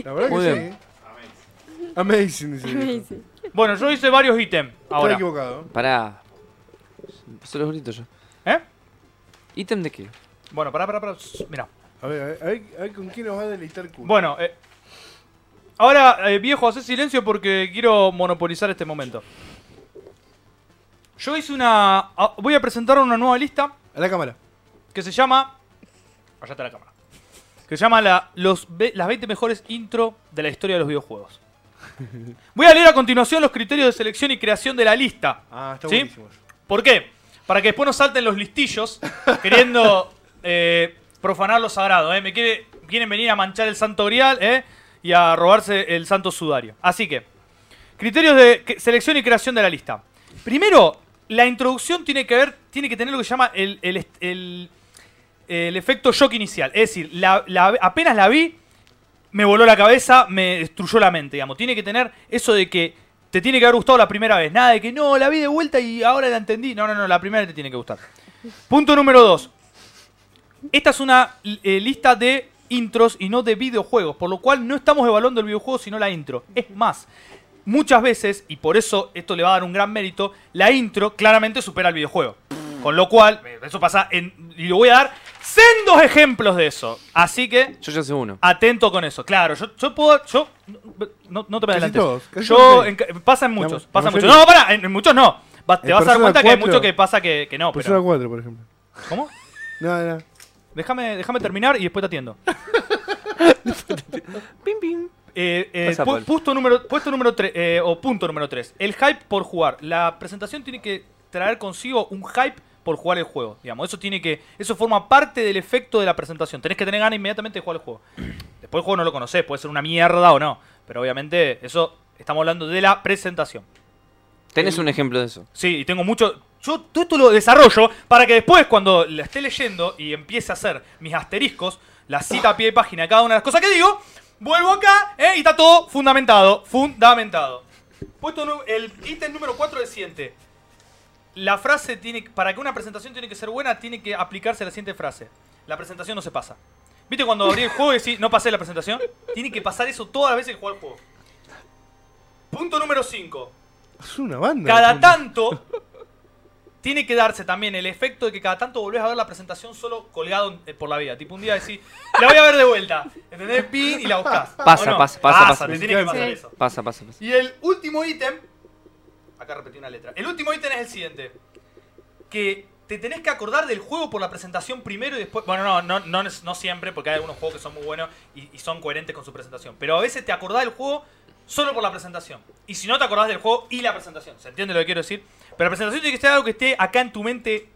S1: La verdad
S3: Muy
S1: que
S3: bien.
S1: sí. ¿eh? Amazing. dice el viejo.
S4: Amazing.
S2: Bueno, yo hice varios ítems
S1: Estaba
S2: ahora.
S1: equivocado.
S3: Pará. Pasó los gritos yo.
S2: ¿Eh?
S3: ¿Ítem de qué?
S2: Bueno, pará, pará, pará. Shh, Mirá.
S1: A ver, a ver, a ver, a ver con quién nos va a deleitar Q.
S2: Bueno, eh, ahora, eh, viejo, hacé silencio porque quiero monopolizar este momento. Yo hice una. ah, Voy a presentar una nueva lista
S1: A la cámara.
S2: que se llama. Allá está la cámara. que se llama la- los, ve- las 20 mejores intro de la historia de los videojuegos. Voy a leer a continuación los criterios de selección y creación de la lista.
S1: Ah, está
S2: ¿Sí?
S1: buenísimo. eso.
S2: ¿Por qué? Para que después no salten los listillos queriendo eh, profanar lo sagrado. ¿eh? Me quiere, quieren venir a manchar el santo grial ¿eh? y a robarse el santo sudario. Así que, criterios de que- selección y creación de la lista. Primero, la introducción tiene que ver, tiene que tener lo que se llama el, el est- el- el efecto shock inicial. Es decir, la- la- apenas la vi, me voló la cabeza, me destruyó la mente, digamos. Tiene que tener eso de que te tiene que haber gustado la primera vez. Nada de que no, la vi de vuelta y ahora la entendí. No, no, no, la primera te tiene que gustar. Punto número dos. Esta es una eh, lista de intros y no de videojuegos, por lo cual no estamos evaluando el videojuego sino la intro. Es más, muchas veces, y por eso esto le va a dar un gran mérito, la intro claramente supera al videojuego. Con lo cual, eh, eso pasa en... Y le voy a dar sendos ejemplos de eso. Así que...
S3: Yo ya sé uno.
S2: Atento con eso, claro. Yo, yo puedo. Yo, no, no te
S1: Casi
S2: me adelantes.
S1: todos, casi
S2: yo.
S1: todos.
S2: En, ca- pasan
S1: La
S2: muchos.
S1: ma- la
S2: Pasan muchos.
S1: mayoría.
S2: No, para, en, en muchos no. Va- te
S1: En
S2: vas a dar
S1: Persona
S2: cuenta que hay
S1: 4,
S2: muchos que pasa que, que no.
S1: Persona
S2: Pero,
S1: 4, Pues por ejemplo.
S2: ¿Cómo?
S1: No, no.
S2: Déjame, déjame terminar y después te atiendo.
S3: Pim, pim.
S2: Eh, eh,
S3: Pasa,
S2: pu-
S3: Paul.
S2: puesto número, puesto número 3, o punto número 3. El hype por jugar. La presentación tiene que traer consigo un hype por jugar el juego. Digamos, eso tiene que. Eso forma parte del efecto de la presentación. Tenés que tener ganas inmediatamente de jugar el juego. Después el juego no lo conocés, puede ser una mierda o no. Pero obviamente, eso estamos hablando de la presentación.
S3: Tenés un ejemplo de eso.
S2: Sí, y tengo mucho. Yo todo esto lo desarrollo para que después, cuando la esté leyendo y empiece a hacer mis asteriscos, la cita a pie de página de cada una de las cosas que digo, vuelvo acá ¿eh? y está todo fundamentado. Fundamentado. Puesto nu- el ítem número 4 del siguiente. La frase tiene. que- Para que una presentación tiene que ser buena, tiene que aplicarse la siguiente frase. La presentación no se pasa. ¿Viste cuando abrí el juego y decís, no pasé la presentación? Tiene que pasar eso todas las veces que juega el juego. Punto número 5
S1: Es una banda.
S2: cada tanto tiene que darse también el efecto de que cada tanto volvés a ver la presentación solo colgado en- eh, por la vida. Tipo un día decís, la voy a ver de vuelta. ¿Entendés? Pin y la buscás.
S3: Pasa,
S2: ¿O no?
S3: pasa, pasa, pasa.
S2: Te tiene que pasar
S4: Sí.
S2: eso.
S3: Pasa, pasa, pasa.
S2: Y el último ítem. Acá repetí una letra. El último ítem es el siguiente. Que te tenés que acordar del juego por la presentación primero y después. Bueno, no, no, no, es- no siempre, porque hay algunos juegos que son muy buenos y, y son coherentes con su presentación. Pero a veces te acordás del juego solo por la presentación. Y si no te acordás del juego y la presentación. ¿Se entiende lo que quiero decir? Pero la presentación tiene que ser algo que esté acá en tu mente.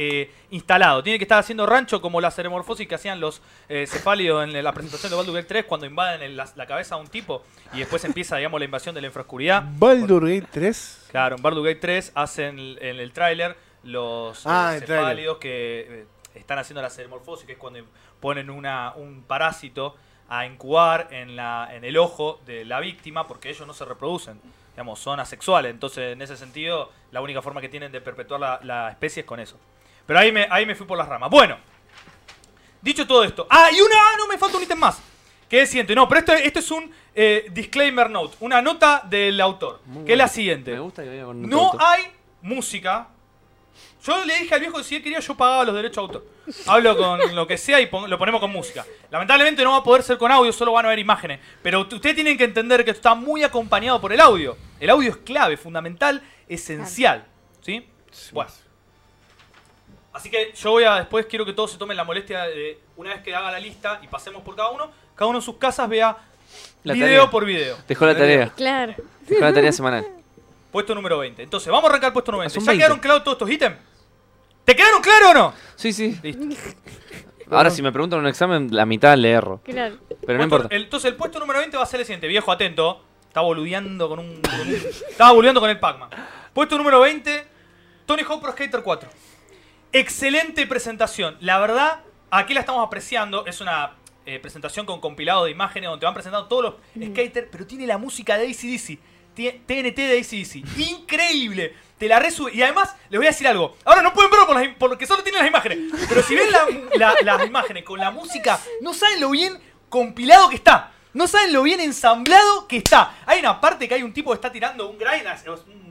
S2: eh, instalado, tiene que estar haciendo rancho como la ceremorfosis que hacían los eh, cefálidos en la presentación de Baldur's Gate 3 cuando invaden el- la, la cabeza a un tipo y después empieza, digamos, la invasión de la infraoscuridad.
S1: Baldur Gate 3.
S2: Claro, en Baldur's Gate 3 hacen el- en el tráiler los
S1: Ah,
S2: eh,
S1: el tráiler.
S2: cefálidos que eh, están haciendo la celemorfosis, que es cuando ponen una, un parásito a incubar en, la, en el ojo de la víctima porque ellos no se reproducen. Digamos, son asexuales. Entonces, en ese sentido, la única forma que tienen de perpetuar la, la especie es con eso. Pero ahí me, ahí me fui por las ramas. Bueno, dicho todo esto. Ah, y una. ah, no, me falta un ítem más. ¿Qué es siguiente? No, pero esto, esto es un eh, disclaimer note, una nota del autor, que
S3: Muy
S2: es la
S3: bueno.
S2: siguiente.
S3: Me gusta que venga con
S2: No ah.
S3: tonto.
S2: hay música. Yo le dije al viejo que si él quería yo pagaba los derechos de autor. Hablo con lo que sea y pon- lo ponemos con música. Lamentablemente no va a poder ser con audio, solo van a ver imágenes. Pero t- ustedes tienen que entender que esto está muy acompañado por el audio. El audio es clave, fundamental, esencial. ¿Sí? Bueno. Así que yo voy a después quiero que todos se tomen la molestia de una vez que haga la lista y pasemos por cada uno, cada uno en sus casas vea
S3: La
S2: video
S3: tarea.
S2: por video.
S3: Dejó la tarea.
S4: Claro.
S3: Dejó la tarea semanal.
S2: Puesto número 20. Entonces, vamos a arrancar puesto número 20.
S3: Son
S2: ¿Ya
S3: 20.
S2: quedaron claros todos estos ítems? ¿Te quedaron claros o no?
S3: Sí, sí.
S2: Listo.
S3: Ahora si me preguntan un examen, la mitad le erro.
S4: Claro.
S3: Pero no
S2: Puesto-
S3: importa.
S2: el- entonces, el puesto número 20 va a ser el siguiente. Viejo, atento. Está boludeando con un... con un- estaba boludeando con el Pac-Man. Puesto número 20. Tony Hawk Pro Skater 4. Excelente presentación. La verdad, aquí la estamos apreciando. Es una eh, presentación con compilado de imágenes donde te van presentando todos los skaters, pero tiene la música de ACDC. Tiene TNT de ACDC. Increíble. Te la resube. Y además, les voy a decir algo. Ahora no pueden verlo por las im- porque solo tienen las imágenes. Pero si ven la- la- las imágenes con la música, no saben lo bien compilado que está. No saben lo bien ensamblado que está. Hay una parte que hay un tipo que está tirando un grind, un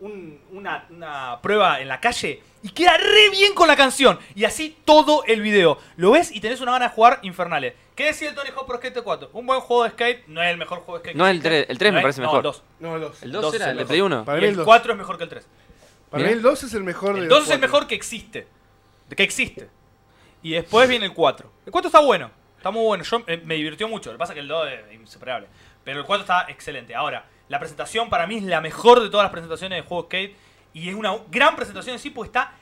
S2: un- una, una prueba en la calle y queda re bien con la canción. Y así todo el video. Lo ves y tenés una gana de jugar infernales. ¿Qué decía el Tony Hawk Pro Skate 4? Un buen juego de skate, no es el mejor juego de skate.
S3: No,
S2: que
S3: el
S2: existe.
S3: tres- el tres me
S2: No,
S3: parece
S2: no,
S3: mejor.
S2: el dos.
S1: No, el 2.
S3: El
S2: dos
S3: 2
S2: es
S3: era, el de
S2: mejor.
S3: Play 1.
S1: Para
S2: Y
S1: mí el
S2: el
S1: 2.
S2: 4 es mejor que el 3.
S1: Para mí
S3: Mirá.
S1: el 2 es el mejor de
S2: El
S1: los
S2: 2 es el
S1: cuatro.
S2: mejor que existe. De que existe. Y después viene el 4. El 4 está bueno. Está muy bueno. Yo, eh, me divirtió mucho. Lo que pasa es que el 2 es insuperable. Pero el 4 está excelente. Ahora, la presentación para mí es la mejor de todas las presentaciones de juego Skate. Y es una gran presentación en sí, porque está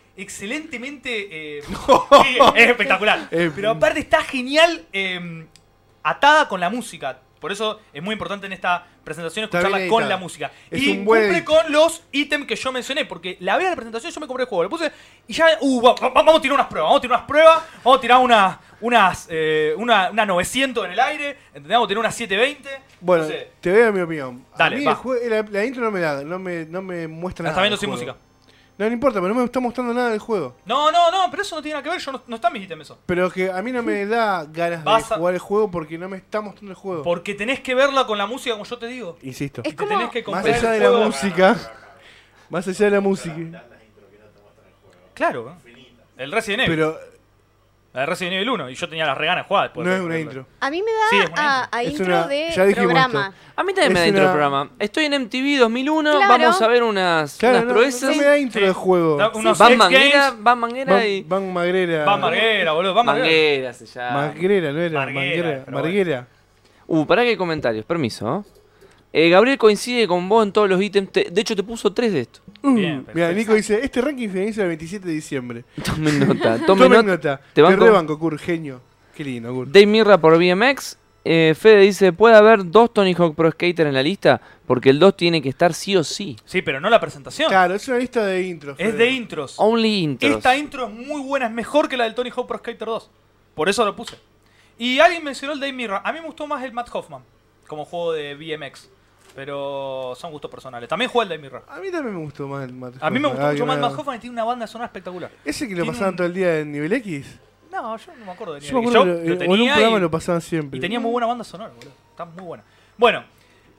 S2: excelentemente. eh, sí, es espectacular.
S1: Eh,
S2: Pero aparte está genial eh, atada con la música. Por eso es muy importante en esta presentación
S1: Está
S2: escucharla
S1: bien
S2: con
S1: editada.
S2: la música.
S1: Es
S2: y
S1: un buen
S2: cumple
S1: edit-
S2: con los ítems que yo mencioné, porque la vez de la presentación yo me compré el juego, lo puse y ya, uh, va- va- vamos a tirar unas pruebas, vamos a tirar unas pruebas, vamos a tirar una, unas, eh, una, una 900 en el aire, ¿entendés? Vamos a tirar una 720.
S1: Bueno,
S2: no sé.
S1: te doy mi opinión.
S2: Dale,
S1: a mí
S2: va.
S1: el jue- la, la intro no me da, no me, no me muestra nada.
S2: la estás viendo
S1: del
S2: sin
S1: juego.
S2: música.
S1: No, no importa, pero no me está mostrando nada del juego.
S2: No, no, no, pero eso no tiene nada que ver, yo no, no están mis ítems eso.
S1: Pero que a mí no me da ganas
S2: Vas
S1: de
S2: a-
S1: jugar el juego porque no me está mostrando el juego.
S2: Porque tenés que verla con la música, como yo te digo.
S1: Insisto.
S4: Es
S2: Y te
S4: como-
S2: tenés que
S1: Más
S2: comprar el
S1: allá de la
S2: juego.
S1: música. Más allá de la música.
S5: Dan las intro que no te muestran el juego.
S2: Claro, ¿eh?
S5: Finita.
S2: el Resident Evil.
S1: Pero
S2: La de Resident Evil 1, y yo tenía las reganas jugadas después. ¿eh?
S1: no
S2: de-
S1: es una
S2: de-
S1: intro.
S4: A mí me da
S2: Sí, es una
S4: a, a
S1: Es
S4: intro
S1: una-
S4: de
S1: ya dijimos
S4: programa.
S1: esto.
S3: A mí también me
S1: Es
S3: da intro
S1: una-
S3: el programa. Estoy en MTV 2001,
S4: Claro.
S3: vamos a ver unas,
S1: Claro,
S3: unas
S1: no,
S3: proezas.
S1: no me da intro
S2: Sí.
S1: de juego.
S2: Da- unos
S3: Van
S2: X
S3: Manguera,
S2: Games,
S3: Van Manguera
S1: Van,
S3: y...
S1: Van Magrera.
S2: Van Marguera, boludo, Van Marguera.
S3: Manguera se llama.
S1: Magrera, no era.
S2: Marguera,
S1: Manguera.
S2: pero bueno.
S1: Marguera.
S3: Uh, pará que hay comentarios, permiso. ¿eh? Eh, Gabriel coincide con vos en todos los ítems. te- de hecho, te puso tres de estos.
S2: Bien,
S1: Uh, Mira,
S2: perfecto.
S1: Nico dice: Este ranking finaliza el 27 de diciembre.
S3: Tomen nota, tomen,
S1: Tomen
S3: nota.
S1: nota.
S3: Te
S1: Te
S3: banco.
S1: rebanco, Kur, genio. Qué lindo, Kur.
S3: Dave Mirra por BMX. Eh, Fede dice, ¿puede haber dos Tony Hawk Pro Skater en la lista? Porque el 2 tiene que estar sí o sí.
S2: Sí, pero no la presentación.
S1: Claro, es una lista de intros.
S2: Es
S1: Fede. Oh,
S2: de intros.
S3: Only intros.
S2: Esta intro es muy buena, es mejor que la del Tony Hawk Pro Skater 2. Por eso lo puse. Y alguien mencionó el Dave Mirra. A mí me gustó más el Matt Hoffman como juego de BMX. Pero son gustos personales. También juega el Dave Mirra.
S1: A mí también me gustó más el Matt
S2: A mí me
S1: Hoffman.
S2: gustó
S1: Ah,
S2: mucho
S1: que
S2: más el
S1: me-
S2: Matt Hoffman y tiene una banda sonora espectacular.
S1: Ese que lo
S2: Tiene
S1: pasaban
S2: un-
S1: todo el día en Nivel X.
S2: No, yo no me acuerdo de ni
S1: Yo me
S2: de-
S1: acuerdo
S2: yo
S1: que lo-
S2: lo
S1: o en un
S2: tenía
S1: programa
S2: y-
S1: lo pasaban siempre.
S2: Y tenía muy buena banda sonora, boludo. Está muy buena. Bueno,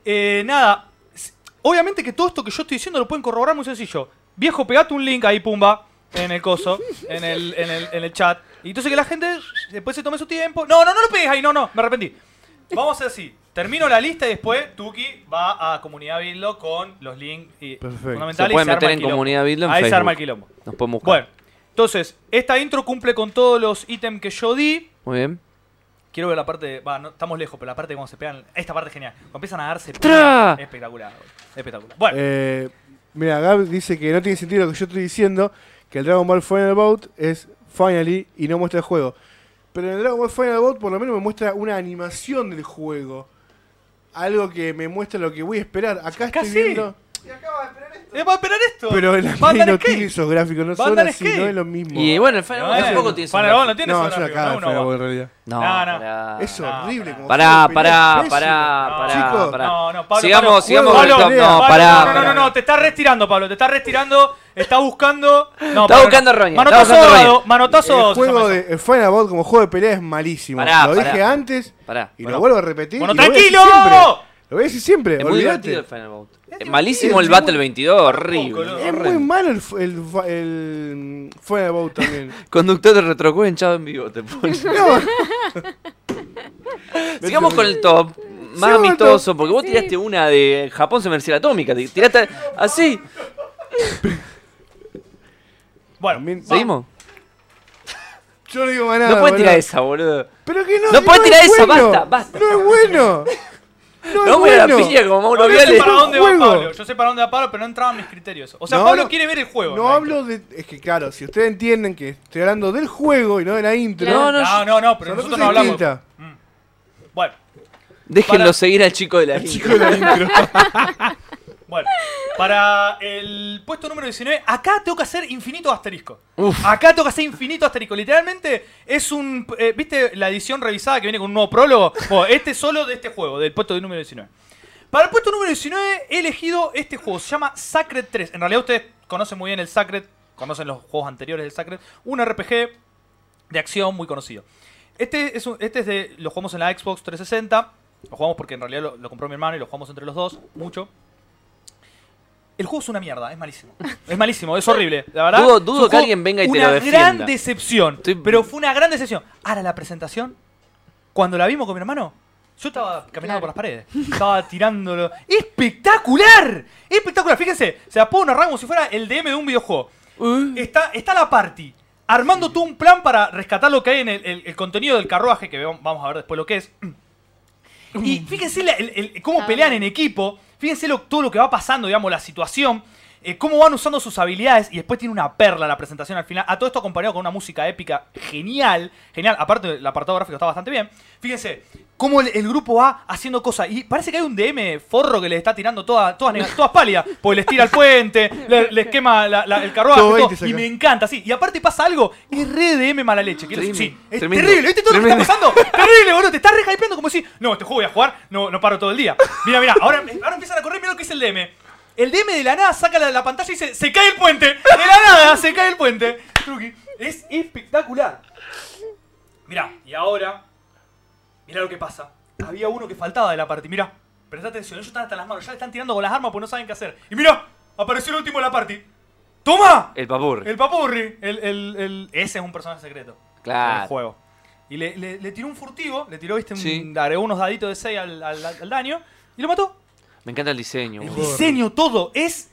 S2: eh, nada. s- Obviamente que todo esto que yo estoy diciendo lo pueden corroborar muy sencillo. Viejo, pegate un link ahí, pumba, en el coso, en el, en el, en el chat. Y entonces que la gente después se tome su tiempo. No, no, no lo pegues ahí, no, no, me arrepentí. Vamos a hacer así. Termino la lista y después Tuki va a Comunidad Bitlo con los links y
S1: Perfecto.
S3: Se
S2: fundamentales. y
S3: pueden
S2: arma
S3: meter
S2: el
S3: en
S2: quilombo.
S3: comunidad Bitlo en
S2: Ahí se
S3: Facebook.
S2: arma el quilombo.
S3: Nos podemos buscar.
S2: Bueno, entonces, esta intro cumple con todos los ítems que yo di.
S3: Muy bien.
S2: Quiero ver la parte. Va, no, estamos lejos, pero la parte de cuando se pegan. Esta parte es genial. Cuando empiezan a darse.
S3: ¡Tra!
S2: puñal, es Espectacular, boludo. Es espectacular. Bueno,
S1: Eh, mira, Gab dice que no tiene sentido lo que yo estoy diciendo, que el Dragon Ball Final Bout es Finally y no muestra el juego. Pero en el Dragon Ball Final Bout por lo menos me muestra una animación del juego. Algo que me muestra lo que voy a esperar. Acá
S2: Acá
S1: estoy
S2: sí.
S1: viendo.
S2: eh, va a esperar esto.
S1: Pero el
S2: va a
S1: anime
S2: andar
S1: no
S2: skate.
S1: tiene esos gráficos, no
S2: Va a
S1: son
S2: andar
S1: así,
S2: skate.
S1: no es lo mismo.
S3: Y bueno, el Final
S2: No,
S3: Boy
S2: eh,
S3: tampoco tiene
S2: Final
S3: su-
S2: Ball no tiene
S1: no,
S2: su
S1: es una
S2: gráfico,
S1: cara
S2: no,
S1: de
S2: uno
S1: Final
S2: va.
S1: Bout en realidad.
S3: No,
S2: No, no.
S3: Ah, pará.
S1: Es
S2: no,
S1: horrible
S2: pará.
S1: como
S3: Pará,
S1: juego,
S3: pará,
S1: pero es
S3: pará,
S2: No,
S3: pará,
S1: chicos.
S3: pará.
S2: No, no, Pablo,
S3: sigamos,
S2: Pablo,
S3: sigamos
S1: Pablo,
S3: con el top.
S1: Lea,
S3: No,
S2: Pablo,
S3: pará,
S2: no, no, no,
S3: pará.
S2: no, te está retirando, Pablo, te está retirando, está buscando. No,
S3: Está
S2: Pablo,
S3: buscando
S2: no.
S3: roña, está
S2: Manotazo
S3: buscando roña.
S2: dado, manotazo
S1: El
S2: dado, se
S1: juego
S2: llama
S1: de
S2: eso.
S1: el Final Bout como juego de pelea es malísimo.
S3: Pará,
S1: lo dije
S3: pará.
S1: antes
S3: Pará.
S1: y
S2: Bueno.
S1: lo vuelvo a repetir.
S2: Bueno,
S1: y lo voy a decir
S2: tranquilo.
S1: siempre. Lo voy a decir siempre.
S3: Es muy
S1: olvídate.
S3: divertido el Final Bout. Eh, Malísimo
S1: es
S3: el
S1: muy-
S3: Battle 22, horrible.
S2: Tampoco, no.
S1: Es
S3: horrendo.
S1: muy malo el, fu- el, fa- el mm, Final Bout también.
S3: Conductor de retrocue hinchado en vivo, te pone. Sigamos con el top.
S1: Sigamos
S3: Más
S1: con el
S3: amistoso, porque vos
S4: Sí.
S3: tiraste una de Japón se merecía la atómica. te- Tiraste así.
S2: Bueno,
S1: También-
S2: va.
S3: ¿Seguimos?
S1: Yo no digo más nada.
S3: No puedes
S1: boludo.
S3: tirar esa, boludo.
S1: Pero que no.
S3: No podés
S1: es
S3: tirar esa,
S1: bueno.
S3: basta, basta.
S1: No es bueno. No,
S3: No, voy
S1: es
S3: a la
S1: bueno.
S3: pilla como Mauro
S2: No, yo sé
S3: Viale.
S2: para dónde va
S1: Juego.
S2: Pablo, yo sé para dónde va Pablo, pero no entraba en mis criterios. O sea,
S1: No,
S2: Pablo
S1: no.
S2: quiere ver el juego.
S1: No
S2: la
S1: hablo de. Es que claro, si ustedes entienden que estoy hablando del juego y no de la intro.
S4: Claro.
S3: No, no,
S2: intro. No, no, no, pero
S1: Son cosas
S2: nosotros no hablamos. de-
S1: distintas.
S2: Bueno,
S3: Déjenlo
S2: Para-
S3: seguir al chico de la chico
S1: Con la intro.
S2: Bueno, para el puesto número 19, acá tengo que hacer infinito asterisco. Acá tengo que hacer infinito asterisco. Literalmente es un. eh, ¿Viste la edición revisada que viene con un nuevo prólogo? Bueno, este solo de este juego, del puesto número 19. Para el puesto número 19 he elegido este juego, se llama Sacred 3. En realidad ustedes conocen muy bien el Sacred, conocen los juegos anteriores del Sacred. Un RPG de acción muy conocido. Este es, un- este es de. Lo jugamos en la Xbox 360. Lo jugamos porque en realidad lo, lo compró mi hermano y lo jugamos entre los dos, mucho. El juego es una mierda, es malísimo. Es malísimo, es horrible, la verdad.
S3: Dudo-
S2: es un
S3: dudo que
S2: juego-
S3: alguien venga y te
S2: una
S3: lo defienda.
S2: gran decepción.
S3: Estoy-
S2: Pero fue una gran decepción. Ahora la presentación, cuando la vimos con mi hermano, yo estaba
S4: Claro.
S2: caminando por las paredes. Estaba tirándolo. ¡Espectacular! Uh. ¡Espectacular! Fíjense, se la puedo narrar como si fuera el DM de un videojuego. Está, está la party. armando tú un plan para rescatar lo que hay en el, el- el contenido del carruaje, que vamos- vamos a ver después lo que es. Y fíjense la- el- el- cómo
S4: Ah.
S2: pelean en equipo, fíjense lo- todo lo que va pasando, digamos, la situación, eh, cómo van usando sus habilidades y después tiene una perla la presentación al final. A todo esto acompañado con una música épica genial, genial, aparte el apartado gráfico está bastante bien. Fíjense cómo el, el grupo va haciendo cosas y parece que hay un DM forro que les está tirando todas todas, neg- todas pálidas, pues les tira el puente, le- les, quema la- la- el carruaje,
S1: Todo
S2: todo,
S1: 20
S2: y
S1: saca.
S2: me encanta, sí. Y aparte pasa algo, es re DM mala leche, quiero decir, sí,
S3: Tremendo,
S2: es
S3: tremendo,
S2: terrible, ¿viste todo lo que está
S3: tremendo.
S2: pasando? No, Terrible, boludo. Te estás re hypeando como si, no, este juego voy a jugar, no, no paro todo el día. Mira, mira, ahora, ahora empiezan a correr, mira lo que es el DM. El DM de la nada saca la, la pantalla y dice, se cae el puente. De la nada, se cae el puente. Truqui. Es espectacular. Mira, y ahora, mira lo que pasa. Había uno que faltaba de la party, mira. Presta atención, ellos están hasta las manos, ya le están tirando con las armas porque no saben qué hacer. Y mira, apareció el último de la party. ¡Toma!
S3: El papur.
S2: El papurri. El, el, el- Ese es un personaje secreto.
S3: Claro.
S2: Del juego. Y le, le- le tiró un furtivo, le tiró, viste, un-
S3: Sí.
S2: agregó unos daditos de 6 al, al- al daño y lo mató.
S3: Me encanta el diseño.
S2: El
S3: boludo.
S2: diseño, todo, es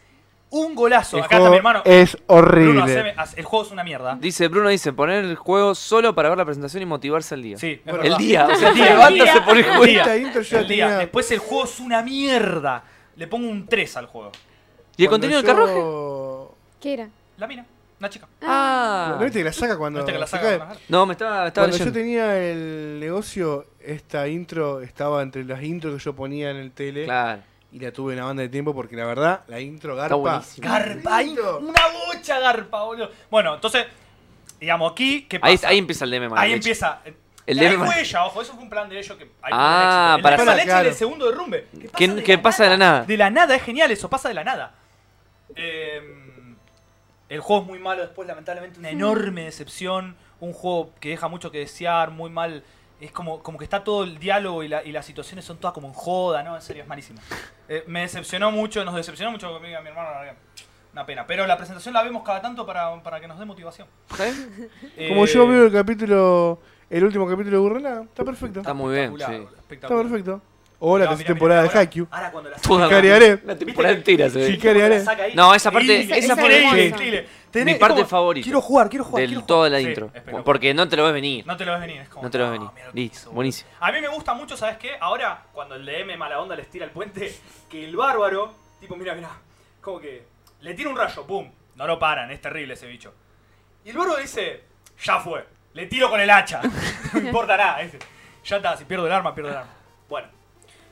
S2: un golazo.
S1: El
S2: Acá está
S1: juego
S2: mi hermano.
S1: Es
S2: Bruno,
S1: horrible.
S2: haceme- hace- el juego es una mierda.
S3: Dice Bruno, dice, poner el juego solo para ver la presentación y motivarse al día.
S2: Sí, es
S3: el
S2: verdad.
S3: día. O sea,
S2: El día.
S3: levántase por el juego.
S2: día.
S1: Esta intro yo la
S2: El día.
S1: tenía-
S2: Después el juego es una mierda. Le pongo un 3 al juego.
S3: ¿Y el
S1: Cuando
S3: contenido del
S1: yo-
S3: carruaje?
S4: ¿Qué era?
S2: La mina, una chica.
S1: ¿No
S3: Ah.
S1: viste que la saca cuando.?
S2: No que la
S1: se
S2: saca.
S1: cae?
S2: con las armas.
S3: No, me estaba, estaba
S1: Cuando yo
S3: leyendo.
S1: tenía el negocio, esta intro estaba entre las intros que yo ponía en el tele.
S3: Claro.
S1: Y la tuve en la banda de tiempo porque la verdad, la intro garpa.
S3: buenísimo.
S2: Garpa, ahí, una bocha garpa, boludo. Bueno, entonces, digamos, aquí, ¿qué
S3: Ahí,
S2: pasa?
S3: ahí empieza el DM, mala
S2: Ahí
S3: leche.
S2: empieza.
S3: El
S2: El ahí
S3: DM
S2: fue ella, ojo, eso fue un plan de ellos que. Ahí
S3: Ah,
S2: para
S3: para-
S2: el leche
S1: Claro.
S2: del segundo derrumbe. ¿Qué
S3: Que- que pasa de la nada.
S2: De la nada, es genial eso, pasa de la nada. Eh, el juego es muy malo después, lamentablemente, una enorme decepción. Un juego que deja mucho que desear, muy mal. Es como, como que está todo el diálogo y, la- y las situaciones son todas como en joda, ¿no? En serio, es malísimo. Eh, me decepcionó mucho, nos decepcionó mucho conmigo y a mi hermano. la verdad que Una pena. Pero la presentación la vemos cada tanto para, para que nos dé motivación.
S3: ¿Está bien?
S1: Como
S2: Eh,
S1: yo veo el capítulo, el último capítulo de Burrena, está perfecto.
S3: Está
S1: Está,
S3: muy bien,
S2: espectacular,
S3: sí.
S2: boludo, espectacular.
S1: perfecto. O la
S2: No,
S1: tercera
S2: mira,
S1: temporada
S2: mira,
S1: de
S2: ahora-
S1: Haikyuu.
S2: Ahora cuando la
S3: Toda la-
S1: Carearé.
S3: La temporada entera se ve.
S1: Sí, Carearé.
S3: No, esa parte- esa
S4: fue hermosa.
S3: Mi parte favorita.
S2: Quiero jugar, quiero jugar.
S3: Del
S2: quiero
S3: todo
S2: jugar.
S3: la
S2: Sí,
S3: intro.
S2: espectacular.
S3: Porque no te lo ves venir.
S2: No te lo ves venir, es como.
S3: No te lo ves
S2: "Ah,
S3: venir".
S2: mira lo que
S3: Listo,
S2: hizo, boludo".
S3: buenísimo.
S2: A mí me gusta mucho, ¿sabes qué? Ahora, cuando el DM mala onda les tira el puente, que el bárbaro, tipo, mira, mira, como que le tira un rayo, pum. No lo paran, es terrible ese bicho. Y el bárbaro dice, ya fue, le tiro con el hacha. no importa nada, dice. Ya está, si pierdo el arma, pierdo el arma. Bueno.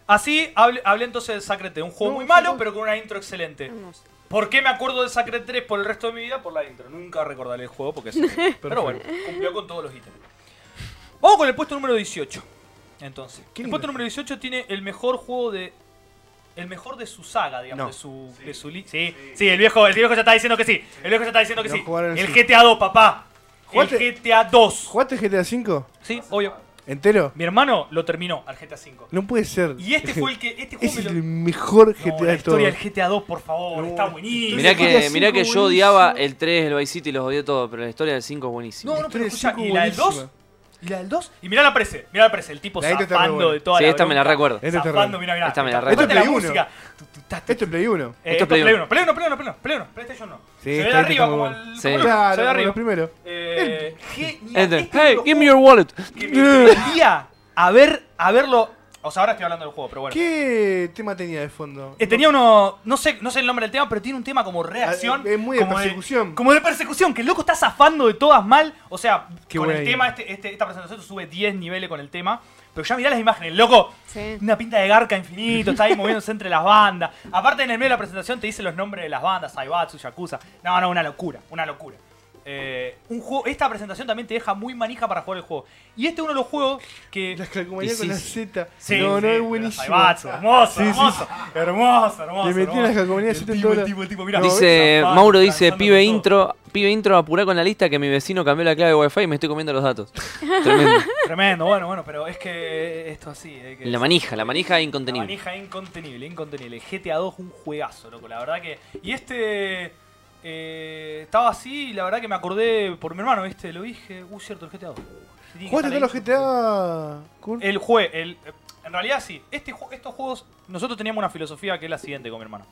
S2: Así hablé, hablé entonces de Sacred 3, un juego muy malo, pero con una intro
S1: Eh,
S2: excelente.
S4: Hermoso.
S2: ¿Por qué me acuerdo de Sacred 3 por el resto de mi vida? Por la intro. Nunca recordaré el juego porque es. Pero bueno, cumplió con todos los ítems. Vamos con el puesto número 18. Entonces,
S1: Qué
S2: el
S1: lindo.
S2: puesto número 18 tiene el mejor juego de. El mejor de su saga, digamos,
S1: No.
S2: de su. Sí. De su li- sí, sí, el viejo, el viejo ya está diciendo que sí. El viejo ya está diciendo que
S1: No
S2: sí.
S1: jugaron
S2: El
S1: sí.
S2: GTA 2, papá.
S1: ¿Jugaste?
S2: El GTA 2.
S1: ¿Jugaste GTA V?
S2: Sí, obvio.
S1: ¿Entero?
S2: Mi hermano lo terminó al GTA 5.
S1: No puede ser.
S2: Y este fue el que. Este juego
S1: Es
S2: me lo.
S1: el mejor
S2: No,
S1: GTA
S2: la
S1: de todos.
S2: historia del GTA 2, por favor,
S1: No,
S2: está buenísimo.
S3: Mirá que,
S1: GTA
S3: mirá que
S1: cinco
S3: yo odiaba
S1: buenísimo.
S3: el 3, el Vice City, los odié todos, pero la historia del 5 es buenísima.
S2: No, no, pero
S1: Historia
S2: escuchá,
S1: cinco
S2: ¿y la del 2?
S1: buenísima.
S2: ¿Y la del 2? Y mirá la prese, mirá la prese, el tipo
S1: La intro está re
S2: zapando
S1: buena.
S2: de toda
S3: Sí,
S2: la
S3: esta me la
S2: bronca,
S3: recuerdo.
S1: Esta está re
S2: zapando,
S1: buena.
S2: mirá, mirá.
S3: Esta me la
S2: Aparte
S1: recuerdo.
S2: la
S1: Esto es Play
S2: música. Tu, tu, ta, tu,
S1: Esto es Play 1.
S2: eh,
S3: esto es Play
S2: Play
S3: uno.
S2: 1, Play 1, Play 1, Play 1, Play 1, PlayStation no.
S1: Sí, este
S2: Se ve de
S1: está
S2: arriba
S1: como-
S2: como el...
S3: Sí.
S2: como el- Se ve de
S1: Claro, los
S2: arriba.
S1: primeros.
S2: Eh, genial.
S3: Enter.
S2: Este
S3: Hey,
S2: lo
S3: give me
S2: juro
S3: your wallet.
S2: que me quería a ver, a verlo... O sea, ahora estoy hablando del juego, pero bueno.
S1: ¿Qué tema tenía de fondo?
S2: Eh, tenía uno, no sé, no sé el nombre del tema, pero tiene un tema como reacción.
S1: Ah, eh, es muy de
S2: como
S1: persecución.
S2: como de persecución, que el loco está zafando de todas mal. O sea,
S1: Qué
S2: con el
S1: bueno.
S2: tema, este, este- esta presentación sube 10 niveles con el tema. Pero ya mirá las imágenes, el loco.
S4: Sí.
S2: Una pinta de garca infinito, está ahí moviéndose entre las bandas. Aparte, en el medio de la presentación te dice los nombres de las bandas, Saibatsu, Yakuza. No, no, una locura, una locura. Eh, un juego, esta presentación también te deja muy manija para jugar el juego. Y este es uno de los juegos que...
S1: Las calcomanías con la Z.
S2: Sí,
S1: no, no,
S2: sí,
S1: es
S2: pero
S1: buenísimo.
S2: Saibatsu, hermoso,
S1: Sí, sí,
S2: hermoso, hermoso, hermoso.
S1: Le metí
S2: hermoso.
S1: las calcomanías,
S2: El
S1: yo te
S2: tipo,
S1: doy la-
S2: el tipo, el tipo, mirá.
S1: No,
S3: Dice,
S2: Zafando,
S3: Mauro dice,
S2: lanzando
S3: pibe
S2: con todo".
S3: intro, pibe intro, apurá con la lista que mi vecino cambió la clave de wifi y me estoy comiendo los datos. Tremendo.
S2: Tremendo, bueno, bueno, pero es que esto así. hay que
S3: La
S2: decir.
S3: manija, la manija
S2: La
S3: incontenible.
S2: manija incontenible, incontenible. GTA 2 un juegazo, loco, la verdad que... Y este... eh, estaba así y la verdad que me acordé por mi hermano, ¿viste? Lo dije, uh, cierto, el GTA 2. Tenía
S1: ¿Jugaste
S2: que
S1: todos
S2: estar
S1: los
S2: ahí.
S1: GTA? Kurt?
S2: El jue, el, en realidad sí. Este, ju- estos juegos, nosotros teníamos una filosofía que es la siguiente con mi hermano.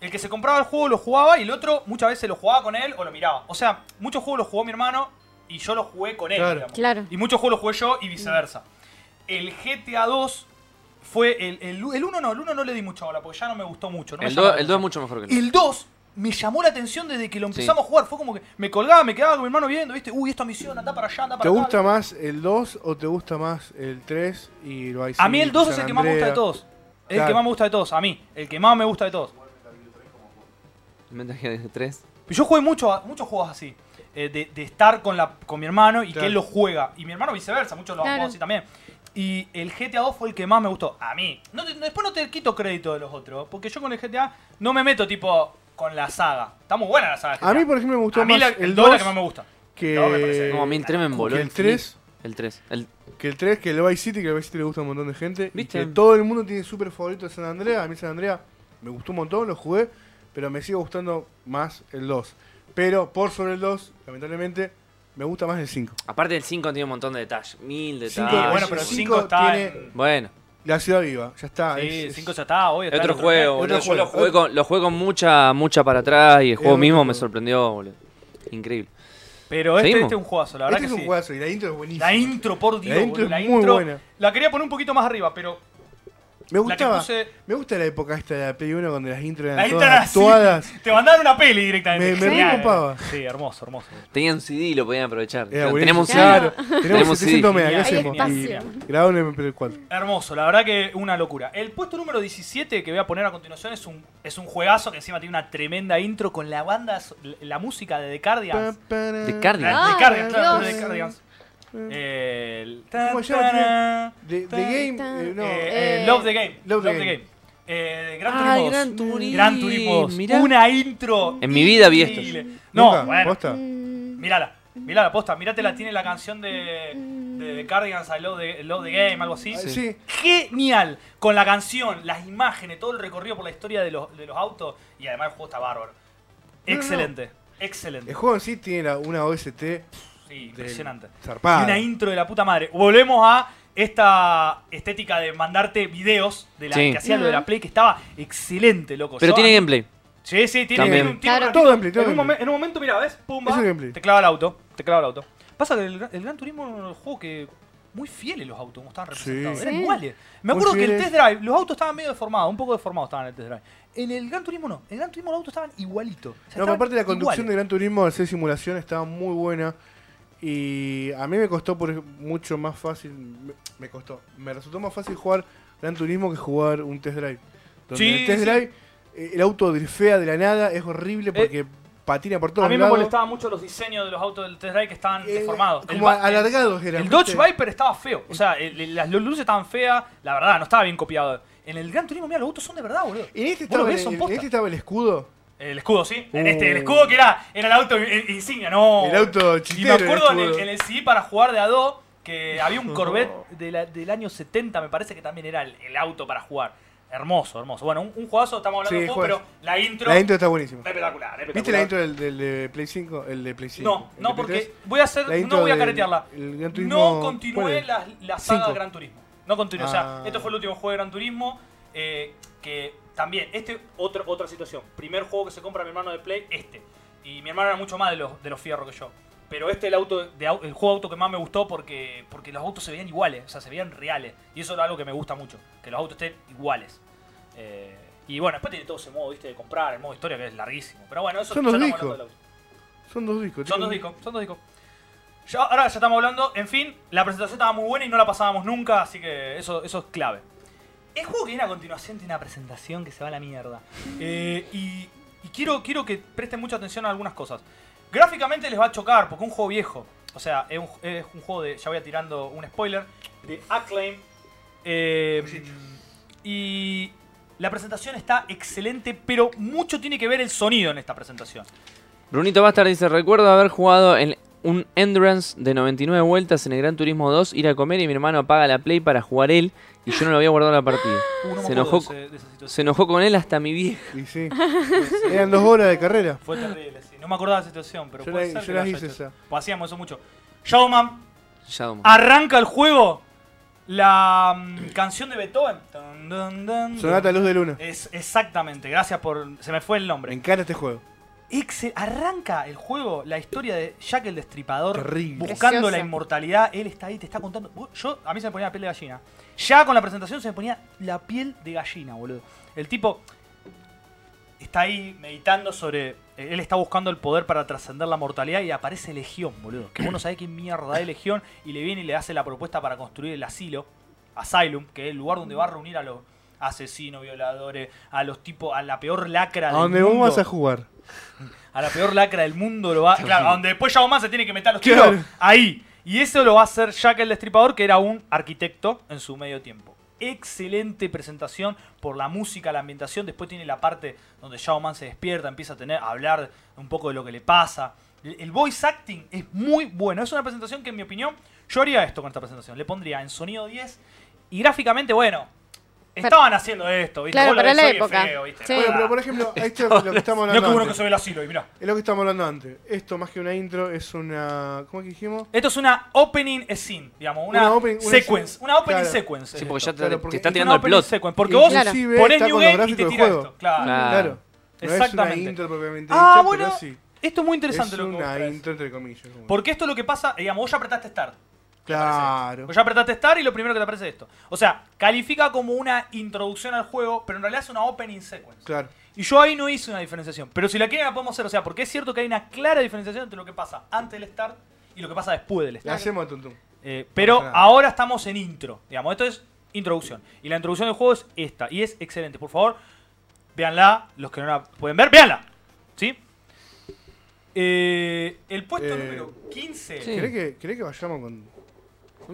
S2: el que se compraba el juego lo jugaba y el otro muchas veces lo jugaba con él o lo miraba. O sea, muchos juegos los jugó mi hermano y yo los jugué con él.
S1: Claro.
S2: digamos.
S4: Claro.
S2: Y muchos juegos los jugué yo y viceversa. El GTA 2 fue el, el, 1 no, el 1 no le di mucha bola porque ya no me gustó mucho. no me
S3: El
S2: llamó
S3: 2
S2: la
S3: es mucho mejor que el
S2: y el 2 me llamó la atención desde que lo
S3: Sí.
S2: empezamos a jugar. Fue como que me colgaba, me quedaba con mi hermano viendo, ¿viste? Uy, esta misión, anda para allá, anda
S1: ¿Te
S2: para acá.
S1: gusta más el 2 o te gusta más el 3 y el Vice
S2: A mí el 2 es
S1: San
S2: el que más me gusta de
S1: Andreas?
S2: todos. Es el que
S1: Claro.
S2: más me gusta de todos, a mí. El que más me gusta de todos.
S3: Metal Gear 3.
S2: Yo jugué mucho, a- muchos juegos así. eh, de, de estar con, la, con mi hermano y que
S1: Claro.
S2: él lo juega. Y mi hermano viceversa, muchos lo han
S4: Claro.
S2: jugado así también. Y el GTA 2 fue el que más me gustó. A mí. No te- después no te quito crédito de los otros. Porque yo con el GTA no me meto tipo con la saga. Está muy buena la saga. de
S1: A
S2: GTA.
S1: mí, por ejemplo, me gustó
S2: A mí
S1: más
S2: la-
S1: el
S2: el 2
S1: 2
S2: es la que más me gusta.
S1: que,
S2: No, me parece-
S3: No, a mí el 3 me emboló.
S1: Eh, que el
S3: infinito.
S1: 3.
S3: El 3. El...
S1: Que el 3, que el Vice City, que el Vice City le gusta a un montón de gente. y
S3: ¿Viste?
S1: que todo el mundo tiene súper favorito de San Andreas. A mí San Andreas me gustó un montón, lo jugué, pero me sigue gustando más el 2. Pero por sobre el 2, lamentablemente, me gusta más el 5.
S3: Aparte del 5 tiene un montón de detalles. Mil
S1: Cinco,
S3: detalles.
S2: Sí, bueno,
S1: el
S2: pero el
S1: cinco
S2: 5 está.
S1: tiene-
S2: en-
S3: Bueno,
S1: La ciudad viva, ya está.
S2: Sí,
S1: es-
S2: el
S1: es-
S2: 5 ya está, hoy está.
S3: otro
S2: en
S3: juego,
S1: otro
S3: boludo. Yo
S1: juego.
S3: lo jugué, con, lo jugué con mucha, mucha para atrás y el juego
S1: otro
S3: mismo me
S1: juego.
S3: sorprendió, boludo. Increíble.
S2: Pero este,
S3: ¿Seguimos?
S2: este es un juegazo, la verdad
S1: Este es
S2: que
S1: un
S2: sí.
S1: juegazo y la intro es buenísima.
S2: La intro, por Dios,
S1: La intro
S2: boludo,
S1: es
S2: la
S1: muy
S2: intro-
S1: buena.
S2: La quería poner un poquito más arriba, pero
S1: Me
S2: la que
S1: gustaba.
S2: puse-
S1: Me gusta la época esta de la Play 1 cuando las intros eran
S2: la intro
S1: todas
S2: era así.
S1: actuadas.
S2: Te mandaron una peli directamente.
S1: Me- me
S2: Genial.
S1: preocupaba.
S2: Sí, hermoso, hermoso.
S3: Tenían un CD y lo podían aprovechar.
S1: Era buenísimo.
S3: Tenemos un CD.
S1: claro,
S3: Tenemos
S1: tenemos 700
S3: CD.
S1: megas, ¿qué
S4: Hay
S1: hacemos?
S4: espacio.
S1: Y grabado en MP4.
S2: Hermoso, la verdad que una locura. El puesto número 17 que voy a poner a continuación es un, es un juegazo que encima tiene una tremenda intro con la banda, so- la música de The Cardigans.
S3: De
S2: La-
S3: Cardigan.
S4: Ah,
S2: The Cardigans, claro,
S4: Dios.
S2: The Cardigans. El-
S1: ¿Cómo se llama, The, The
S4: tan.
S1: Game. eh, no,
S2: Eh,
S4: eh,
S2: Love the Game.
S1: Love the Game.
S2: Eh, Gran Turismo.
S3: Ah,
S2: 2.
S3: Gran Turismo.
S2: Gran Turismo 2.
S3: Mirá.
S2: Una intro.
S3: En mi vida vi esto.
S2: increíble. No,
S1: Nunca,
S2: bueno.
S1: posta.
S4: Mm,
S2: Mirala. Mirala, posta. Míratela. Tiene la canción de, de, The Cardigans I Love the, Love the Game, algo así.
S1: Ah, Sí.
S2: Genial. Con la canción, las imágenes, todo el recorrido por la historia de los, de los autos. Y además el juego está
S1: No,
S2: bárbaro.
S1: no,
S2: Excelente.
S1: El
S2: Excelente.
S1: juego en sí tiene la- una OST
S2: Sí,
S1: del-
S2: impresionante.
S1: zarpada.
S2: Y una intro de la puta madre. Volvemos a esta estética de mandarte videos de la
S3: Sí.
S2: que hacía lo de la Play, que estaba excelente, loco.
S3: Pero
S2: Yo-
S1: Ah.
S3: tiene gameplay.
S2: Sí, sí, tiene,
S3: También.
S2: tiene un tiene un
S4: Claro.
S2: ratito-
S1: Todo gameplay, todo
S2: en, un
S1: gameplay.
S2: momen- en un momento, mira, ¿ves? Pumba.
S1: Eso es gameplay.
S2: Te clava el auto. Te clava el auto. Pasa que el, Gran- el Gran Turismo era uno de los juegos que. Muy fieles los autos, como estaban
S1: Sí.
S2: representados. Eran
S4: Sí.
S2: iguales. Me
S1: Muy
S2: acuerdo que el
S1: fieles.
S2: test drive, los autos estaban medio deformados, un poco deformados estaban en el test drive. En el Gran Turismo no. En el Gran Turismo los autos estaban igualitos. O sea,
S1: No, pero
S2: estaban
S1: aparte la conducción
S2: iguales.
S1: de Gran Turismo al hacer simulación estaba muy buena. Y a mí me costó por ej- mucho más fácil. Me, me costó. Me resultó más fácil jugar Gran Turismo que jugar un test drive. Donde
S2: Sí,
S1: en el test
S2: sí. Eh,
S1: drive eh, el auto drifea de la nada, es horrible porque patina por todos
S2: A mí me
S1: lados.
S2: molestaban mucho los diseños de los autos del test drive que estaban
S1: Eh,
S2: deformados. El
S1: Como
S2: ba- el-
S1: alargados eran.
S2: El Dodge
S1: ¿viste?
S2: Viper estaba feo. O sea, el- el- las luces estaban feas. La verdad, no estaba bien copiado. En el Gran Turismo, mira, los autos son de verdad, boludo.
S1: En este,
S2: Vos lo
S1: estaba,
S2: ves,
S1: el-
S2: son
S1: en
S2: posta.
S1: este estaba el escudo.
S2: El escudo, sí. En
S1: Uh.
S2: este, el escudo que era, era el auto in- in- insignia, no.
S1: El auto
S2: Y me
S1: chistero,
S2: acuerdo en
S1: el
S2: el,
S1: escudo.
S2: en el CD para jugar de a dos que había un Corvette de la- del año 70, me parece que también era el, el auto para jugar. Hermoso, hermoso. Bueno, un, un juegazo, estamos hablando
S1: Sí,
S2: de un juego, pero
S1: juegazo.
S2: la intro.
S1: La intro está buenísima.
S2: Espectacular, espectacular.
S1: ¿Viste la intro del, del de Play 5? El de Play 5.
S2: No,
S1: el de
S2: no,
S1: Play
S2: porque
S1: 3.
S2: voy a hacer,
S1: La intro
S2: no voy a
S1: del-
S2: caretearla.
S1: el Gran Turismo,
S2: no
S1: ¿cuál
S2: continué
S1: es?
S2: la, la saga
S1: Cinco.
S2: Gran Turismo. No continué, o sea,
S1: Ah.
S2: este fue el último juego de Gran Turismo. eh, que también, este, otra otra situación. Primer juego que se compra mi hermano de Play, este. Y mi hermano era mucho más de los, de los fierros que yo. Pero este es el, auto de, au- el juego de auto que más me gustó porque, porque los autos se veían iguales, o sea, se veían reales. Y eso es algo que me gusta mucho, que los autos estén iguales. Eh, y bueno, después tiene todo ese modo, viste, de comprar, el modo historia que es larguísimo. Pero bueno, eso
S1: Son
S2: ya
S1: los
S2: estamos hablando
S1: discos.
S2: del auto.
S1: Son dos discos.
S2: Son
S1: tiene
S2: dos
S1: un-
S2: discos, son dos discos. Ya, ahora ya estamos hablando, en fin, la presentación estaba muy buena y no la pasábamos nunca, así que eso, eso es clave. El juego que viene a continuación tiene una presentación que se va a la mierda. Eh, y y quiero, quiero que presten mucha atención a algunas cosas. Gráficamente les va a chocar, porque es un juego viejo. O sea, es un, es un juego de. Ya voy a tirando un spoiler. De Acclaim. Eh, y. La presentación está excelente, pero mucho tiene que ver el sonido en esta presentación.
S3: Brunito Bastard dice, recuerdo haber jugado en un Endurance de 99 vueltas en el Gran Turismo 2, ir a comer y mi hermano apaga la play para jugar él y yo no lo había guardado la partida.
S2: Uh, no me
S3: Se
S2: acuerdo
S3: enojó,
S2: de ese- de esa situación.
S3: se enojó con él hasta mi vieja.
S1: Y sí. Eran dos horas de carrera.
S2: Fue terrible, sí. No me acordaba de la situación, pero
S1: Yo
S2: puede
S1: la-
S2: ser
S1: yo
S2: que
S1: las
S2: lo haya
S1: hice
S2: hecho.
S1: esa. Ah,
S2: Pues hacíamos eso mucho. Shadowman
S3: Ya, domo.
S2: arranca el juego La mm, canción de Beethoven. Tan, dan, dan,
S1: Sonata
S2: dan.
S1: Luz de Luna.
S2: Es exactamente, gracias por. Se me fue el
S1: Me
S2: nombre.
S1: encanta este juego.
S2: Excel, arranca el juego, la historia de Jack el Destripador
S1: Terrible.
S2: buscando
S4: Preciosa.
S2: la inmortalidad. Él está ahí, te está contando. Uh, Yo, a mí se me ponía la piel de gallina. Ya con la presentación se me ponía la piel de gallina, boludo. El tipo está ahí meditando sobre. eh, Él está buscando el poder para trascender la mortalidad y aparece Legión, boludo. Que vos no sabés qué mierda es Legión y le viene y le hace la propuesta para construir el asilo, Asylum, que es el lugar donde va a reunir a los asesinos, violadores, a los tipos, a la peor lacra
S1: ¿A
S2: del
S1: dónde
S2: mundo
S1: vos vas a jugar?
S2: a la peor lacra del mundo lo va claro, a donde después Yao Man se tiene que meter los tiros,
S1: Claro.
S2: ahí. Y eso lo va a hacer Jack el Destripador, que era un arquitecto en su medio tiempo. Excelente presentación por la música, la ambientación. Después tiene la parte donde Yao Man se despierta, empieza a tener a hablar un poco de lo que le pasa. El el voice acting es muy bueno. Es una presentación que, en mi opinión, yo haría esto con esta presentación. Le pondría en sonido 10 y gráficamente, bueno,
S4: Pero-
S2: estaban haciendo esto, ¿viste?
S4: Claro,
S2: Vos lo
S4: para
S2: ves
S4: la
S2: hoy y es
S4: época.
S2: feo, ¿viste?
S4: Sí.
S1: Bueno,
S2: Nada.
S1: pero por ejemplo, esto es lo que estamos
S2: Mirá qué
S1: hablando
S2: bueno que
S1: antes.
S2: se ve el asilo ahí, mirá.
S1: Es lo que estamos hablando antes. Esto más que una intro es una... ¿Cómo es que dijimos?
S2: Esto es una opening scene, digamos, una,
S1: Una opening- una
S2: sequence.
S1: scene.
S2: Una opening
S1: Claro.
S2: sequence.
S3: Sí,
S2: es
S3: porque
S2: esto.
S3: ya te,
S1: claro,
S3: te
S1: porque-
S3: está
S1: y
S2: Es una
S3: tirando el
S2: opening
S3: plot.
S2: sequence, porque vos
S4: Claro.
S1: Inclusive
S2: ponés
S1: está
S2: New
S1: con los
S2: Game y te
S1: gráficos del
S2: tira
S1: juego.
S2: esto. Claro.
S3: Claro.
S1: Claro. No es una
S2: Ah. Exactamente.
S1: intro propiamente
S2: Ah,
S1: dicha,
S2: bueno,
S1: pero sí.
S2: Esto es muy interesante
S1: es
S2: lo que vos
S1: una
S2: traes.
S1: intro entre comillas. como-
S2: Porque esto es lo que pasa, digamos, vos ya apretaste start.
S1: Claro.
S2: Vos Pues ya apretaste start y lo primero que te aparece es esto. O sea, califica como una introducción al juego, pero en realidad es una opening sequence.
S1: Claro.
S2: Y yo ahí no hice una diferenciación. Pero si la quieren la podemos hacer. O sea, porque es cierto que hay una clara diferenciación entre lo que pasa antes del start y lo que pasa después del
S1: La
S2: start.
S1: hacemos a Tuntum.
S2: Eh, pero
S1: pasa nada.
S2: ahora estamos en intro. Digamos, esto es introducción. Y la introducción del juego es esta. Y es excelente. Por favor, véanla. Los que no la pueden ver, véanla. ¿Sí? Eh, el puesto
S1: Eh,
S2: número 15.
S3: Sí.
S1: ¿Querés que, querés que vayamos con...?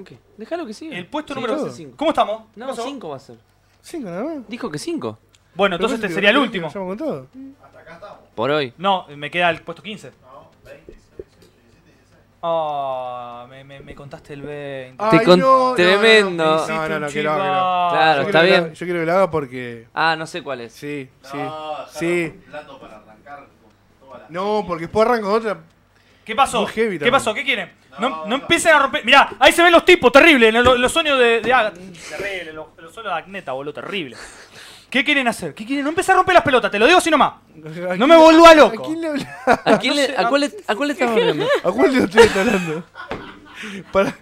S3: Ok, Déjalo que siga.
S2: El puesto
S3: Sí,
S2: número
S1: todo.
S3: cinco.
S2: ¿Cómo estamos? ¿Qué
S3: No,
S2: pasó?
S3: 5 va a ser.
S1: Cinco nada más.
S3: Dijo que 5.
S2: Bueno, entonces
S1: Pero
S2: este sería el
S1: ¿querés que
S2: último.
S1: vayamos con todo?
S5: Hasta acá estamos.
S3: Por hoy.
S2: No, me queda el puesto 15.
S5: No, 20, 16, 18, 17, 16.
S2: Ah, me, me- me contaste el 20.
S1: Ay,
S3: con-
S1: no,
S3: tremendo.
S1: Ah, No,
S2: Hiciste
S1: no, no,
S2: un
S1: no, que lo haga, que lo haga.
S2: chivo.
S1: Yo
S3: Claro,
S1: quiero
S3: está
S1: que lo
S3: bien.
S1: haga- Yo quiero que lo haga porque...
S3: Ah, no sé cuál es.
S1: Sí, sí,
S5: No,
S1: sí.
S5: dejaron un plato para arrancar con toda la.
S1: No, porque después arranco con otra.
S2: ¿Qué pasó?
S1: Muy heavy
S2: ¿Qué
S1: también.
S2: pasó? ¿Qué quieren? No,
S5: No,
S2: no
S5: no.
S2: empiecen a romper. Mirá, ahí se ven los tipos, terrible. en Los, los sueños de, de Agatha. Terrible, los, los sueños de Agneta, boludo, terrible. ¿Qué quieren hacer? ¿Qué quieren? No empecé a romper las pelotas, te lo digo así nomás. No me vuelva loco.
S1: ¿A quién le habla?
S3: ¿A, quién
S2: no
S3: le-
S2: sé,
S3: a
S2: no-
S3: cuál, le- ¿A cuál le estamos hablando?
S1: ¿A cuál le estoy hablando? Para...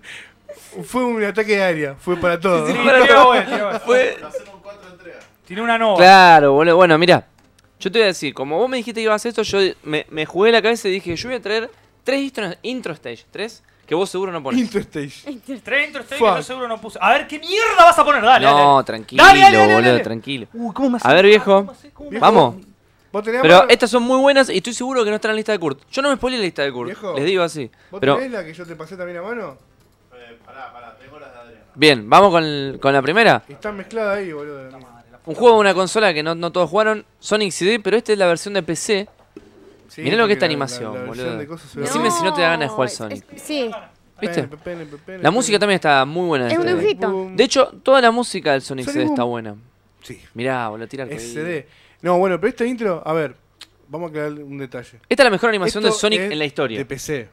S1: Fue un ataque de área, fue para todo.
S2: Sí,
S1: ¿no?
S3: Bueno,
S2: tiró, güey, tiró.
S3: Fue-
S5: Lo hacemos en cuatro entregas.
S2: Tiró una nova.
S3: Claro, boludo. Bueno, mira. Yo te voy a decir, como vos me dijiste que ibas a hacer esto, yo me, me jugué la cabeza y dije, yo voy a traer tres intro, intro stage. Tres que vos seguro no pones.
S1: Into Stage.
S2: Tres intro estoy
S1: Fuck.
S2: que yo seguro no puse. A ver, ¿qué mierda vas a poner? Dale,
S3: no,
S2: dale.
S3: tranquilo,
S2: Dale, dale, dale,
S3: boludo,
S2: dale.
S3: tranquilo.
S2: Uy, ¿cómo me hace?
S3: A ver, viejo.
S2: ¿Cómo me hace? ¿Cómo me hace?
S3: Vamos.
S1: ¿Vos tenés,
S3: Pero este-
S1: Marlo?
S3: estas son muy buenas y estoy seguro que no están en la lista de Kurt. Yo no me spoilé la lista de Kurt.
S1: Viejo,
S3: les digo así.
S1: ¿Vos
S3: Pero
S1: tenés la que yo te pasé también a mano?
S5: Eh, pará, pará, tengo las de Adriana.
S3: bien, vamos con, con la primera.
S1: Está mezclada ahí, boludo.
S3: Un juego de una consola que no, no todos jugaron, Sonic CD, pero esta es la versión de PC.
S1: Sí,
S3: Mirá lo
S1: porque
S3: que es
S1: la-
S3: esta
S1: la-
S3: animación,
S1: la versión
S3: boludo.
S1: de cosas se ve
S3: Decime
S1: horrible.
S3: si no te da ganas de jugar
S4: es-
S3: Sonic.
S4: es- sí,
S3: ¿Viste?
S1: Pene, pene, pene, pene,
S3: La música
S1: pene.
S3: también está muy buena. de
S4: Es un
S3: este.
S4: dibujito.
S1: Boom.
S3: De hecho, toda la música del Sonic
S1: Sonic
S3: CD
S1: Boom.
S3: está buena.
S1: Sí,
S3: Mirá, boludo, tira el
S1: SD. No, bueno, pero esta intro, a ver, vamos a aclarar un detalle.
S3: Esta es la mejor animación de
S1: Esto
S3: Sonic
S1: es
S3: en la historia.
S1: De PC.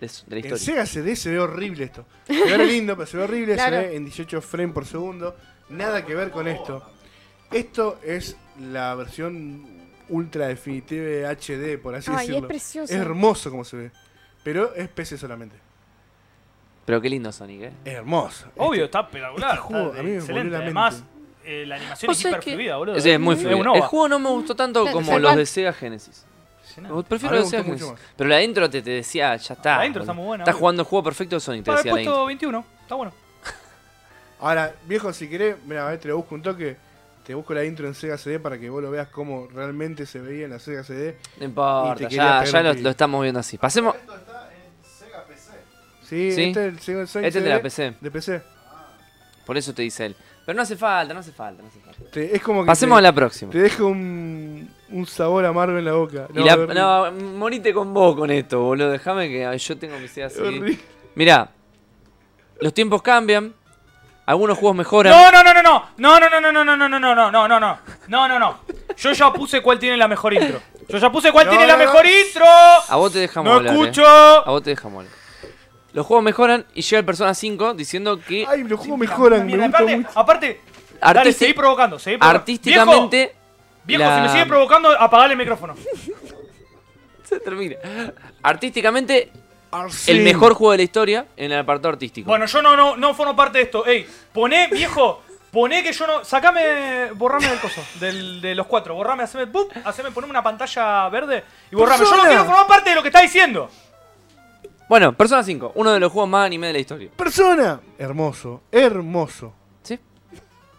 S3: De, su- de la
S1: En
S3: historia.
S1: Sega CD se ve horrible esto. Se ve lindo, pero se ve horrible,
S4: Claro.
S1: se ve en 18 frames por segundo. Nada que ver con esto. Esto es la versión ultra definitiva de HD, por así
S4: Ay, es
S1: decirlo.
S4: precioso.
S1: hermoso como se ve. Pero es PC solamente.
S3: Pero qué lindo Sonic, eh.
S1: Es hermoso.
S2: Obvio, está espectacular.
S1: este juego
S2: está
S1: a mí me voló
S2: excelente.
S1: la mente.
S2: Además, eh, la animación
S3: Vos
S2: es
S3: sabés
S2: hiper fluida, boludo.
S3: Sí, es muy
S2: un
S3: fluido.
S2: OVA.
S3: El juego no me gustó tanto
S4: Claro,
S3: como
S4: tal
S3: los
S4: cual.
S3: de Sega Genesis.
S2: Impresionante.
S3: Prefiero
S1: A mí
S3: los
S1: me
S3: de Sega
S1: gustó mucho
S3: Genesis. Pero la intro te, te decía, ya está.
S2: La intro
S3: boludo.
S2: está muy buena,
S3: Estás
S2: obvio.
S3: jugando el juego perfecto de Sonic, te
S2: Para el
S3: decía la intro.
S2: puesto 21, está bueno.
S1: Ahora, viejo, si querés, mira, a ver, te lo busco un toque. Te busco la intro en Sega CD para que vos lo veas cómo realmente se veía en la Sega CD.
S3: No
S1: Y te
S3: importa,
S1: quería
S3: ya,
S1: pegar
S3: ya
S1: un
S3: lo,
S1: tiro.
S3: lo estamos viendo así. Pasemos.
S5: Esto está en Sega PC.
S1: Sí,
S3: Sí.
S1: este es el Sega Sonic
S3: Este es de la PC.
S1: De PC.
S3: Por eso te dice él. Pero no hace falta, no hace falta, no hace falta.
S1: Te- es como que
S3: Pasemos
S1: te-
S3: a la próxima.
S1: Te deja un, un sabor amargo en la boca.
S3: y la,
S1: horrible.
S3: no, morite con vos con esto, boludo. Déjame que ay, yo tengo mi sed así.
S1: Horrible.
S3: Mirá, los tiempos cambian. Algunos juegos mejoran.
S2: No, no, no, no, no, no, no, no, no, no, no, no, no, no, no, no, no, no, no, no. Yo ya puse cuál tiene la mejor intro. Yo ya puse cuál
S1: No,
S2: tiene la
S1: no, no.
S2: mejor intro.
S3: A vos te dejamos
S2: No
S3: hablar. eh. A
S2: escucho.
S3: vos te dejamos hablar. Los juegos mejoran y llega el Persona 5 diciendo que
S1: Ay, los juegos mejoran, me
S2: Mira,
S1: gusta
S2: aparte,
S1: mucho.
S2: aparte, dale,
S3: artisti-
S2: seguí provocando, seguí provocando.
S3: artísticamente
S2: Viejo,
S3: la-
S2: viejo, si me sigue provocando, apagale el micrófono.
S3: se termina. Artísticamente el
S2: ah,
S1: Arsene.
S3: mejor juego de la historia en el apartado artístico.
S2: Bueno, yo no, no, no formo parte de esto. Ey, poné, viejo, poné que yo no. Sacame, borrame del coso, del, de los cuatro. Borrame, haceme, boop, haceme, poneme una pantalla verde y borrame. Yo no
S1: Persona.
S2: quiero formar parte de lo que está diciendo.
S3: Bueno, Persona 5, uno de los juegos más anime de la historia.
S1: Persona. Hermoso, hermoso.
S3: ¿Sí?
S1: Si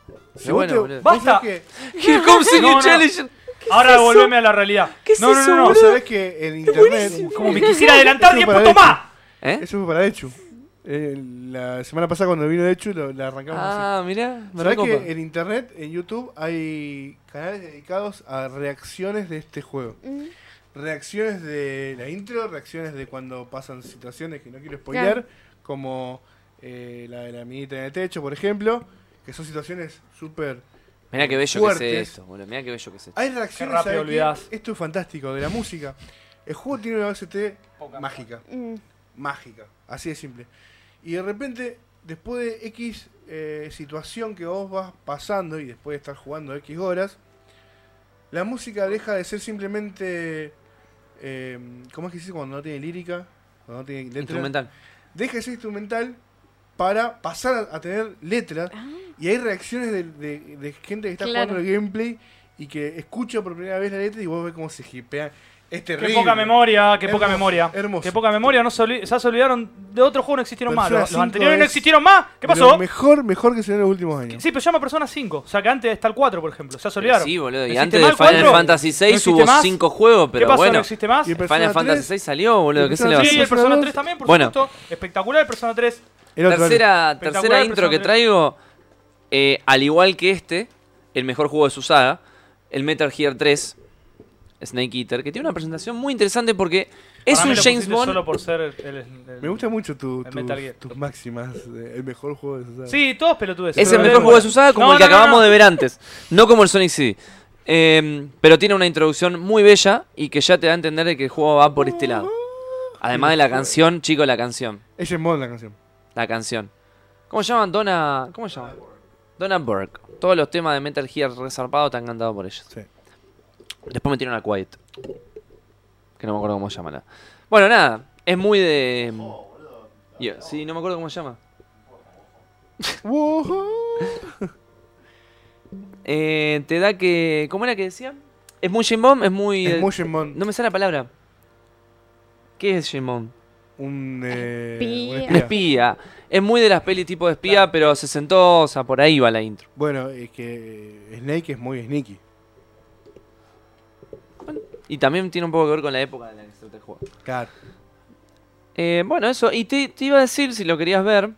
S3: Pero
S1: vos
S3: bueno,
S1: te-
S3: boludo.
S1: vos
S2: Basta.
S1: sabés que-
S3: Here comes a new
S2: No, no.
S3: challenge.
S2: Ahora volveme a la realidad.
S3: ¿Qué es
S2: no,
S3: eso,
S2: no, no,
S1: Vos
S2: no.
S1: sabés que en internet.
S2: Como me quisiera adelantar
S1: Eso
S2: 10
S1: para
S2: puntos
S1: Dechu.
S2: más.
S3: ¿Eh?
S1: Eso fue para Dechu. Eh, la semana pasada cuando vino Dechu lo, la arrancamos así.
S3: Ah, mirá,
S1: ¿Sabés
S3: me recopa.
S1: que en internet, en YouTube, hay canales dedicados a reacciones de este juego?
S4: Mm.
S1: Reacciones de la intro, reacciones de cuando pasan situaciones que no quiero spoiler, como eh, la de la minita en el techo, por ejemplo, que son situaciones súper...
S3: Mirá qué bello que es
S1: fuertes.
S3: esto, boludo. Mirá qué bello que es esto.
S1: Hay reacciones...
S2: Qué rápido
S1: ¿sabés qué?
S2: olvidás.
S1: Esto es fantástico, de la música. El juego tiene una OST mágica,
S4: Mm.
S1: mágica, así de simple. Y de repente, después de X eh, situación que vos vas pasando y después de estar jugando X horas, la música deja de ser simplemente. eh, ¿Cómo es que se dice cuando no tiene lírica? Cuando no tiene letra.
S3: Instrumental.
S1: Deja de ser instrumental para pasar a, a tener letra. Y hay reacciones de, de- de gente que está
S4: Claro.
S1: jugando el gameplay y que escucha por primera vez la letra y vos ves cómo se hipea. Es
S2: Qué
S1: terrible.
S2: poca memoria, qué poca
S1: Hermoso,
S2: memoria.
S1: hermoso.
S2: Qué poca memoria, no se, olvi- ya se olvidaron de otro juego, no existieron más.
S1: Persona
S2: Los, los
S1: 5
S2: anteriores no
S1: es-
S2: existieron más. ¿Qué
S1: Pero
S2: pasó?
S1: Mejor, mejor que se dio en los últimos años.
S2: Sí, pero llama Persona 5. O sea, que antes está el 4, por ejemplo. Ya se olvidaron.
S3: Sí, boludo. Y
S2: ¿Existe
S3: antes
S2: más
S3: de
S2: el
S3: Final
S2: cuatro?
S3: Fantasy
S2: ¿No
S3: VI
S2: existe
S3: hubo
S2: más?
S3: 5 juegos,
S2: ¿Qué
S3: pero
S2: pasó?
S3: bueno.
S2: ¿No existe más?
S1: Y el Persona
S3: Final Fantasy
S1: 3,
S3: VI salió, boludo. ¿Qué se le va a
S2: Sí,
S3: hacer?
S2: el Persona
S1: Persona
S2: 3 también, por
S3: Bueno.
S2: supuesto. Espectacular el Persona 3.
S1: Era otro
S3: Tercera,
S2: Espectacular,
S3: tercera intro que
S2: Persona
S3: traigo, eh, al igual que este, el mejor juego de su saga, el Metal Gear 3, Snake Eater, que tiene una presentación muy interesante porque es
S2: Para mí
S3: un
S2: lo
S3: James
S2: pusiste
S3: Bond.
S2: Solo por ser el- el- el-
S1: Me gusta mucho tu,
S2: El
S1: tus-
S2: Metal Gear.
S1: tus máximas. de el mejor juego de Susana.
S2: Sí, todos pelotudes.
S3: Es el
S2: Pero-
S3: mejor juego de su saga como
S2: No,
S3: el que
S2: no, no,
S3: acabamos
S2: no.
S3: de ver antes, no como el Sonic CD. Eh, pero tiene una introducción muy bella y que ya te da a entender de que el juego va por este lado. Además de la canción, chico, la canción.
S1: Es en mod la canción.
S3: La canción. ¿Cómo se llaman? Donna. ¿Cómo se llaman? Donna Burke. Todos los temas de Metal Gear resarpados están cantados por ellos.
S1: Sí.
S3: Después metieron a Quiet. Que no me acuerdo cómo se llama la. Bueno, nada. Es muy de. Yo- sí, no me acuerdo cómo se llama. Eh, te da que. ¿Cómo era que decía? Es muy Jim Bomb, es muy.
S1: es
S3: eh,
S1: muy en mod.
S3: No me sale la palabra. ¿Qué es Jim Bomb?
S1: Un, eh,
S4: Espía.
S1: un
S3: Un
S1: espía.
S3: espía. Es muy de las pelis tipo de espía, pero se sentó, o sea, por ahí va la intro.
S1: Bueno, es que eh, Snake es muy sneaky.
S3: Y también tiene un poco que ver con la época en la que se trata el juego.
S1: Claro.
S3: Eh, bueno, eso. Y te, te iba a decir, si lo querías ver,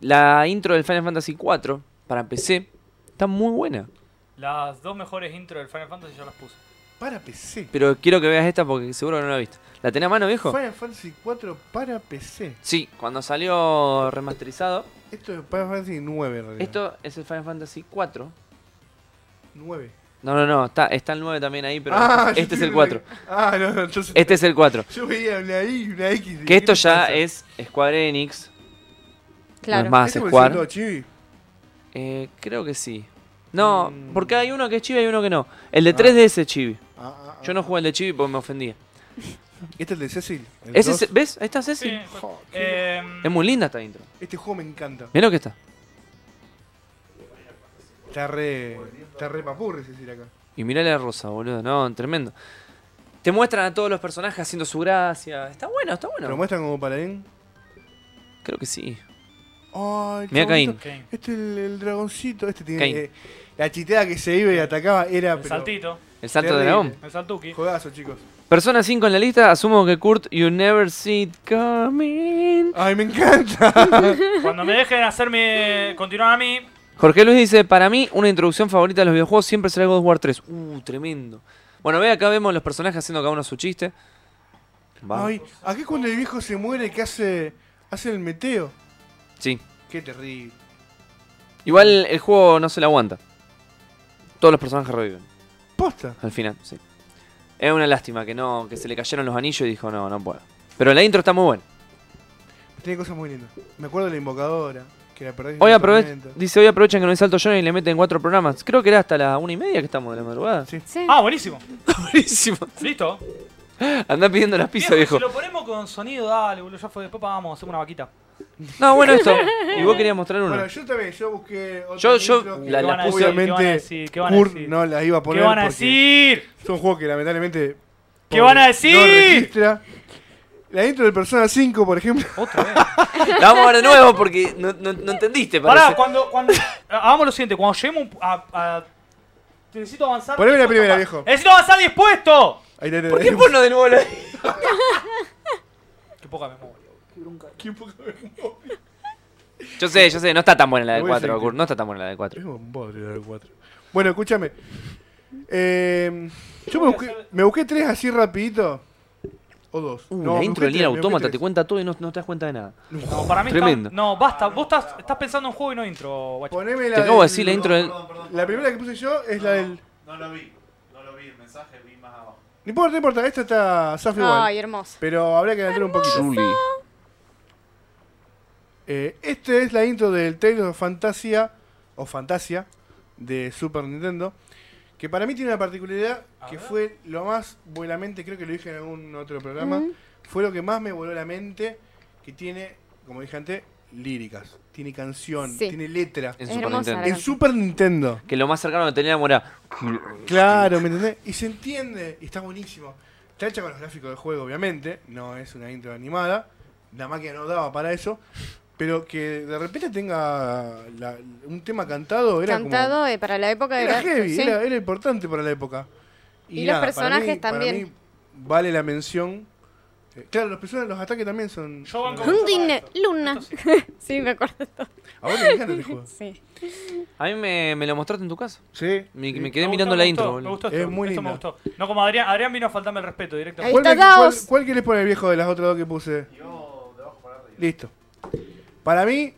S3: la intro del Final Fantasy IV para PC está muy buena.
S2: Las dos mejores intros del Final Fantasy yo las puse.
S1: Para PC.
S3: Pero quiero que veas esta porque seguro que no la viste. ¿La tenés a mano, viejo?
S1: Final Fantasy 4 para PC.
S3: Sí, cuando salió remasterizado.
S1: Esto es Final Fantasy 9 en realidad.
S3: Esto es el Final Fantasy IV.
S1: 9.
S3: No, no, no, está, está el 9 también ahí, pero
S1: Ah, yo
S3: este es
S1: creo
S3: el 4.
S1: que- Ah, no, no, entonces.
S3: Este es el 4.
S1: Yo veía una I y una X. dije,
S3: Que
S1: ¿qué
S3: esto
S1: te
S3: ya
S1: pasa?
S3: es Square Enix,
S4: Claro.
S3: más. Ah,
S1: ¿Este
S3: se
S1: fue el
S3: jugar.
S1: segundo chibi?
S3: Eh, creo que sí. No,
S1: Mm.
S3: porque hay uno que es chibi y uno que no. El de
S1: Ah.
S3: 3DS es chibi.
S1: Ah, ah, ah.
S3: Yo no jugué el de chibi porque me ofendía.
S1: Este es el de Cecil. el
S3: Ese
S1: dos.
S3: es- ¿Ves? Ahí está Ceci.
S2: Sí.
S1: Jo,
S2: Eh,
S3: Es muy linda esta intro.
S1: Este juego me encanta.
S3: Mirá lo que está.
S1: Está re. Está re papurre Cecil acá.
S3: Y mirá la rosa, boludo. No, tremendo. Te muestran a todos los personajes haciendo su gracia. Está bueno, está
S1: ¿Te ¿Lo
S3: bueno.
S1: muestran como paladín?
S3: Creo que sí.
S1: Ay, qué
S3: Mirá Caín.
S1: bonito.
S2: ok. El
S1: Este es el, el dragoncito. Este tiene.
S3: Cain.
S1: eh, la chiteada que se iba y atacaba era. Pero,
S2: saltito,
S3: El salto de
S1: Terrible.
S3: dragón.
S2: el saltuki.
S1: Jodazo, chicos.
S3: Persona 5 en la lista. Asumo que Kurt, you never see it coming.
S1: Ay, me encanta.
S2: Cuando me dejen hacerme continuar a mí,
S3: Jorge Luis dice, para mí una introducción favorita de los videojuegos siempre será el God of War 3. Uh, tremendo. Bueno, ve acá vemos los personajes haciendo cada uno su chiste. Va.
S1: Ay, aquí cuando el viejo se muere que hace. hace el meteo.
S3: Sí.
S1: Qué terrible.
S3: Igual el juego no se lo aguanta. Todos los personajes reviven.
S1: Posta.
S3: Al final, sí. Es una lástima que no, que se le cayeron los anillos y dijo, no, no puedo. Pero la intro está muy buena.
S1: Tiene cosas muy lindas. Me acuerdo de la invocadora, que la perdés. en
S3: Hoy
S1: el
S3: aprove-
S1: tormento.
S3: dice, hoy aprovechan que no es alto Johnny y le meten cuatro programas. Creo que era hasta las una y media que estamos de la madrugada.
S1: Sí.
S4: Sí.
S2: Ah, buenísimo.
S3: Buenísimo.
S2: Listo.
S3: Andá pidiendo las pizzas, viejo.
S2: Viejo, Si lo ponemos con sonido, dale, boludo. Ya fue. Después vamos, hacemos una vaquita.
S3: No, bueno, esto. Y vos querías mostrar uno.
S1: Bueno, yo también, yo busqué. otros
S3: Yo- yo
S1: títulos que
S3: la-
S2: ¿Qué
S3: la
S2: van a
S3: puse-
S2: decir? ¿Qué van a
S1: obviamente,
S2: decir? ¿Qué van a
S1: Kurt
S2: decir?
S1: no las iba a
S2: ¿Qué
S1: poner.
S2: van a
S1: porque
S2: decir?
S1: Son juegos que lamentablemente.
S2: ¿Qué
S1: por-
S2: van a decir?
S1: no registra. La intro del Persona 5, por ejemplo.
S2: Otra vez.
S3: La vamos a ver de nuevo porque no, no- no entendiste.
S2: Pará,
S3: Parece.
S2: cuando, cuando. ah, Hagamos lo siguiente, cuando lleguemos a. a- te necesito avanzar.
S1: Poneme la
S2: dispuesto,
S1: primera,
S2: pa-
S1: viejo.
S2: Necesito avanzar dispuesto.
S1: Ahí está, ahí está,
S3: ¿Por
S1: ahí
S3: qué
S1: está.
S3: ponlo de nuevo? la-
S2: Qué poca memoria.
S1: Qué poca memoria.
S3: Yo sé, yo sé, no está tan buena la de
S1: Lo voy a
S3: 4,
S1: seguir.
S3: No está tan buena la de 4.
S1: Es un bodrio la del cuatro. Bueno, escúchame. Eh, yo me busqué, me busqué tres así rapidito. O dos.
S3: Uh,
S1: No,
S3: la
S1: me
S3: intro
S1: busqué
S3: de Nier
S1: tres, me busqué
S3: Automata
S1: tres.
S3: te cuenta todo y no, no te das cuenta de nada.
S2: No, para mí
S3: Tremendo.
S2: Está, no, basta. Vos estás, estás pensando en juego y no intro, guacho.
S1: Poneme la
S3: Te acabo de
S1: del-
S3: decir la intro del.
S5: Perdón, perdón,
S1: La
S5: perdón.
S1: primera que puse yo es
S5: No,
S1: la del.
S5: No lo vi. No lo vi el mensaje, vi más abajo.
S1: No importa, no importa, esta está Safi
S2: Ah,
S4: Ay,
S1: Ah, igual.
S4: hermoso.
S1: Pero habrá que adelantar un poquito.
S3: Julie.
S1: Eh, esta es la intro del Tales of Fantasia o Fantasia de Super Nintendo. Que para mí tiene una particularidad que fue lo más vuelamente, creo que lo dije en algún otro programa,
S4: Ujú.
S1: fue lo que más me voló la mente, que tiene, como dije antes, líricas, tiene canción,
S4: Sí.
S1: tiene letra.
S3: En
S4: Es
S3: Super
S4: hermosa
S3: Nintendo.
S4: la
S1: En Super Nintendo.
S3: Que lo más cercano que teníamos era.
S1: Claro, ¿me entendés? Y se entiende, y está buenísimo. Está hecha con los gráficos del juego, obviamente. No es una intro animada. La máquina no daba para eso. Pero que de repente tenga la- un tema cantado era
S4: Cantado eh, para la
S1: como.
S4: época de
S1: Era
S4: la-
S1: heavy,
S4: sí.
S1: era, era importante para la época.
S4: Y los
S1: para mí-
S4: personajes
S1: para
S4: también.
S1: mí vale la mención. Eh, Claro, los personajes, los ataques también son.
S2: Yo banco.
S1: son-
S4: Hundine, Luna.
S2: Esto
S4: Sí, me acuerdo.
S1: A vos te encanta este juego.
S4: Sí.
S3: A mí me, me lo mostraste en tu casa.
S1: Sí.
S3: Me,
S1: sí.
S3: me quedé
S2: Me
S3: mirando
S2: gustó,
S3: la
S2: me
S3: intro,
S2: gustó, Me
S3: boludo.
S2: gustó
S1: Es
S2: esto,
S1: muy
S2: esto me
S1: linda.
S2: gustó. No como Adrián, Adrián vino a faltarme el respeto
S4: Ahí
S2: directamente.
S1: ¿Cuál,
S4: está
S1: me- cuál-
S4: Daos.
S1: ¿Cuál querés poner, viejo, de las otras dos que puse?
S5: Yo de abajo para arriba.
S1: Listo. Para mí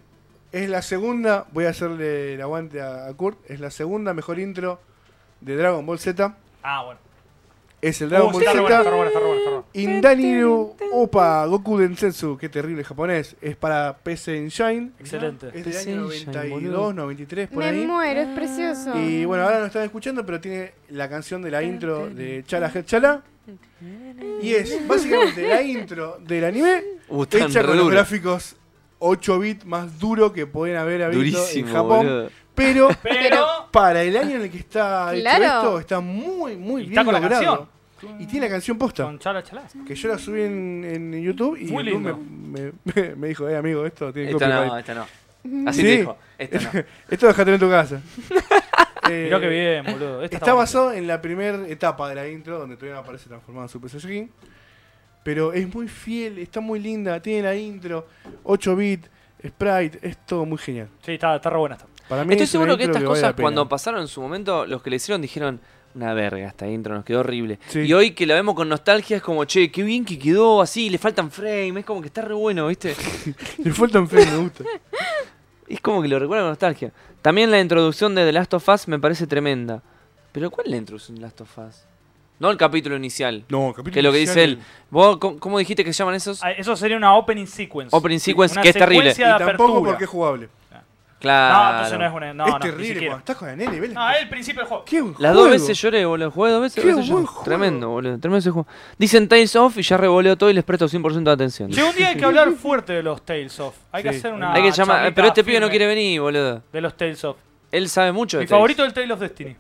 S1: es la segunda, voy a hacerle el aguante a, a Kurt, es la segunda mejor intro de Dragon Ball Z.
S2: Ah, bueno.
S1: Es el Dragon
S2: Uh,
S1: Ball
S2: está re bueno, está re
S1: Z.
S2: bueno, está re bueno, está re bueno.
S1: Indaniru Opa Goku Densetsu, qué terrible japonés. Es para PC Engine.
S2: Excelente.
S1: Es del
S3: PC
S1: año
S3: Engine,
S1: 92,
S3: boludo.
S1: 93, por
S4: Me
S1: ahí. Ah.
S4: muero, es precioso.
S1: Y bueno, ahora no están escuchando, pero tiene la canción de la intro de Chala Head Chala. Y es básicamente la intro del anime
S3: Uh, están
S1: hecha
S3: re
S1: con los
S3: duros.
S1: gráficos 8 bits más duro que pueden haber habido en
S3: Durísimo,
S1: Japón.
S3: boludo.
S1: Pero
S2: Pero.
S1: para el año en el que está hecho
S4: Claro.
S1: esto, está muy, muy
S2: Y
S1: bien
S2: está con la
S1: logrado. y tiene la canción posta.
S2: Con chala, chala.
S1: Que yo la subí en, en YouTube y
S2: Muy
S1: YouTube me,
S2: lindo.
S1: me- me dijo, eh amigo, esto tiene
S3: Esta no,
S1: copyright.
S3: esta no. Así
S1: Sí.
S3: te dijo. Esta no.
S1: Esto déjatelo en tu casa. Eh,
S2: Mirá que bien, boludo. Esta
S1: Está
S2: buena.
S1: basado en la primera etapa de la intro, donde todavía no aparece transformado en Super Saiyajin. Pero es muy fiel, está muy linda, tiene la intro, 8 bit, sprite, es todo muy genial.
S2: Sí, está, está re buena esta.
S1: Para mí
S3: Estoy
S1: es una
S3: seguro que
S1: intro
S3: estas
S1: vale la
S3: cosas,
S1: pena.
S3: cuando pasaron en su momento, los que le hicieron dijeron. Una verga esta intro, nos quedó horrible.
S1: Sí.
S3: Y hoy que la vemos con nostalgia es como, che, qué bien que quedó así, le faltan frames, es como que está re bueno, ¿viste?
S1: Le faltan fe, me gusta.
S3: Es como que lo recuerda con nostalgia. También la introducción de The Last of Us me parece tremenda. Pero ¿cuál es la introducción de Last of Us? No el capítulo inicial.
S1: No, capítulo
S3: Que es lo que dice
S1: inicial.
S3: él. ¿Vos cómo, cómo dijiste que se llaman esos?
S2: Ah, Eso sería una opening sequence.
S3: Opening sequence,
S2: Una
S3: que es terrible.
S2: secuencia
S1: Y
S2: de
S1: tampoco
S2: apertura.
S1: porque es jugable.
S2: No,
S3: Claro.
S2: entonces no es una. No,
S1: es
S2: no, ni
S1: terrible
S2: siquiera.
S1: cuando estás con la nene, ¿ves?
S2: No, es el principio del juego.
S1: Qué buen
S3: Ah, Las
S1: juego.
S3: dos veces lloré, boludo. Jugué dos veces.
S1: Qué
S3: dos veces lloré.
S1: buen juego.
S3: Tremendo, boludo. Tremendo ese juego. Dicen Tales Off y ya revoleo todo y les presto 100% de atención.
S2: Che, un día hay que hablar fuerte de los Tales of. Hay que
S1: Sí.
S2: hacer una.
S3: Hay que llamar.
S2: charlita
S3: Pero este pibe no
S2: Ah, firme
S3: quiere venir, boludo.
S2: De los Tales of.
S3: Él sabe mucho de
S2: Mi
S3: Tales.
S2: favorito es el Tale of Destiny.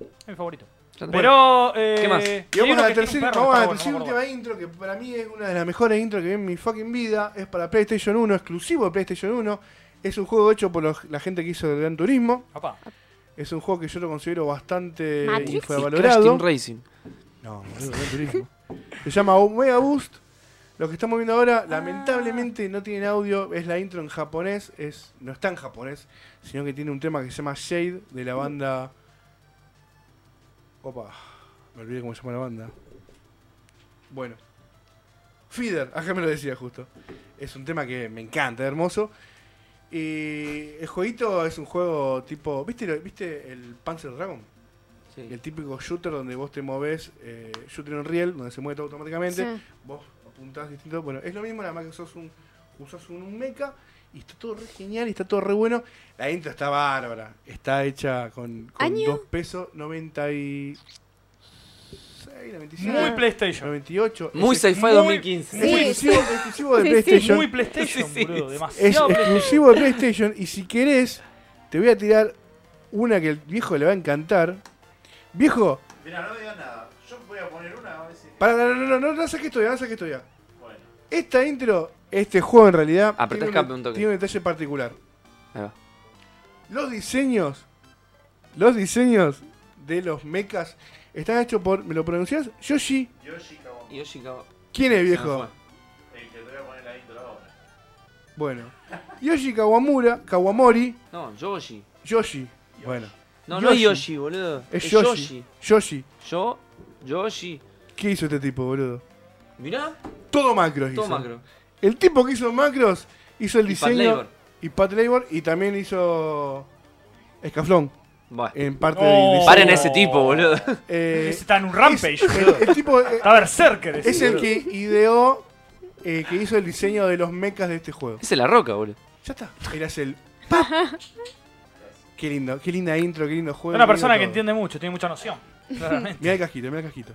S2: Es Mi favorito.
S3: Ya está.
S2: Pero. Eh,
S3: ¿Qué más?
S1: Y vamos a la tercera,
S2: tercera
S1: vamos a la tercera última intro, que para mí es una de las mejores intros que vi en mi fucking vida. Es para PlayStation 1, exclusivo de PlayStation 1. Es un juego hecho por los- la gente que hizo el Gran Turismo. Es un juego que yo lo considero bastante
S4: Matrix.
S3: Crash
S1: infravalorado.
S3: Team Racing.
S1: No, boludo, Gran Turismo. Se llama Mega Boost. Lo que estamos viendo ahora, lamentablemente, no tiene audio. Es la intro en japonés. Es, no está en japonés, sino que tiene un tema que se llama Shade de la banda. Opa, me olvidé cómo se llama la banda. Bueno, Feeder, acá me lo decía justo. Es un tema que me encanta, es hermoso. Y el jueguito es un juego tipo. ¿Viste, lo- ¿viste el Panzer Dragon? El típico shooter donde vos te moves, eh, shooter en riel, donde se mueve todo automáticamente,
S4: Sí.
S1: vos apuntás distinto. Bueno, es lo mismo, nada más que sos un usas un mecha y está todo re genial y está todo re bueno. La intro está bárbara. Está hecha con, con
S4: ¿Año?
S1: 2 pesos 96, 97.
S2: Muy PlayStation.
S1: 98.
S3: Muy
S1: Es ex-
S3: sci-fi
S2: muy-
S3: 2015.
S1: es
S4: Sí,
S1: exclusivo,
S4: sí.
S1: es exclusivo de
S4: Sí, sí.
S1: PlayStation.
S2: Muy PlayStation,
S3: Sí, sí.
S2: boludo.
S1: Es
S2: Demasiado PlayStation.
S1: exclusivo de PlayStation y si querés, te voy a tirar una que el viejo le va a encantar. Viejo,
S5: Mira, no digas nada. Yo voy a poner una, a ver si.
S1: para, no, no, no, no, no saques todavía, no saques todavía.
S5: Bueno.
S1: Esta intro, este juego en realidad,
S3: Apretá
S1: tiene,
S3: escape un toque.
S1: tiene un detalle particular.
S3: Ahí va.
S1: Los diseños, los diseños de los mechas están hechos por, ¿me lo pronuncias? Yoshi.
S5: Yoshi Kawamura,
S1: ¿Quién es viejo?
S5: el que te voy a poner la intro ahora.
S1: Bueno, Yoshi Kawamura, Kawamori,
S3: No, Yoshi.
S1: Yoshi. Bueno,
S3: No, no es
S1: Yoshi.
S3: Yoshi, boludo.
S1: es Yoshi. Yoshi.
S3: Yo, Yoshi.
S1: ¿Qué hizo este tipo, boludo?
S3: Mirá,
S1: Todo macros hizo.
S3: todo macro.
S1: El tipo que hizo macros hizo el
S3: Y Pat
S1: diseño.
S3: Labor.
S1: Y Pat Labor. Y también hizo. Escaflón.
S3: Bueno.
S1: En parte
S2: Oh.
S1: del diseño.
S3: Paren ese tipo, boludo.
S1: Eh,
S2: Es- Está en un Este rampage,
S1: es-
S2: boludo.
S1: el, el tipo eh,
S2: Está berserker. ese,
S1: es el
S2: boludo.
S1: que ideó. eh, que hizo el diseño de los mechas de este juego.
S3: Ese es la roca, boludo.
S1: Ya está. Era el. pa. Qué lindo, qué linda intro, qué lindo
S2: Es
S1: juego.
S2: una persona que entiende mucho, tiene mucha noción. Claramente.
S1: Mira el casquito, mira el casquito.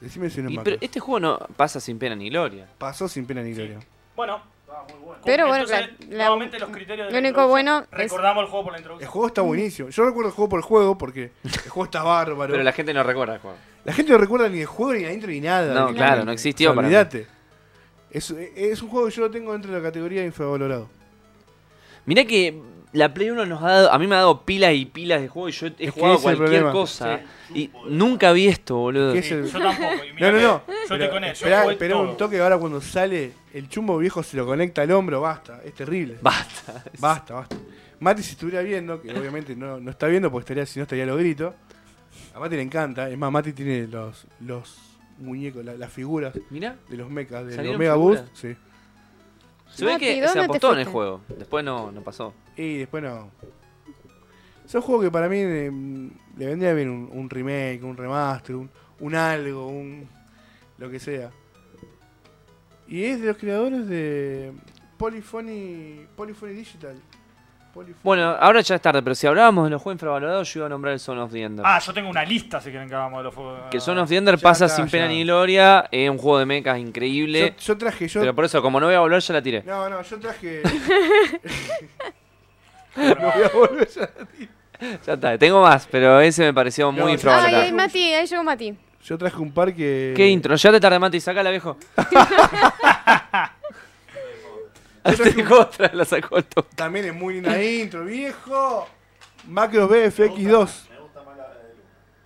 S1: Decime si no es
S3: Y-
S1: macro.
S3: pero este juego no pasa sin pena ni gloria.
S1: Pasó sin pena ni gloria.
S2: Bueno.
S4: Pero bueno,
S2: entonces,
S4: claro, la-
S2: nuevamente los criterios
S4: lo
S2: de la
S4: único bueno
S2: introducción.
S4: es-
S2: Recordamos el juego por la
S1: El
S2: introducción.
S1: juego está buenísimo. Yo recuerdo el juego por el juego porque el juego está bárbaro.
S3: Pero la gente no recuerda el juego.
S1: La gente no recuerda ni el juego, ni la intro, ni nada.
S3: No,
S1: Ni-
S3: claro,
S1: ni-
S3: no existió
S1: o sea,
S3: para mí.
S1: Olvídate. Es, es un juego que yo lo tengo dentro de la categoría de infravalorado.
S3: Mirá que la Play 1 nos ha dado. A mí me ha dado pilas y pilas de juego y yo he
S1: que
S3: jugado
S1: ese es el
S3: cualquier
S1: problema.
S3: cosa. Y nunca vi esto, boludo.
S1: Que es el-
S2: Yo tampoco. y
S1: No,
S2: mirá
S1: no,
S2: que
S1: no.
S2: Yo
S1: Pero
S2: estoy con él.
S1: esperá-
S2: yo jugué
S1: esperá
S2: todo.
S1: un toque. Ahora cuando sale, el chumbo viejo se lo conecta al hombro. Basta, es terrible.
S3: Basta.
S1: Basta, basta. Mati, si estuviera viendo, que obviamente no, no está viendo porque estaría, si no estaría lo grito. A Mati le encanta. Es más, Mati tiene los, los muñecos, la- las figuras
S3: Mirá.
S1: de los mechas, de los
S3: ¿Salieron
S1: Mega Boost.
S3: figuras?
S1: Sí.
S3: Se ve
S4: Mati,
S3: que se
S4: ¿dónde te
S3: apostó en el
S4: fuiste?
S3: juego. Después no, no pasó.
S1: Y después no. Es un juego que para mí eh, le vendría bien un, un remake, un remaster, un, un algo, un. lo que sea. Y es de los creadores de Polyphony, Polyphony Digital. Polyphony-
S3: Bueno, ahora ya es tarde, pero si hablábamos de los juegos infravalorados, yo iba a nombrar el Son of the Ender.
S2: Ah, yo tengo una lista si quieren que hagamos de los juegos.
S3: que el Son of the Ender pasa sin pena ni gloria. Es un juego de mechas
S1: yo,
S3: increíble.
S1: yo traje, yo.
S3: Pero por eso, como no voy a volver, ya la tiré.
S1: No, no, yo traje.
S2: Bueno,
S1: voy a volver ya.
S3: Ya está, tengo más, pero ese me pareció
S1: No,
S3: muy
S1: yo-
S4: Ay,
S3: infravalorado.
S4: ay, Mati, ahí llegó Mati.
S1: Yo traje un par que.
S3: ¿Qué intro? Ya te tardé, Mati, sacala, viejo.
S1: Este-
S3: Tengo otra, la sacó el toque.
S1: También es muy linda intro, viejo. Macros BFX2.
S5: Me gusta más la del uno.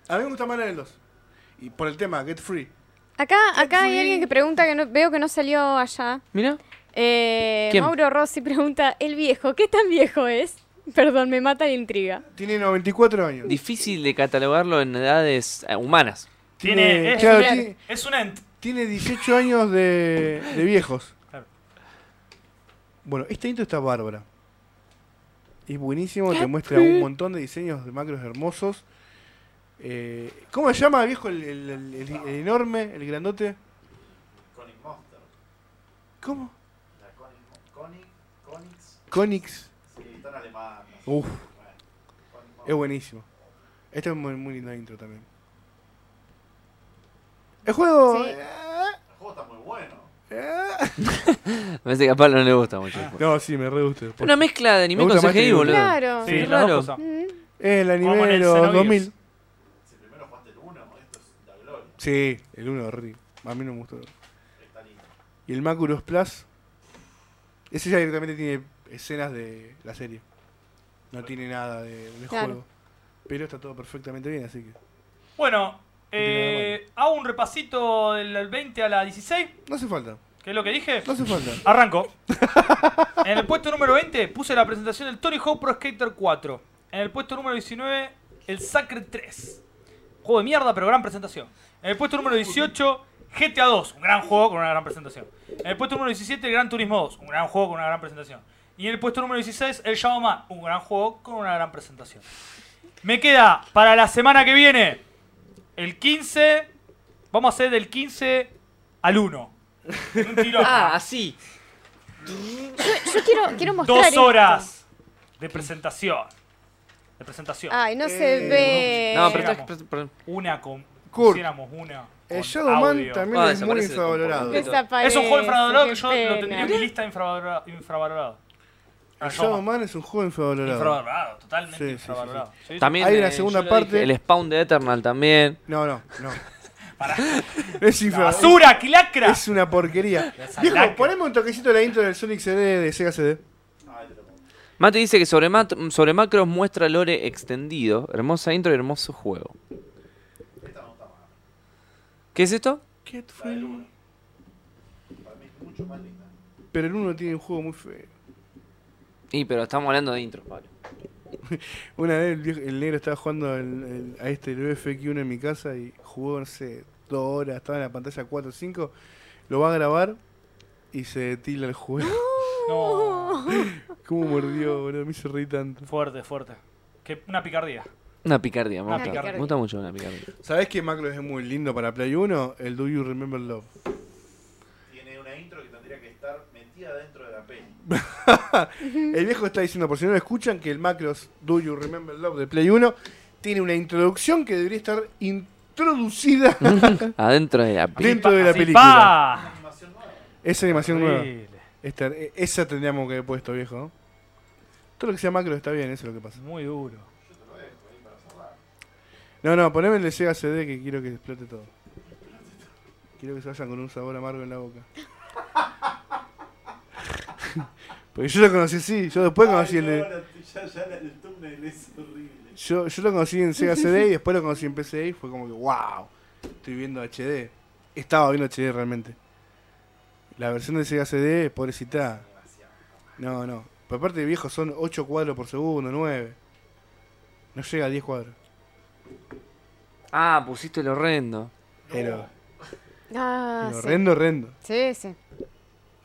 S1: A mí me gusta más la del 2. Y por el tema, Get Free.
S4: Acá, acá hay
S1: fui.
S4: alguien que pregunta que no, veo que no salió allá.
S3: Mira,
S4: Eh,
S3: ¿Quién?
S4: Mauro Rossi pregunta, el viejo, ¿qué tan viejo es? Perdón, me mata la intriga.
S1: Tiene 94 años.
S3: difícil de catalogarlo en edades eh, humanas.
S2: Tiene- es-
S1: claro,
S4: es-
S1: tiene,
S2: es una. ent-
S1: tiene 18 años de, de viejos.
S2: Claro.
S1: Bueno, esta intro está bárbara. Es buenísimo, te muestra un montón de diseños de macros hermosos. Eh, ¿Cómo se llama, viejo, el, el- el- el- el enorme, el grandote?
S5: Conic Monster.
S1: ¿Cómo?
S5: La Conic Mon- Conic. Conics.
S1: Conix.
S5: Sí, está en alemán. no sé.
S1: Uf,
S5: Bueno, Conic
S1: es
S5: Monster.
S1: buenísimo. Esta es muy, muy linda intro también. El juego...
S4: Sí.
S5: El juego está muy bueno.
S3: Me parece que a Pablo no le gusta mucho. el juego.
S1: No, sí, me re gusta.
S3: Una mezcla de anime
S1: Ah. Me
S3: con
S1: gusta más
S3: CGI,
S1: que-
S3: boludo.
S4: Claro.
S2: Sí,
S3: es
S2: las
S3: raro.
S2: dos cosas.
S4: Mm.
S1: El anime
S2: Como en el
S1: de los
S2: Xenogears.
S1: 2000.
S5: Si primero jugaste el 1, esto es la gloria.
S1: Sí, el 1 de Ri. A mí no me gustó.
S5: Está lindo.
S1: Y el Macuros Plus. Ese ya directamente tiene escenas de la serie. No tiene nada de, del
S4: Claro.
S1: juego. Pero está todo perfectamente bien, así que.
S2: Bueno, eh, hago un repasito del 20 a la 16,
S1: No hace falta.
S2: que es lo que dije.
S1: No hace falta.
S2: Arranco. En el puesto número 20 puse la presentación del Tony Hawk Pro Skater 4. En el puesto número 19, el Sacred 3. Juego de mierda, pero gran presentación. En el puesto número 18, GTA 2. Un gran juego con una gran presentación. En el puesto número 17, el Gran Turismo 2. Un gran juego con una gran presentación. Y en el puesto número 16, el Shadow Man. Un gran juego con una gran presentación. Me queda para la semana que viene el 15. Vamos a hacer del 15 al 1. Un tirón.
S3: Ah, así.
S4: Yo quiero, quiero mostrar.
S2: Dos
S4: esto.
S2: horas de presentación. De presentación.
S4: Ay, no se
S1: Eh,
S4: ve.
S3: No, pero,
S2: Llegamos.
S3: pero- pero-
S2: una con.
S1: Kurt.
S2: Hiciéramos una.
S1: El
S2: con
S1: Shadowman
S2: audio.
S1: también
S3: Ah,
S1: es muy
S3: desaparece
S1: infravalorado.
S3: un poco.
S2: Es
S4: Desaparece,
S2: un juego infravalorado
S4: qué
S2: que yo lo tendría
S4: pena.
S2: en mi lista de infravalora- infravalorado.
S1: El
S2: Ah, Shadowman.
S1: Shadowman es un juego infravalorado.
S2: Infravalorado, totalmente
S1: Sí, sí, sí,
S2: infravalorado. Sí,
S3: también
S1: Hay una
S3: eh,
S1: segunda
S3: yo lo dije,
S1: parte.
S3: El spawn de Eternal también.
S1: No, no, no.
S2: Pará.
S1: Es
S2: La
S1: infravalorado.
S2: ¡Basura, quilacra!
S1: Ah, Es una porquería.
S2: Esa
S1: Viejo,
S2: lacra.
S1: poneme un toquecito de la intro del Sonic CD de Sega CD.
S3: Mate dice que sobre, mat- sobre macros muestra lore extendido. Hermosa intro y hermoso juego. ¿Qué es esto?
S1: Pero el 1 tiene un juego muy feo.
S3: Y pero estamos hablando de intros, Pablo.
S1: Una vez el, viejo- el negro estaba jugando al- el- a este el FX1 en mi casa y jugó, no sé, dos horas, estaba en la pantalla 4 o 5, lo va a grabar y se tila el juego.
S2: No.
S1: ¿Cómo mordió, boludo? Me hizo reír tanto.
S2: Fuerte, fuerte. Que una picardía.
S3: Una picardía, me
S2: Una
S3: gusta.
S4: picardía.
S3: Me gusta mucho una picardía.
S1: ¿Sabés qué macro es muy lindo para Play 1? El Do You Remember Love.
S5: Tiene una intro que tendría que estar metida dentro de la peli.
S1: El viejo está diciendo, por si no lo escuchan, que el Macros Do You Remember Love de Play 1 tiene una introducción que debería estar introducida.
S3: Adentro de la pi-
S1: Dentro de la
S2: Así,
S1: película.
S2: pa.
S1: Esa animación nueva.
S2: Horrible.
S1: Esta- e- esa tendríamos que haber puesto, viejo. ¿no? Todo lo que sea macro está bien, eso es lo que pasa.
S2: Muy duro.
S1: No, no, poneme el de Sega CD que quiero que explote todo. Quiero que se vayan con un sabor amargo en la boca. Porque yo lo conocí así, yo después conocí el de...
S5: Ya, ya la- el thumbnail es horrible.
S1: Yo, yo lo conocí en Sega CD y después lo conocí en PCI y fue como que, wow, estoy viendo HD. Estaba viendo HD realmente. La versión de Sega CD, pobrecita. No, no. Pero aparte de viejo son 8 cuadros por segundo, 9. No llega a 10 cuadros.
S3: Ah, pusiste el horrendo.
S1: Pero,
S4: Ah,
S1: pero
S4: sí.
S1: horrendo, horrendo.
S4: Sí, sí.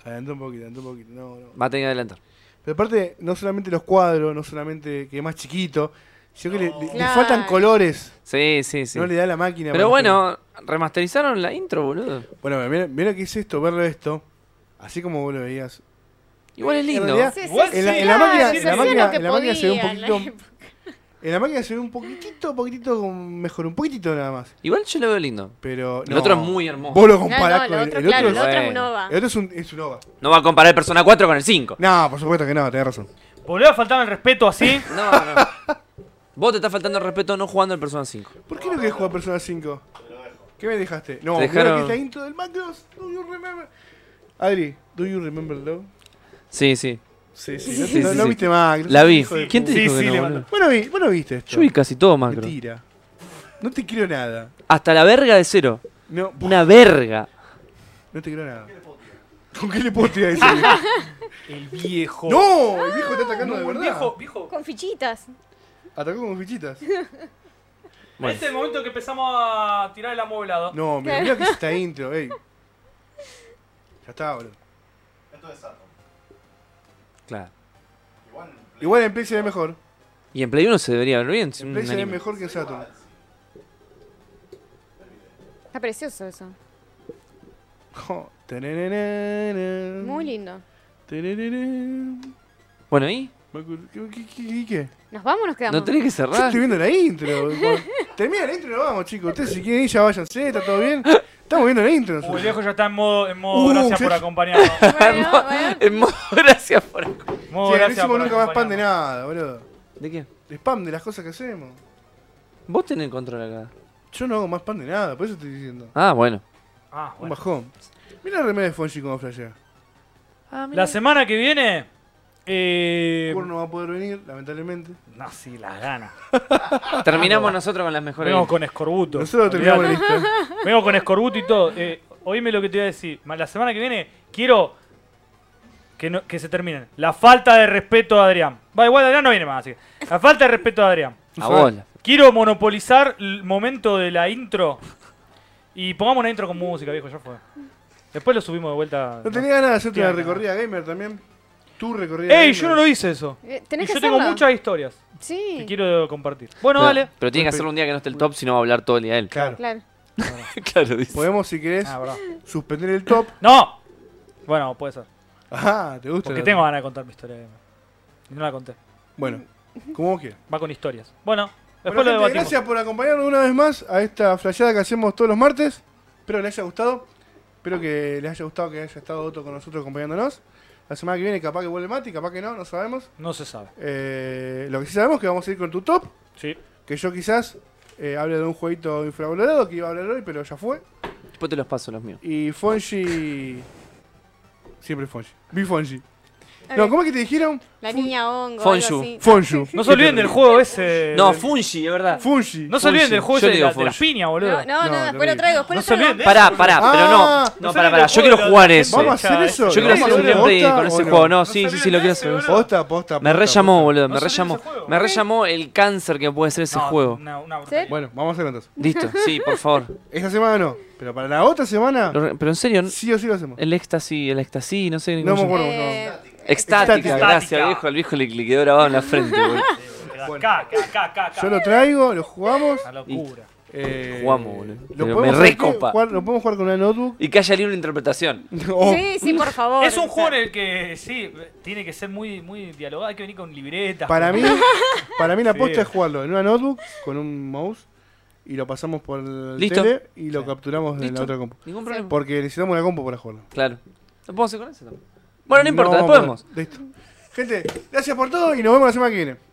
S1: Adelantó un poquito, adelantó un poquito. No, no.
S3: Va a tener que adelantar.
S1: Pero aparte, no solamente los cuadros, no solamente que es más chiquito, sino que le- le, le
S4: Claro.
S1: faltan colores.
S3: Sí, sí, sí.
S1: No le da la máquina.
S3: Pero
S1: para hacer-
S3: bueno, remasterizaron la intro, boludo.
S1: Bueno, mira, mira qué es esto, verlo esto. Así como vos lo veías.
S3: Igual es
S1: En
S3: lindo.
S1: realidad-
S4: Sí, sí,
S2: Igual
S4: sí,
S1: en la- en la
S4: claro,
S1: máquina-
S4: se
S1: en la
S4: hacía
S1: máquina-
S4: lo que
S1: en la máquina se ve un
S4: podía en la
S1: poquito-
S4: época.
S1: En la máquina se ve un poquitito, poquitito con- mejor, un poquitito nada más.
S3: Igual yo lo veo lindo.
S1: Pero.
S3: El
S1: no.
S3: otro es muy hermoso.
S1: Vos lo
S4: No,
S1: comparás
S4: no, lo
S1: con
S4: otro,
S1: el,
S4: claro,
S1: otro.
S4: lo otro es un
S3: bueno.
S1: es-
S4: OVA.
S1: el otro es un, es un OVA.
S3: No va a comparar el Persona 4 con el 5.
S1: No, por supuesto que no, tenés razón.
S2: Volvió a faltarme el respeto así.
S3: No, no. Vos te estás faltando el respeto no jugando el Persona 5.
S1: ¿Por qué no querés jugar Persona 5? ¿Qué me dejaste? No,
S3: Te
S1: mirá que
S3: dejaron-
S1: está intro del Macros. Do you remember? Adri, ¿do you remember love?
S3: Sí, sí.
S1: Sí, sí, no,
S3: Sí,
S1: no-
S3: sí,
S1: no
S3: sí.
S1: viste Macros.
S3: La vi.
S1: hijo de
S3: ¿Quién te
S1: puta.
S2: Sí,
S3: dijo
S2: sí,
S3: que
S2: le
S3: no,
S2: mandó.
S3: boludo?
S1: Bueno, vi, bueno viste esto.
S3: Yo vi casi todo macro.
S1: Mentira. No te quiero nada.
S3: Hasta la verga de cero.
S1: No,
S3: Una verga.
S1: no te quiero nada. ¿Con qué le puedo tirar eso?
S2: El viejo.
S1: ¡No! El viejo está atacando de
S2: el
S1: verdad.
S2: viejo, viejo.
S4: Con fichitas.
S1: Atacó con fichitas.
S3: Bueno.
S2: Este es el momento que empezamos a tirar el amoblado.
S1: No, mira, mira que es esta intro, ey. Ya está, boludo.
S5: Esto es Atom.
S3: Claro.
S5: Igual,
S1: Igual en Play se ve mejor.
S3: Y en Play 1 se debería ver bien. es
S1: En
S3: un
S1: Play se ve
S3: anime.
S1: mejor que en Saturn.
S4: Está precioso eso.
S1: Jo, tarararara.
S4: Muy lindo.
S1: Tararara.
S3: Bueno, ¿y?
S1: Me acuerdo- ¿Qué? qué- qué- qué- qué?
S4: ¿Nos vamos o nos quedamos?
S3: ¿No tenés que
S1: Yo
S3: cerrar?
S1: estoy viendo la intro. boludo. Termina la intro y nos vamos, chicos. Ustedes si quieren ir ya vayan. Sí, está todo bien. Estamos viendo la intro
S2: Uh, el
S1: nosotros.
S2: viejo ya está en modo, en modo
S1: Uh,
S2: gracias
S1: ya-
S2: por acompañarnos.
S4: Bueno, bueno.
S3: En modo gracias por acá.
S2: En
S1: Che,
S2: modo
S1: no
S2: gracias
S1: hicimos
S2: por
S1: nunca más spam de
S2: acompañarnos.
S1: nada, boludo.
S3: ¿De qué?
S1: De spam de las cosas que hacemos.
S3: Vos tenés el control acá.
S1: Yo no hago más spam de nada, por eso estoy diciendo.
S3: Ah, bueno.
S2: Ah,
S1: Un
S2: bueno.
S1: bajón. Mira la remera de Fonji como flashea.
S3: Ah, mirá.
S2: La semana que viene. Eh,
S1: Kur no va a poder venir, lamentablemente.
S2: no, sí, las ganas.
S3: Terminamos nosotros con las mejores.
S2: Vengo con escorbuto.
S1: Nosotros terminamos la
S2: Olvidate.
S1: lista.
S2: Vengo con escorbuto y todo. Eh, oíme lo que te iba a decir. Ma- La semana que viene quiero que, no- que se terminen. La falta de respeto a Adrián. Va, igual Adrián no viene más. Así. que- La falta de respeto a Adrián.
S3: A vos.
S2: Quiero monopolizar el momento de la intro. Y pongamos una intro con música, viejo, ya fue. Después lo subimos de vuelta.
S1: No tenía ganas de hacerte una
S2: Tiene ganas.
S1: recorrida gamer también. Tu recorrida
S2: ¡Ey!
S1: gamer.
S2: Yo no lo hice eso.
S4: Eh,
S2: Y
S4: Tenés que
S2: yo tengo
S4: hacerlo.
S2: muchas historias que
S4: Sí,
S2: quiero compartir. Bueno,
S3: Pero-
S2: dale.
S3: Pero tiene que hacerlo un día que no esté el top, si no va a hablar todo el día él.
S1: Claro.
S4: claro.
S3: claro, dice.
S1: Podemos, si querés,
S2: Ah, verdad.
S1: suspender el top.
S2: ¡No! Bueno, puede ser.
S1: Ah, ¿te gusta?
S2: Porque
S1: la-
S2: tengo ganas de contar mi historia. de Gamer. Y no la conté.
S1: Bueno, como vos quieras.
S2: Va con historias. Bueno,
S1: Bueno,
S2: después lo
S1: gente,
S2: debatimos.
S1: gracias por acompañarnos una vez más a esta flasheada que hacemos todos los martes. Espero que les haya gustado. Espero que les haya gustado que haya estado Otto con nosotros acompañándonos. La semana que viene capaz que vuelve Mati, capaz que no, no sabemos.
S2: No se sabe.
S1: Eh, lo que sí sabemos es que vamos a ir con tu top,
S2: Sí.
S1: que yo quizás eh, hable de un jueguito infravalorado que iba a hablar hoy, pero ya fue.
S3: Después te los paso los míos.
S1: Y Fonji... Siempre Fonji. Vi Fonji.
S4: A
S1: No,
S4: ver,
S1: ¿cómo es que te dijeron?
S4: La
S1: Fun-
S4: niña hongo.
S3: Fonju.
S4: algo así.
S1: Fonju.
S2: No se olviden del juego ese.
S3: No,
S2: del-
S3: Fungi, es verdad.
S1: Funji.
S2: No se olviden del juego
S3: Yo
S2: ese de,
S3: digo
S2: la- de las
S3: Fungi.
S2: piñas,
S4: No, no,
S2: boludo.
S1: No,
S4: no, después
S1: terrible.
S4: lo traigo, después
S2: No
S4: lo
S2: se olviden
S4: traigo.
S2: de
S3: Pará,
S2: eso,
S3: pará,
S1: boludo.
S3: pero no.
S1: Ah,
S3: No, pará,
S2: no sale
S3: pará.
S2: el
S3: Yo
S2: juego
S3: quiero
S2: de la-
S3: jugar
S2: de la
S3: ese.
S2: gente.
S1: Vamos a hacer eso.
S3: Yo quiero
S1: ¿Vamos a
S3: hacer un
S1: hacer
S3: gameplay
S1: posta
S3: con ese
S1: o no?
S3: juego. No,
S2: No
S3: sí,
S2: se
S3: sí, sí,
S2: olviden
S3: lo
S2: de
S3: quiero
S2: ese,
S3: hacer.
S2: boludo.
S1: Posta, posta,
S3: Me
S1: posta,
S3: rellamó,
S1: posta.
S3: boludo.
S2: No
S3: Me
S2: se olviden de
S3: rellamó.
S2: ese juego.
S3: Me rellamó el cáncer que puede ser ese
S2: No,
S3: juego.
S2: una- una
S4: ¿Sí?
S2: brutalidad.
S1: Bueno, vamos a hacer entonces.
S3: Listo, sí, por favor.
S1: Esta semana no, pero para la otra semana
S3: Lo re- Pero en serio,
S1: sí o sí lo hacemos.
S3: el éxtasis, el éxtasis, no sé.
S1: No
S3: cómo se-
S1: me acuerdo.
S4: Eh,
S3: Extática,
S1: Extática.
S3: gracias, viejo. El viejo le, le quedó grabado en la frente, boludo.
S2: Acá, acá, acá, acá, acá.
S1: Yo lo traigo, lo jugamos.
S2: Una locura.
S1: eh,
S3: Jugamos, boludo.
S1: lo
S3: Pero me
S1: podemos hacer-
S3: recopa.
S1: jugar- lo podemos jugar con una notebook.
S3: Y que haya libre interpretación.
S1: Oh,
S4: Sí, sí, por favor.
S2: Es un
S4: o sea,
S2: juego en el que sí, tiene que ser muy, muy dialogado, hay que venir con libretas.
S1: Para mí, para mí la
S2: Sí.
S1: aposta es jugarlo en una notebook con un mouse y lo pasamos por el
S3: Listo.
S1: tele y lo capturamos en la
S3: Listo.
S1: otra compu.
S3: Ningún problema.
S1: Porque necesitamos una compu para jugarlo.
S3: Claro. ¿Lo podemos hacer con eso también? Bueno, no importa,
S1: vamos
S3: después
S1: a-
S3: vemos.
S1: Listo. Gente, gracias por todo y nos vemos la semana que viene.